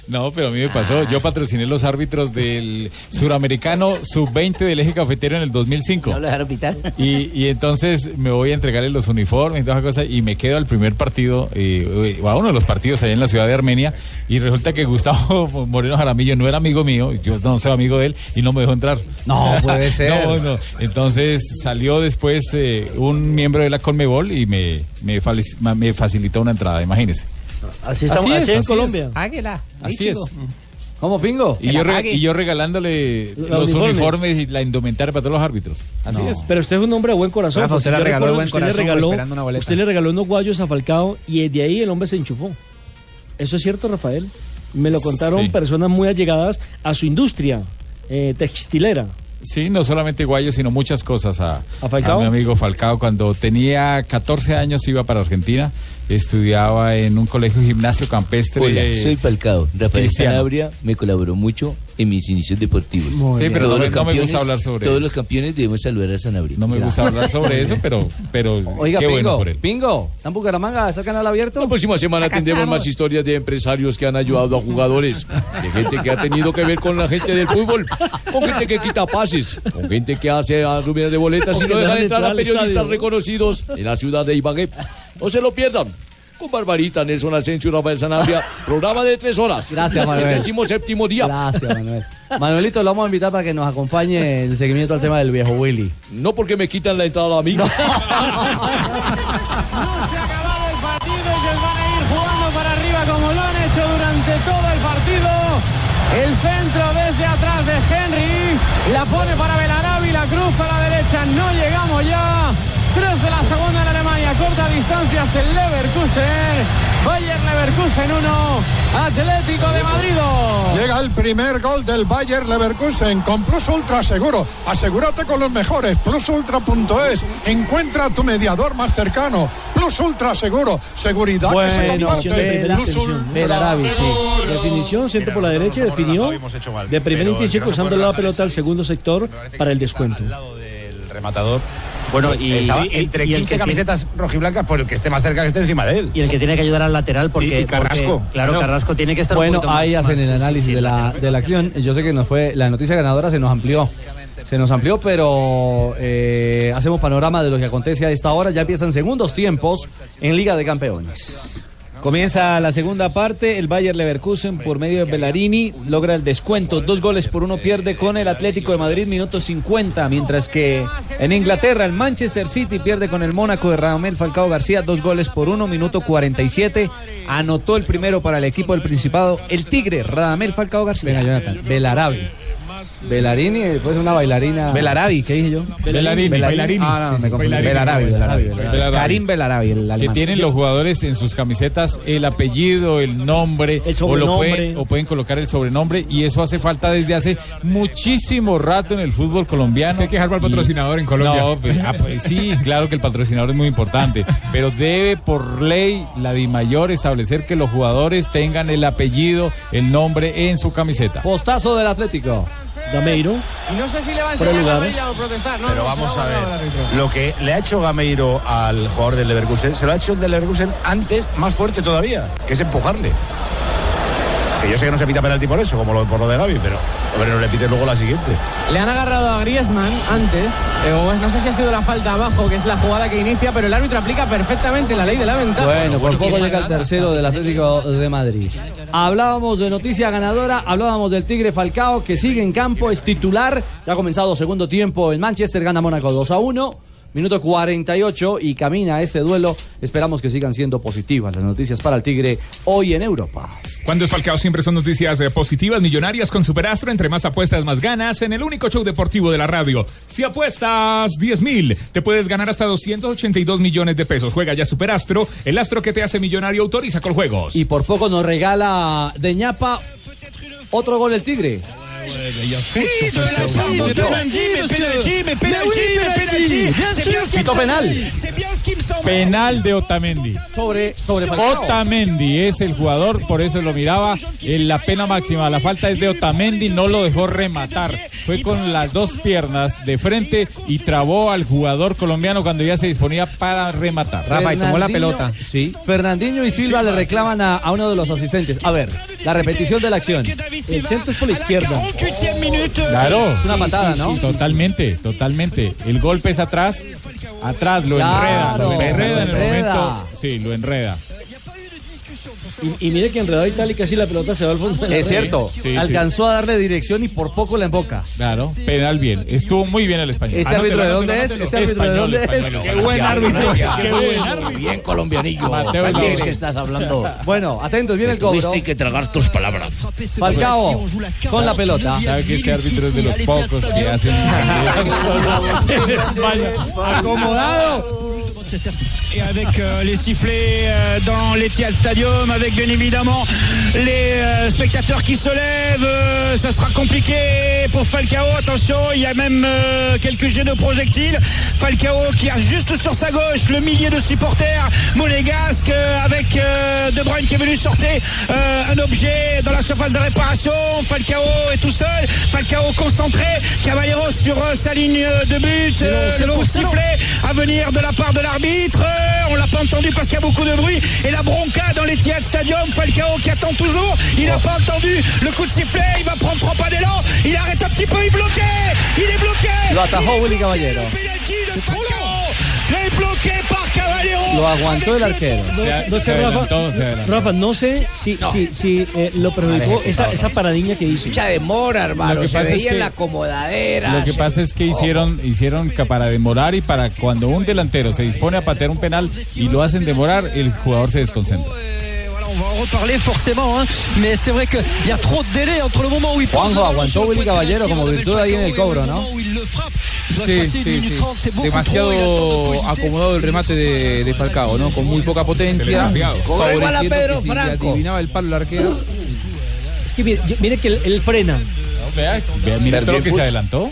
Speaker 16: No, pero a mí me pasó. Yo patrociné los árbitros del suramericano sub-20 del eje cafetero en el 2005.
Speaker 11: No lo dejaron pitar.
Speaker 16: Y, y entonces me voy a entregarle los uniformes y todas esas cosas y me quedo al primer partido, eh, o a uno de los partidos allá en la ciudad de Armenia y resulta que Gustavo Moreno Jaramillo no era amigo mío, yo no soy amigo de él y no me dejó entrar.
Speaker 14: No, puede ser.
Speaker 16: No, no. Entonces salió después eh, un miembro de la Conmebol y me, me, fali- me facilitó una entrada, imagínese.
Speaker 14: Así
Speaker 16: estamos-
Speaker 14: es,
Speaker 16: así
Speaker 14: en
Speaker 16: es.
Speaker 14: Colombia.
Speaker 32: Águila.
Speaker 16: Así es.
Speaker 14: ¿Cómo, Pingo?
Speaker 16: Y yo, re- y yo regalándole
Speaker 7: Los
Speaker 16: los
Speaker 7: uniformes.
Speaker 16: uniformes. y la indumentaria para todos los árbitros. Así
Speaker 7: No.
Speaker 16: es.
Speaker 7: Pero usted es un hombre de buen corazón.
Speaker 16: Rafa, usted
Speaker 7: porque
Speaker 16: le
Speaker 7: yo
Speaker 16: regaló
Speaker 7: recuerdo
Speaker 16: buen
Speaker 7: que usted le
Speaker 16: corazón
Speaker 7: regaló-
Speaker 16: esperando una boleta.
Speaker 7: Usted le regaló unos guayos a Falcao y de ahí el hombre se enchufó. ¿Eso es cierto, Rafael? Me lo contaron
Speaker 16: Sí.
Speaker 7: personas muy allegadas a su industria eh, textilera.
Speaker 16: Sí, no solamente Guayo, sino muchas cosas a,
Speaker 7: ¿A Falcao?
Speaker 16: mi amigo Falcao. Cuando tenía 14 años iba para Argentina, estudiaba en un colegio gimnasio campestre.
Speaker 33: Hola, soy Falcao. Rafael
Speaker 16: Cristiano.
Speaker 33: Sanabria me colaboró mucho en mis inicios deportivos.
Speaker 16: Muy Sí, bien. pero no me- no me gusta hablar sobre
Speaker 33: Todos
Speaker 16: eso.
Speaker 33: los campeones debemos saludar a Sanabria.
Speaker 16: No me gusta hablar sobre eso, pero, pero
Speaker 33: Oiga,
Speaker 16: qué bueno
Speaker 33: Pingo,
Speaker 16: por él.
Speaker 14: Pingo, ¿está en Bucaramanga? ¿Está el canal abierto?
Speaker 10: La próxima semana
Speaker 14: Acá
Speaker 10: tendremos
Speaker 14: estamos.
Speaker 10: más historias de empresarios que han ayudado a jugadores, de gente que ha tenido que ver con la gente del fútbol, con gente que quita pases, con gente que hace aglomeraciones de boletas O y que no dejan dejan entrar entrar a al periodistas estadio. reconocidos en la ciudad de Ibagué. No se lo pierdan. Con Barbarita, Nelson Asensio y Rafael Sanabria, programa de tres horas.
Speaker 14: Gracias, Manuel.
Speaker 10: El decimoséptimo día.
Speaker 14: Gracias, Manuel. Manuelito, lo vamos a invitar para que nos acompañe en el seguimiento al tema del viejo Willy.
Speaker 10: No porque me quitan la entrada a mí.
Speaker 20: jugando para arriba como lo han hecho durante todo el partido. El centro desde atrás de Henry. La pone para Belarabi, la cruz para la derecha. No llegamos ya. Tres de la segunda en Alemania. Corta distancias el Leverkusen. Bayern Leverkusen 1. Atlético de Madrid. dos.
Speaker 5: Llega el primer gol del Bayer Leverkusen con Plus Ultra Seguro. Asegúrate con los mejores. PlusUltra.es. Encuentra a tu mediador más cercano. Plus Ultra Seguro. Seguridad que se comparte. Plus Ultra
Speaker 7: Belarabi, sí. Definición, centro por la derecha, definió de primera
Speaker 5: pero
Speaker 7: intención
Speaker 5: el que no se
Speaker 7: cruzando
Speaker 5: puede
Speaker 7: la pelota al segundo sector para el descuento.
Speaker 5: rematador. Bueno, y
Speaker 3: Estaba
Speaker 5: entre
Speaker 3: entre 15
Speaker 5: camisetas
Speaker 3: camisetas pues
Speaker 5: rojiblancas por el que esté más cerca que esté encima de él.
Speaker 3: Y el que tiene que ayudar al lateral porque.
Speaker 5: Y- y Carrasco.
Speaker 3: porque, claro,
Speaker 5: Claro.
Speaker 3: Carrasco tiene que estar un
Speaker 14: Bueno,
Speaker 3: poquito más-
Speaker 14: ahí
Speaker 3: más,
Speaker 14: hacen
Speaker 3: sí,
Speaker 14: el
Speaker 3: sí,
Speaker 14: análisis
Speaker 3: sí,
Speaker 14: de, la, de la acción. Yo sé que nos fue la noticia ganadora se nos amplió. Se nos amplió, pero eh, hacemos panorama de lo que acontece a esta hora. Ya empiezan segundos tiempos en Liga de Campeones.
Speaker 8: Comienza la segunda parte, el Bayer Leverkusen por medio de Bellarini logra el descuento, dos goles por uno pierde con el Atlético de Madrid, minuto 50, mientras que en Inglaterra el Manchester City pierde con el Mónaco de Ramel Falcao García, dos goles por uno, minuto 47, anotó el primero para el equipo del Principado, el Tigre, Radamel Falcao García.
Speaker 14: Venga, Jonathan, Belarabi. Belarini, después una bailarina.
Speaker 34: Ah. Belarabi, ¿qué dije yo?
Speaker 16: Bellarini, Bellarini.
Speaker 34: Ah, no,
Speaker 16: Sí,
Speaker 34: me
Speaker 16: sí,
Speaker 34: confundí.
Speaker 16: Bellarini,
Speaker 34: Belarabi, Belarabi.
Speaker 16: Bellarini, Bellarini.
Speaker 34: Karim Belarabi, el
Speaker 16: Que
Speaker 34: alemán.
Speaker 16: tienen los jugadores en sus camisetas el apellido, el nombre, o, lo
Speaker 34: sobrenombre.
Speaker 16: pueden, o pueden colocar el sobrenombre, y eso hace falta desde hace muchísimo rato en el fútbol colombiano. hay que dejar al
Speaker 9: patrocinador en Colombia.
Speaker 16: No, pues, ah, pues sí, claro que el patrocinador es muy importante, pero debe por ley la DIMAYOR establecer que los jugadores tengan el apellido, el nombre en su camiseta.
Speaker 14: Postazo del Atlético.
Speaker 7: Dameiro.
Speaker 20: Y no sé si le va a
Speaker 16: Por el
Speaker 20: enseñar la
Speaker 16: lugar.
Speaker 20: amarilla o protestar. No,
Speaker 2: Pero
Speaker 20: no,
Speaker 2: vamos
Speaker 20: será
Speaker 2: a
Speaker 20: abogado
Speaker 2: ver,
Speaker 20: el árbitro.
Speaker 2: lo que le ha hecho Gameiro al jugador del Leverkusen, se lo ha hecho el del Leverkusen antes, más fuerte todavía, que es empujarle. Que yo sé que no se pita penalti por eso, como lo, por lo de Gaby, pero hombre, no le pite luego la siguiente.
Speaker 20: Le han agarrado a Griezmann antes, eh, o es- no sé si ha sido la falta abajo, que es la jugada que inicia, pero el árbitro aplica perfectamente la ley de la ventaja.
Speaker 14: Bueno, por poco llega el tercero del Atlético de Madrid. Hablábamos de noticia ganadora, hablábamos del Tigre Falcao que sigue en campo, es titular. Ya ha comenzado segundo tiempo en Manchester, gana Mónaco 2 a 1. Minuto 48 y camina este duelo. Esperamos que sigan siendo positivas las noticias para el Tigre hoy en Europa.
Speaker 9: Cuando es Falcao siempre son noticias eh, positivas, millonarias con Superastro, entre más apuestas más ganas en el único show deportivo de la radio. Si apuestas 10 mil, te puedes ganar hasta 282 millones de pesos. Juega ya Superastro, el astro que te hace millonario autoriza con juegos.
Speaker 14: Y por poco nos regala de ñapa otro gol el Tigre. Quito penal.
Speaker 16: Penal de Otamendi.
Speaker 14: Sobre, sobre Falcao.
Speaker 16: Otamendi es el jugador, por eso lo miraba en la pena máxima. La falta es de Otamendi, no lo dejó rematar. Fue con las dos piernas de frente y trabó al jugador colombiano cuando ya se disponía para rematar.
Speaker 14: Fernandinho- Sí. Fernandinho y Silva le reclaman a, a uno de los asistentes. A ver, la repetición de la acción. El centro es por la izquierda.
Speaker 4: euh,
Speaker 16: Claro.
Speaker 14: Es una
Speaker 16: Sí,
Speaker 14: patada,
Speaker 16: sí,
Speaker 14: ¿no?
Speaker 16: sí, totalmente, totalmente. El golpe es atrás, atrás, lo enreda,
Speaker 7: Claro,
Speaker 16: lo enreda en el
Speaker 7: lo enreda.
Speaker 16: momento. Sí, lo enreda.
Speaker 7: Y, y mire que enredado y tal y casi la pelota se va al fondo. de la
Speaker 16: Es
Speaker 7: red.
Speaker 16: cierto. Sí,
Speaker 14: Alcanzó a darle dirección y por poco la emboca.
Speaker 10: Ah,
Speaker 16: Claro, penal bien. Estuvo muy bien el español.
Speaker 14: ¿Este árbitro de dónde es? ¿Este árbitro de dónde es?
Speaker 16: Qué buen árbitro. Qué buen árbitro.
Speaker 10: Bien colombianillo.
Speaker 16: Mateo
Speaker 10: ¿Para qué es
Speaker 16: Laoz.
Speaker 10: que estás hablando?
Speaker 14: Bueno, atentos, viene el cobro.
Speaker 10: Tuviste que tragar tus palabras.
Speaker 14: Falcao con la pelota.
Speaker 16: Sabe que este árbitro es de los pocos que hacen.
Speaker 4: Acomodado. Et avec euh, les sifflets euh, dans l'Etihad Stadium, avec bien évidemment les euh, spectateurs qui se lèvent, euh, ça sera compliqué pour Falcao. Attention, il y a même euh, quelques jets de projectiles. Falcao qui a juste sur sa gauche le millier de supporters monégasques euh, avec euh, De Bruyne qui est venu sortir euh, un objet dans la surface de réparation. Falcao est tout seul. Falcao concentré. Cavallero sur euh, sa ligne euh, de but. Euh, le coup de sifflet à venir de la part de l'arbitre. Euh, On l'a pas entendu parce qu'il y a beaucoup de bruit. Et la bronca dans l'Etihad Stadium. Falcao qui attend toujours. Il n'a pas entendu le coup de sifflet. Il va prendre trois pas d'élan. Il arrête un petit peu. Il est bloqué. Il est bloqué.
Speaker 14: Lo atajó Willy Caballero.
Speaker 4: Il est bloqué par Cavallero.
Speaker 14: Lo aguantó el arquero.
Speaker 7: No sé- no sé, Rafa, Rafa, no sé si, si, si, eh, lo perjudicó
Speaker 16: Vale,
Speaker 7: esa,
Speaker 16: ejecutado,
Speaker 7: esa paradinha que hizo.
Speaker 12: Mucha demora, hermano.
Speaker 16: que
Speaker 12: Se
Speaker 16: pasa es
Speaker 12: veía en
Speaker 16: que-
Speaker 12: la acomodadera.
Speaker 16: Lo que
Speaker 12: se-
Speaker 16: pasa es que hicieron, hicieron que para demorar y para cuando un delantero se dispone a patear un penal y lo hacen demorar, el jugador se desconcentra.
Speaker 4: On va en reparler forcément, hein, mais c'est vrai qu'il y a trop de délai entre le moment où il prend
Speaker 14: Juanjo aguantó Willy Caballero como virtud ahí en el cobro, ¿no?
Speaker 4: Il doit
Speaker 6: Sí,
Speaker 4: passer une
Speaker 6: sí,
Speaker 4: minute
Speaker 6: sí.
Speaker 4: trente, c'est beaucoup trop, il a tant de
Speaker 6: Demasiado
Speaker 4: cogités.
Speaker 6: acomodado el remate de, de Falcao, ¿no? Con muy poca potencia.
Speaker 9: Demasiado.
Speaker 6: Favoreciendo
Speaker 7: Cobró igual a
Speaker 6: que
Speaker 7: Pedro
Speaker 6: si le
Speaker 7: Franco.
Speaker 6: Adivinaba el palo el arquero.
Speaker 7: Es que mire, mire que él, él frena.
Speaker 16: Vea, vea, mire
Speaker 6: Perdió
Speaker 16: todo lo que se
Speaker 6: impulso.
Speaker 16: adelantó.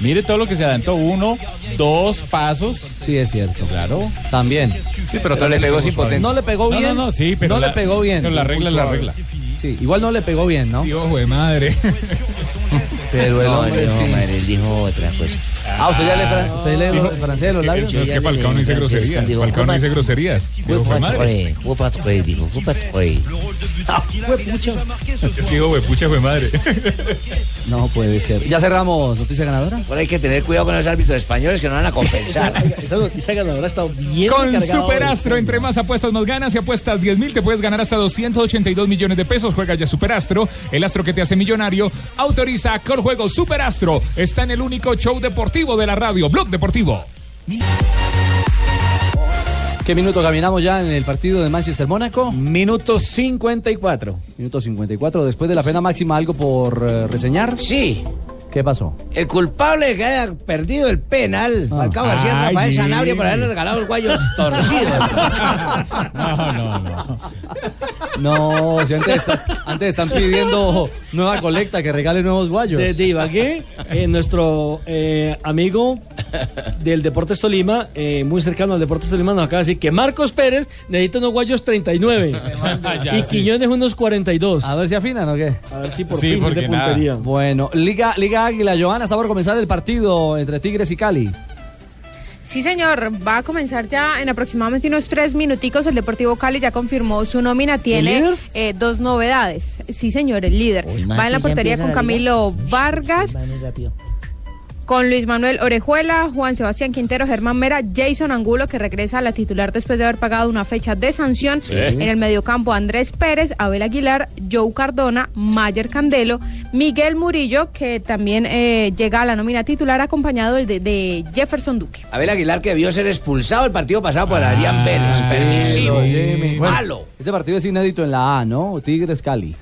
Speaker 16: Mire todo lo que se adelantó. Uno, dos pasos.
Speaker 14: Sí, es cierto.
Speaker 16: Claro.
Speaker 14: También.
Speaker 16: Sí, pero tal vez pegó sin potencia.
Speaker 14: No le pegó
Speaker 16: No,
Speaker 14: bien.
Speaker 16: no, no, sí, pero
Speaker 14: No le
Speaker 16: la-
Speaker 14: pegó bien.
Speaker 16: pero la regla es la regla.
Speaker 14: Sí, igual no le pegó bien, ¿no?
Speaker 9: Dios de madre.
Speaker 14: Pero el
Speaker 12: No,
Speaker 14: hombre
Speaker 12: no,
Speaker 14: sí.
Speaker 12: madre, él dijo otra cosa.
Speaker 14: Ah, usted ya le fran- usted le
Speaker 12: Dijo-
Speaker 14: francés los labios.
Speaker 12: Yo
Speaker 9: Es
Speaker 12: ya
Speaker 9: que
Speaker 12: le
Speaker 9: Falcao no
Speaker 12: leí
Speaker 9: dice
Speaker 12: francés,
Speaker 9: groserías.
Speaker 12: cuando digo,
Speaker 9: Falcao no dice
Speaker 12: "Opa,
Speaker 9: groserías. Dijo,
Speaker 12: opa,
Speaker 9: "Jue madre".
Speaker 12: tres, opa, tres, dijo, opa, tres.
Speaker 9: Es que dijo, pucha fue madre.
Speaker 14: No puede ser. Ya cerramos noticia ganadora.
Speaker 12: Ahora hay que tener cuidado con los árbitros españoles que no van a compensar.
Speaker 7: Esa noticia ganadora está bien
Speaker 9: Con
Speaker 7: cargada hoy.
Speaker 9: Superastro, entre más apuestas más ganas. Si apuestas 10 mil, te puedes ganar hasta 282 millones de pesos. Juega ya Superastro, el astro que te hace millonario. Autoriza con juego Superastro. Está en el único show deportivo de la radio, Blog Deportivo.
Speaker 14: ¿Qué minuto caminamos ya en el partido de Manchester-Mónaco?
Speaker 34: Minuto 54.
Speaker 14: Minuto 54. Después de la pena máxima, ¿algo por eh, reseñar?
Speaker 12: Sí.
Speaker 14: ¿Qué pasó? Ah.
Speaker 35: El culpable de que haya perdido el penal, Falcao García,
Speaker 14: Ay,
Speaker 35: Rafael Sanabria, por haberle
Speaker 14: mire.
Speaker 35: regalado el guayo torcido.
Speaker 14: No, si antes, está- antes están pidiendo nueva colecta, que regalen nuevos guayos.
Speaker 7: De, de Ibagué, eh, nuestro eh, amigo del Deportes Tolima, eh, muy cercano al Deportes Tolima, nos acaba de decir que Marcos Pérez necesita unos guayos 39
Speaker 10: Ah,
Speaker 14: Ya,
Speaker 7: y
Speaker 14: sí.
Speaker 7: Quiñones unos 42. A
Speaker 14: ver si afinan o qué.
Speaker 7: A ver si por fin es de puntería.
Speaker 14: Bueno, Liga, Liga Águila, Joana, está por comenzar el partido entre Tigres y Cali.
Speaker 1: Sí, señor, va a comenzar ya en aproximadamente unos tres minuticos. El Deportivo Cali ya confirmó su nómina, tiene
Speaker 11: líder?
Speaker 1: eh, dos novedades. Sí, señor, el líder.
Speaker 11: Mati,
Speaker 1: va en la
Speaker 11: ya
Speaker 1: portería
Speaker 11: empieza
Speaker 1: con
Speaker 11: la liga.
Speaker 1: Camilo Vargas, con Luis Manuel Orejuela, Juan Sebastián Quintero, Germán Mera, Jason Angulo, que regresa a la titular después de haber pagado una fecha de sanción.
Speaker 11: Sí.
Speaker 1: En el mediocampo, Andrés Pérez, Abel Aguilar, Joe Cardona, Mayer Candelo, Miguel Murillo, que también eh, llega a la nómina titular, acompañado de, de Jefferson Duque.
Speaker 35: Abel Aguilar que debió ser expulsado el partido pasado por Adrián Vélez. Permisivo.
Speaker 14: Bueno,
Speaker 35: Malo.
Speaker 14: Este partido es inédito en la A, ¿no? Tigres Cali.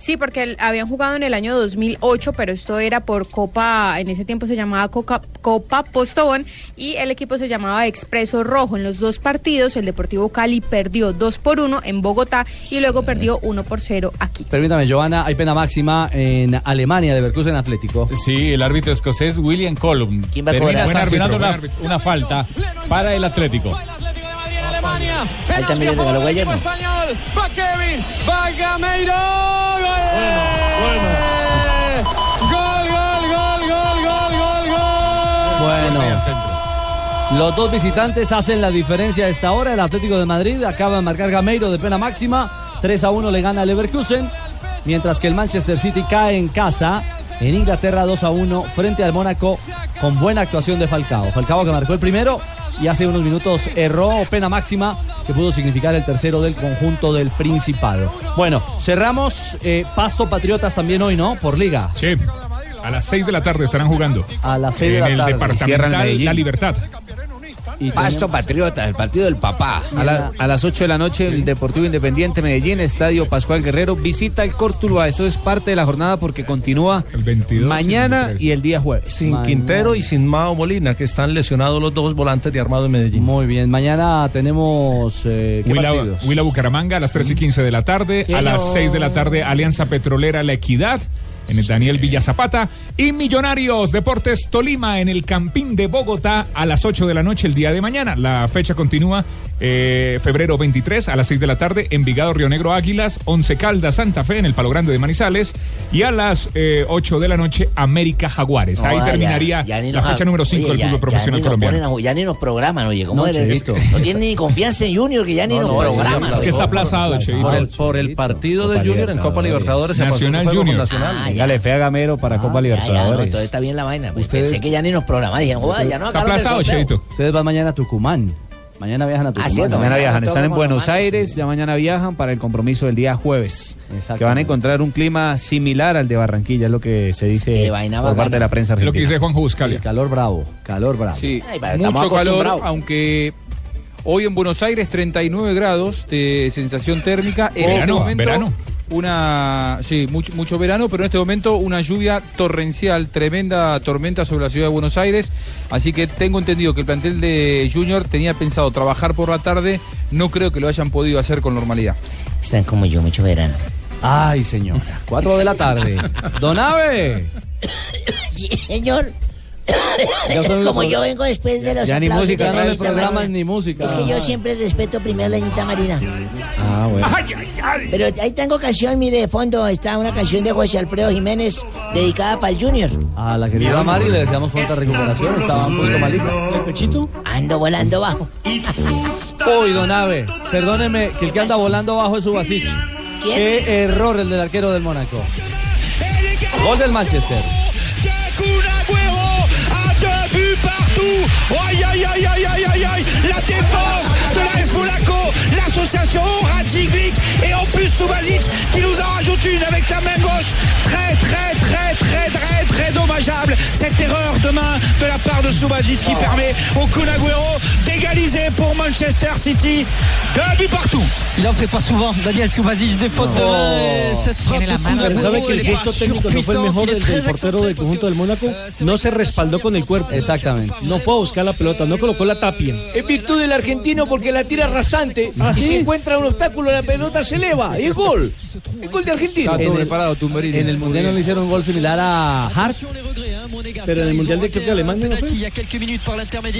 Speaker 1: Sí, porque el- habían jugado en el año 2008, pero esto era por Copa, en ese tiempo se llamaba Coca- Copa Postobón y el equipo se llamaba Expreso Rojo. En los dos partidos, el Deportivo Cali perdió 2 por 1 en Bogotá y luego perdió 1 por 0 aquí.
Speaker 14: Permítame, Joana, hay pena máxima en Alemania, Leverkusen Atlético.
Speaker 16: Sí, el árbitro escocés William Colum.
Speaker 14: va a
Speaker 16: Termina
Speaker 14: cobrar? Buen árbitro,
Speaker 16: sancionando
Speaker 14: buen
Speaker 16: una, una falta para el Atlético.
Speaker 20: Alemania.
Speaker 16: Ahí también le regaló
Speaker 20: Penalti a favor del equipo español. Va Kevin. Va Gameiro. Gol. Gol, gol, gol, gol, gol, gol, gol.
Speaker 14: Bueno. Los dos visitantes hacen la diferencia a esta hora. El Atlético de Madrid acaba de marcar Gameiro de pena máxima. 3 a 1 le gana el Leverkusen. Mientras que el Manchester City cae en casa. En Inglaterra 2 a 1 frente al Mónaco con buena actuación de Falcao. Falcao que marcó el primero y hace unos minutos erró pena máxima que pudo significar el tercero del conjunto del Principado. Bueno, cerramos eh, Pasto Patriotas también hoy, ¿no? Por liga.
Speaker 9: Sí. A las 6 de la tarde estarán jugando.
Speaker 14: A las 6 de
Speaker 9: en
Speaker 14: la
Speaker 9: el
Speaker 14: tarde.
Speaker 9: departamental La Libertad.
Speaker 8: Ah,
Speaker 35: Pasto Patriota, el partido del papá.
Speaker 8: A, la- a las 8 de la noche, el Deportivo Independiente Medellín, Estadio Pascual Guerrero, visita el Córtuluá. Eso es parte de la jornada porque continúa mañana y el día jueves.
Speaker 19: Sin Quintero y sin Mao Molina, que están lesionados los dos volantes de armado en Medellín.
Speaker 14: Muy bien, mañana tenemos... eh, ¿qué
Speaker 9: Huila,
Speaker 14: partidos?
Speaker 9: Huila Bucaramanga a las 3 y
Speaker 12: Mm.
Speaker 9: 15 de la tarde. A las 6 de la tarde, Alianza Petrolera La Equidad. En el Daniel Villa Zapata. Y Millonarios Deportes Tolima en el Campín de Bogotá a las 8 de la noche el día de mañana. La fecha continúa eh, febrero 23 a las 6 de la tarde. Envigado Río Negro Águilas, Once Caldas Santa Fe en el Palo Grande de Manizales. Y a las eh, 8 de la noche América Jaguares. Pues Ahí
Speaker 12: No, ya,
Speaker 9: terminaría
Speaker 12: ya ni
Speaker 9: la
Speaker 12: nos-
Speaker 9: fecha número 5
Speaker 12: oye,
Speaker 9: del
Speaker 12: ya-
Speaker 9: fútbol
Speaker 12: ya
Speaker 9: profesional
Speaker 12: ni nos
Speaker 9: colombiano.
Speaker 12: ponen a- ya ni nos programan, oye, ¿cómo
Speaker 9: No,
Speaker 12: eres?
Speaker 9: Chevito.
Speaker 12: No tienen ni confianza en Junior, que ya ni nos programan.
Speaker 9: Es que está aplazado,
Speaker 19: Por el,
Speaker 9: Chevito.
Speaker 19: por el partido de Junior en Copa Libertadores. se pasó un
Speaker 9: Nacional
Speaker 19: juego con
Speaker 9: Junior.
Speaker 19: Nacional.
Speaker 12: Ah, ya,
Speaker 8: Dígale fe a Gamero para Copa
Speaker 12: ya, no,
Speaker 8: Libertadores.
Speaker 12: todo está bien la vaina. pues, Pensé que ya ni nos programan. Dijeron, "Joda, ya no acabaron el sorteo".
Speaker 14: Ustedes van mañana a Tucumán. Mañana viajan a Tucumán.
Speaker 12: cierto,
Speaker 8: Ah, mañana viajan, están en Buenos
Speaker 14: Aires.
Speaker 8: Aires, ya mañana viajan para el compromiso del día jueves. Que van a encontrar un clima similar al de Barranquilla, es lo que se dice por parte de la prensa
Speaker 9: Lo que
Speaker 8: argentina.
Speaker 9: dice Juan Buscali.
Speaker 14: calor bravo, calor bravo.
Speaker 13: Sí,
Speaker 8: estamos
Speaker 13: mucho calor,
Speaker 8: acostumbrados.
Speaker 13: aunque hoy en Buenos Aires 39 grados de sensación térmica. En este
Speaker 9: Verano,
Speaker 13: momento,
Speaker 9: verano.
Speaker 13: Una, sí, mucho, mucho verano, pero en este momento una lluvia torrencial, tremenda tormenta sobre la ciudad de Buenos Aires. Así que tengo entendido que el plantel de Junior tenía pensado trabajar por la tarde. No creo que lo hayan podido hacer con normalidad.
Speaker 12: Están como yo, mucho verano.
Speaker 14: Ay, señora. 4 de la tarde. Donave.
Speaker 12: Sí, Señor,
Speaker 14: Ya son los
Speaker 12: como
Speaker 14: pro-
Speaker 12: yo vengo después de los
Speaker 14: ya ni
Speaker 12: aplausos
Speaker 14: música,
Speaker 12: de
Speaker 14: no
Speaker 12: la
Speaker 14: le
Speaker 12: Anita
Speaker 14: programan
Speaker 12: Marina.
Speaker 14: ni música.
Speaker 12: Es que yo siempre respeto primero a la Anita Marina.
Speaker 14: Ah, bueno.
Speaker 12: Pero ahí tengo canción, mire, de fondo está una canción de José Alfredo Jiménez dedicada para el Junior.
Speaker 14: A la querida Mari le deseamos pronta recuperación. Estaba un poquito malita. ¿El
Speaker 7: pechito?
Speaker 12: Ando volando bajo.
Speaker 14: Uy, Donave. Perdóneme que el que anda volando bajo es Subasic.
Speaker 12: ¿Quién?
Speaker 14: Qué error el del arquero del Mónaco. Gol del Manchester.
Speaker 4: Deux buts partout. Aïe, aïe, aïe, aïe, aïe, aïe, aïe. La défense de la AS Monaco, l'association Radjiglik et en plus Subasic qui nous en rajoute une avec la main gauche. Très, très, très, très, très, très dommageable. Cette erreur forte main de la part de Subasic qui permet au Kun Agüero d'égaliser pour Manchester City. Deux buts partout.
Speaker 18: Il en fait pas souvent, Daniel Subasic, des fautes de main, cette frappe. de Kun
Speaker 7: Pero sabe Oh.
Speaker 18: Agüero,
Speaker 7: que el
Speaker 18: elle est
Speaker 7: gesto técnico no fue el
Speaker 18: surpuissante,
Speaker 7: mejor
Speaker 18: il est
Speaker 7: del,
Speaker 18: très
Speaker 7: del portero del conjunto del Mónaco. No se respaldó con el cuerpo. Exactamente. No fue a buscar la pelota, no colocó la tapia.
Speaker 10: En virtud del argentino porque la tira rasante
Speaker 7: ¿Ah,
Speaker 10: y
Speaker 7: sí?
Speaker 10: se encuentra un obstáculo, la pelota se eleva. Y es gol. Es gol de Argentina.
Speaker 14: En el-
Speaker 36: Tumberini.
Speaker 14: En el Mundial no le hicieron un gol similar a Hart.
Speaker 7: Pero en el Mundial de creo que Alemania no fue.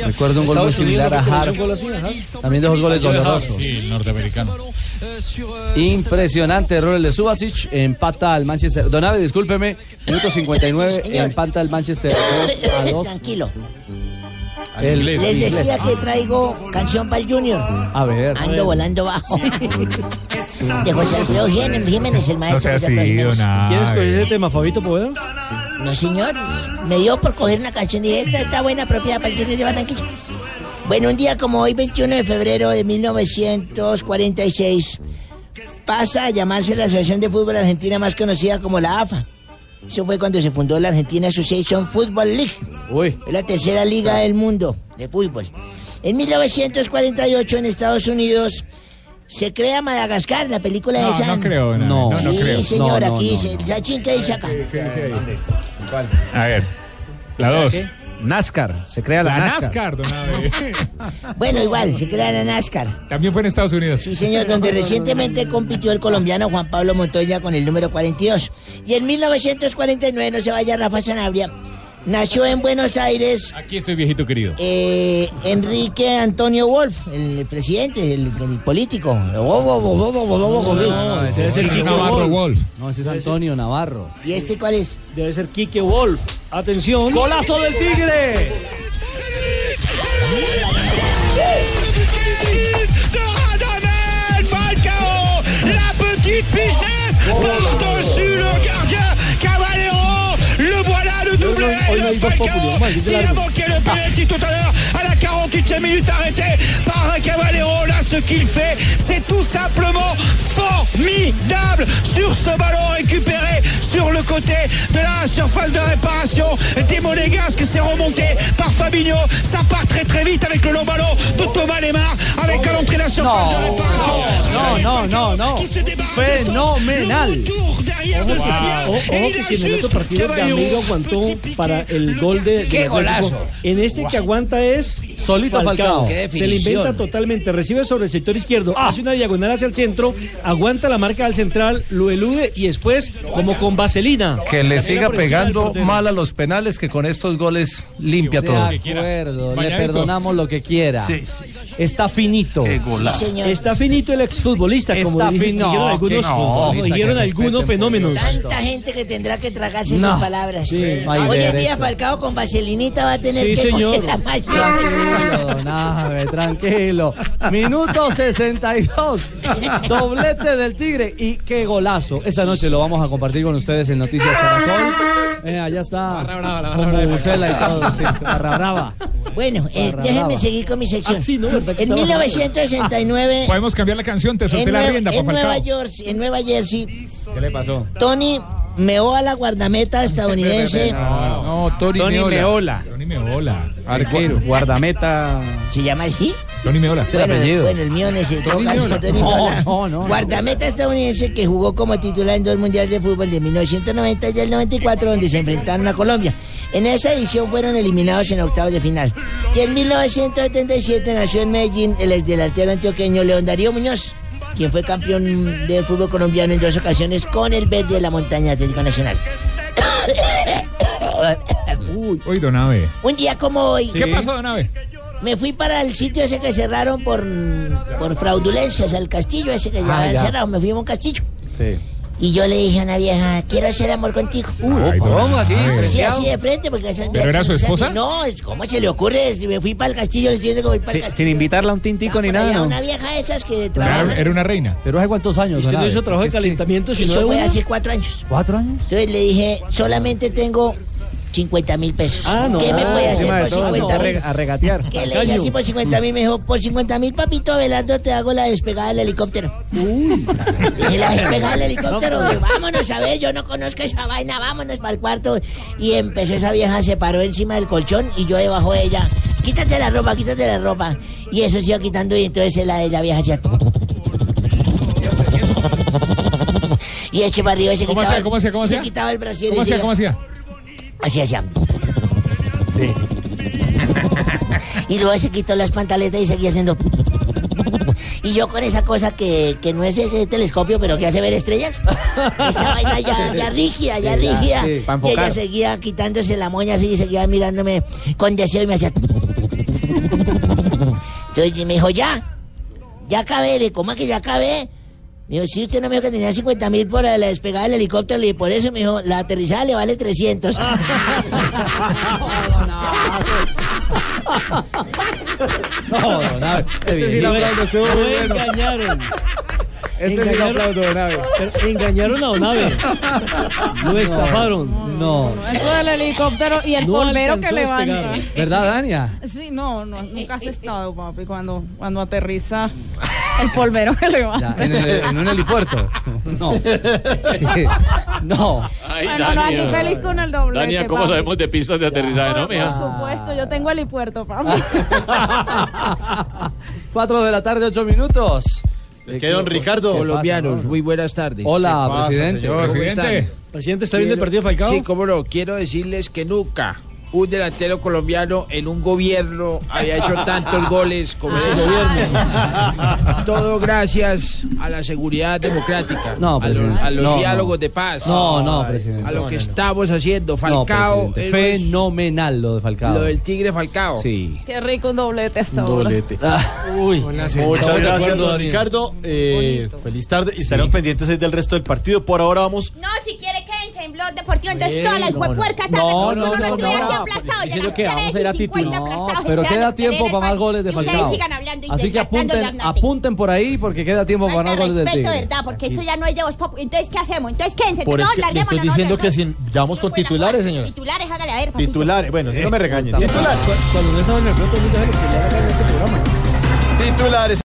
Speaker 14: Recuerdo un gol muy
Speaker 7: Estados Unidos
Speaker 14: similar a
Speaker 7: creo que le hizo
Speaker 14: Hart.
Speaker 7: un gol así, ajá.
Speaker 14: También de esos goles dolorosos.
Speaker 9: Sí, el norteamericano.
Speaker 14: Impresionante error el de Subasic. Empata al Manchester. Donave, discúlpeme. Minuto 59.
Speaker 11: Señor.
Speaker 14: Empata al Manchester 2 a 2.
Speaker 11: Tranquilo.
Speaker 14: Al inglés,
Speaker 11: Les
Speaker 14: inglés.
Speaker 11: decía que traigo canción para el Junior.
Speaker 14: A ver.
Speaker 11: Ando volando bajo. De José Alfredo Gien- Jiménez, el maestro. José Alfredo Jiménez.
Speaker 7: ¿Quieres coger ese tema, Fabito Poveda?
Speaker 11: No, señor. Me dio por coger una canción y dije, esta está buena, propia para el Junior de Barranquilla. Bueno, un día como hoy, 21 de febrero de 1946, pasa a llamarse la Asociación de Fútbol Argentina más conocida como la AFA. Eso fue cuando se fundó la Argentina Association Football League. Es la tercera liga del mundo de fútbol. En 1948 en Estados Unidos se crea Madagascar, la película de
Speaker 9: No,
Speaker 11: esa.
Speaker 9: no creo. en
Speaker 14: No.
Speaker 9: eso, no
Speaker 11: sí,
Speaker 9: creo.
Speaker 11: señor, aquí se- Sachin, ¿qué dice acá?
Speaker 9: A ver, la dos.
Speaker 14: NASCAR. Se crea
Speaker 9: la,
Speaker 14: la
Speaker 9: NASCAR. don Abe.
Speaker 11: Bueno, igual, se crea la NASCAR.
Speaker 9: También fue en Estados Unidos.
Speaker 11: Sí, señor, donde recientemente compitió el colombiano Juan Pablo Montoya con el número 42. Y en 1949, no se vaya Rafa Sanabria, nació en Buenos Aires
Speaker 9: Aquí soy viejito querido.
Speaker 11: eh, Enrique Antonio Wolf, el presidente, el, el político. Oh, oh, oh, oh, oh, oh, oh, oh.
Speaker 14: ese es el Kiko Wolf. No, ese es Antonio Navarro.
Speaker 11: ¿Y este cuál es?
Speaker 7: Debe ser Quique Wolf. Atención.
Speaker 14: ¡Golazo del Tigre!
Speaker 4: de Radamel Falcao, la petite pichette par-dessus le gardien Caballero, le voilà le doublé de Falcao, s'il a manqué le penalty tout à l'heure à la 48e minute arrêté par un Caballero, là ce qu'il fait c'est tout simplement formidable sur ce ballon récupéré sur le côté de la surface de réparation des Monégasques, c'est remonté par Fabinho, ça part très très vite avec le long ballon de Thomas Lemar avec à l'entrée de la surface de réparation
Speaker 14: No, no, no, no.
Speaker 7: Fenomenal.
Speaker 4: de
Speaker 7: Ojo,
Speaker 4: Sierra.
Speaker 7: ojo, ojo
Speaker 4: Et il
Speaker 7: que
Speaker 4: a
Speaker 7: si en el
Speaker 4: juste
Speaker 7: otro partido
Speaker 4: Caballero.
Speaker 7: Gamero aguantó para el gol de,
Speaker 4: ¡Qué
Speaker 7: del Atlético.
Speaker 4: golazo!
Speaker 7: En este que aguanta es
Speaker 14: Solito Falcao. Qué
Speaker 7: Se le
Speaker 14: definición.
Speaker 7: inventa totalmente, recibe sobre el sector izquierdo, hace una diagonal hacia el centro, aguanta la marca al central, lo elude y después como con vaselina.
Speaker 19: Que le
Speaker 7: Camina
Speaker 19: siga
Speaker 7: por encima del
Speaker 19: pegando
Speaker 7: portero.
Speaker 19: mal a los penales, que con estos goles limpia
Speaker 14: De
Speaker 19: todo.
Speaker 14: acuerdo, le
Speaker 19: Mañanito.
Speaker 14: perdonamos lo que quiera.
Speaker 19: Sí, sí,
Speaker 14: Está finito.
Speaker 19: golazo. Sí, señor.
Speaker 7: Está finito el exfutbolista, como
Speaker 14: Está
Speaker 7: dije-
Speaker 14: fin-
Speaker 7: dijeron
Speaker 14: no,
Speaker 7: algunos,
Speaker 14: que no.
Speaker 7: como dijeron
Speaker 14: Respeten,
Speaker 7: algunos
Speaker 14: respeten,
Speaker 7: fenómenos.
Speaker 11: Tanta gente que tendrá que tragarse
Speaker 7: No.
Speaker 11: sus palabras.
Speaker 7: Sí, no hay
Speaker 11: Hoy en
Speaker 14: derecho.
Speaker 11: día Falcao con vaselinita va a tener
Speaker 14: Sí,
Speaker 11: que
Speaker 14: señor.
Speaker 11: coger la mayor.
Speaker 14: Tranquilo, don Abe, tranquilo. Minuto 62. Doblete del Tigre y qué golazo. Esta noche lo vamos a compartir con ustedes en Noticias Caracol. Eh, allá está. como bucela y todo, sí, barra brava.
Speaker 11: Bueno, eh,
Speaker 14: Barra
Speaker 11: déjenme
Speaker 14: brava.
Speaker 11: seguir con mi sección. en
Speaker 14: estaba-
Speaker 11: 1969
Speaker 9: Podemos cambiar la canción, te solté
Speaker 11: en,
Speaker 9: la
Speaker 11: Nue-
Speaker 9: rienda,
Speaker 11: en
Speaker 9: por
Speaker 11: Nueva
Speaker 9: Falcao.
Speaker 11: York, en Nueva Jersey,
Speaker 14: ¿Qué le pasó?
Speaker 11: Tony meó a la guardameta estadounidense.
Speaker 14: No,
Speaker 9: Tony Meola.
Speaker 14: Tony Meola. Arquero. Guardameta.
Speaker 11: ¿Se llama así?
Speaker 9: Tony Meola.
Speaker 14: Es el apellido.
Speaker 11: bueno, el mío necesitó
Speaker 14: Tony
Speaker 11: calcio,
Speaker 14: Meola.
Speaker 11: Tony
Speaker 14: No,
Speaker 11: Meola.
Speaker 14: no, no, no.
Speaker 11: Guardameta estadounidense que jugó como titular en dos mundiales de fútbol de 1990 y el 94, donde se enfrentaron a Colombia. En esa edición fueron eliminados en octavos de final. Y en 1977 nació en Medellín el exdelantero antioqueño León Darío Muñoz, quien fue campeón de fútbol colombiano en dos ocasiones con el verde de la montaña Atlético Nacional.
Speaker 9: Uy, uy, don Abe.
Speaker 11: Un día como hoy.
Speaker 9: ¿Qué pasó, don Abe?
Speaker 11: Me fui para el sitio ese que cerraron por, por fraudulencias, al castillo ese que ya
Speaker 14: Ah,
Speaker 11: habían
Speaker 14: ya.
Speaker 11: cerrado. Me fui a un castillo.
Speaker 14: Sí.
Speaker 11: Y yo le dije a una vieja, quiero hacer amor contigo.
Speaker 14: Ay, don ¿cómo así? Abe.
Speaker 11: Sí, así de frente, porque esas
Speaker 14: ¿Pero era su
Speaker 11: esas-
Speaker 14: esposa?
Speaker 11: No, es- ¿cómo se le ocurre? Si Me fui para el castillo, le estoy diciendo que voy para el
Speaker 14: Sin,
Speaker 11: castillo.
Speaker 14: invitarla a un tintico ni
Speaker 11: Por allá
Speaker 14: nada.
Speaker 11: una vieja de esas que
Speaker 14: Claro,
Speaker 11: trabaja.
Speaker 14: era
Speaker 9: una reina.
Speaker 14: Pero hace cuántos años.
Speaker 11: ¿Usted no
Speaker 14: don
Speaker 11: hizo
Speaker 14: Abe?
Speaker 11: trabajo de
Speaker 14: Porque es que-
Speaker 11: Eso fue hace cuatro años.
Speaker 14: ¿Cuatro años?
Speaker 11: Entonces le dije, solamente tengo 50 mil pesos. ¿Qué me
Speaker 12: ah,
Speaker 11: puede hacer
Speaker 12: encima de
Speaker 11: por
Speaker 12: todo,
Speaker 11: 50
Speaker 12: no,
Speaker 11: mil?
Speaker 12: a regatear.
Speaker 11: Que le dije así por 50 mil, me dijo, por 50 mil, papito Abelardo, te hago la despegada del helicóptero. Y la despegada del helicóptero,
Speaker 37: No,
Speaker 11: yo, vámonos a ver, yo no conozco esa vaina, vámonos para el cuarto. Y empezó esa vieja, se paró encima del colchón y yo debajo de ella, quítate la ropa, quítate la ropa. Y eso se iba quitando y entonces la, la vieja hacía... Y eche para arriba y se
Speaker 2: ¿Cómo
Speaker 11: quitaba,
Speaker 2: hacía, cómo hacía, cómo
Speaker 11: se
Speaker 2: hacía?
Speaker 11: quitaba el brasier. y
Speaker 2: ¿Cómo hacía?
Speaker 11: se-
Speaker 2: ¿Cómo hacía?
Speaker 11: Así hacía.
Speaker 2: Sí.
Speaker 11: Y luego se quitó las pantaletas y seguía haciendo. Y yo con esa cosa que, que no es eh, telescopio, pero que hace ver estrellas. Esa vaina ya, ya rígida, ya
Speaker 37: Sí, ya,
Speaker 11: rígida.
Speaker 37: sí, pa'
Speaker 11: y ella
Speaker 37: enfocar.
Speaker 11: seguía quitándose la moña así y seguía mirándome con deseo y me hacía. Entonces me dijo, ya, ya acabé. Le dije, ¿cómo es que ya acabé? Me dijo, si usted no me dijo que tenía 50 mil por la despegada del helicóptero, y por eso me dijo, la aterrizada le vale 300.
Speaker 14: No, don Abe, qué
Speaker 7: Este sí
Speaker 14: bien.
Speaker 7: lo aplaudo, estuvo muy bueno. engañaron.
Speaker 14: Este sí lo aplaudo,
Speaker 7: Don Engañaron a Don Abe. Lo estafaron.
Speaker 14: No.
Speaker 1: Eso del helicóptero y el
Speaker 7: No
Speaker 1: polvero que
Speaker 7: alcanzó a
Speaker 1: levanta.
Speaker 7: despegar.
Speaker 14: ¿Verdad, Dania?
Speaker 1: Sí, no, no, nunca has estado, papi, cuando, cuando aterriza el polvero que
Speaker 14: Ya,
Speaker 1: levanta.
Speaker 14: en, el- en un helipuerto. No. Sí. No.
Speaker 1: bueno, no, aquí feliz con el doblete,
Speaker 38: Dania, ¿cómo
Speaker 1: papi.
Speaker 38: sabemos de pistas de aterrizaje, no,
Speaker 1: Por
Speaker 38: mija?
Speaker 1: supuesto, yo tengo helipuerto, papi.
Speaker 7: Ah.
Speaker 14: 4 de la tarde, 8 minutos.
Speaker 10: Es que don Ricardo.
Speaker 14: ¿Qué
Speaker 10: Colombianos,
Speaker 14: pasa, no?
Speaker 10: muy buenas tardes.
Speaker 14: Hola,
Speaker 10: ¿Qué pasa,
Speaker 14: presidente.
Speaker 10: señor? ¿Cómo
Speaker 14: Presidente.
Speaker 10: están?
Speaker 7: Presidente, ¿está viendo el partido de Falcao?
Speaker 10: Sí, cómo no. Quiero decirles que nunca un delantero colombiano en un gobierno había hecho tantos goles como en ese
Speaker 14: Ah.
Speaker 10: gobierno. Todo gracias a la seguridad democrática, a,
Speaker 14: No,
Speaker 10: lo-
Speaker 14: presidente.
Speaker 10: a los
Speaker 14: No, no.
Speaker 10: diálogos de paz,
Speaker 14: No, no, presidente.
Speaker 10: a lo
Speaker 14: No,
Speaker 10: que
Speaker 14: no, no.
Speaker 10: estamos haciendo.
Speaker 14: No,
Speaker 10: Falcao,
Speaker 14: presidente,
Speaker 10: es
Speaker 14: Fenomenal lo de Falcao.
Speaker 10: lo del tigre Falcao.
Speaker 14: Sí.
Speaker 1: Qué rico un doblete hasta ahora.
Speaker 14: Uy.
Speaker 10: Estamos de de acuerdo, acuerdo, don Daniel. Ricardo. Eh, feliz tarde. Y estaremos pendientes del resto del partido. Por ahora vamos.
Speaker 39: No, si quiere quédense en Blog Deportivo, entonces
Speaker 10: Bien,
Speaker 39: toda la
Speaker 10: no,
Speaker 39: huepuerca tarde,
Speaker 10: no.
Speaker 39: como
Speaker 10: No,
Speaker 39: si
Speaker 10: no,
Speaker 39: uno no,
Speaker 10: no,
Speaker 39: estuviera
Speaker 10: no,
Speaker 39: aquí
Speaker 10: no,
Speaker 39: aplastado, ya
Speaker 14: diciendo
Speaker 39: las
Speaker 14: que vamos a ir a
Speaker 39: 3 y 50
Speaker 14: título.
Speaker 39: aplastados
Speaker 14: Pero queda
Speaker 39: esperando que le den
Speaker 14: tiempo
Speaker 39: el
Speaker 14: para más
Speaker 39: pase.
Speaker 14: goles de
Speaker 39: Y ustedes
Speaker 14: Falcao.
Speaker 39: sigan hablando y
Speaker 14: Así que
Speaker 39: desgastando
Speaker 14: apunten,
Speaker 39: las noticias.
Speaker 14: apunten por ahí porque queda tiempo para
Speaker 39: Falta
Speaker 14: más goles de
Speaker 39: respeto,
Speaker 14: Tigre.
Speaker 39: ¿verdad? Porque esto ya no es de vos, papu. Entonces, ¿qué hacemos? Entonces, quédense.
Speaker 10: Por
Speaker 39: no,
Speaker 10: eso que le estoy
Speaker 39: larguémonos, no,
Speaker 10: diciendo
Speaker 39: no,
Speaker 10: que si vamos con titulares,
Speaker 39: no.
Speaker 10: señora.
Speaker 39: Titulares, hágale a ver, papito.
Speaker 10: Titulares. Bueno, si no me regañen. Titulares.
Speaker 7: Cuando no estaban en el pronto, mucha gente que le hagan ese programa.
Speaker 10: Titulares.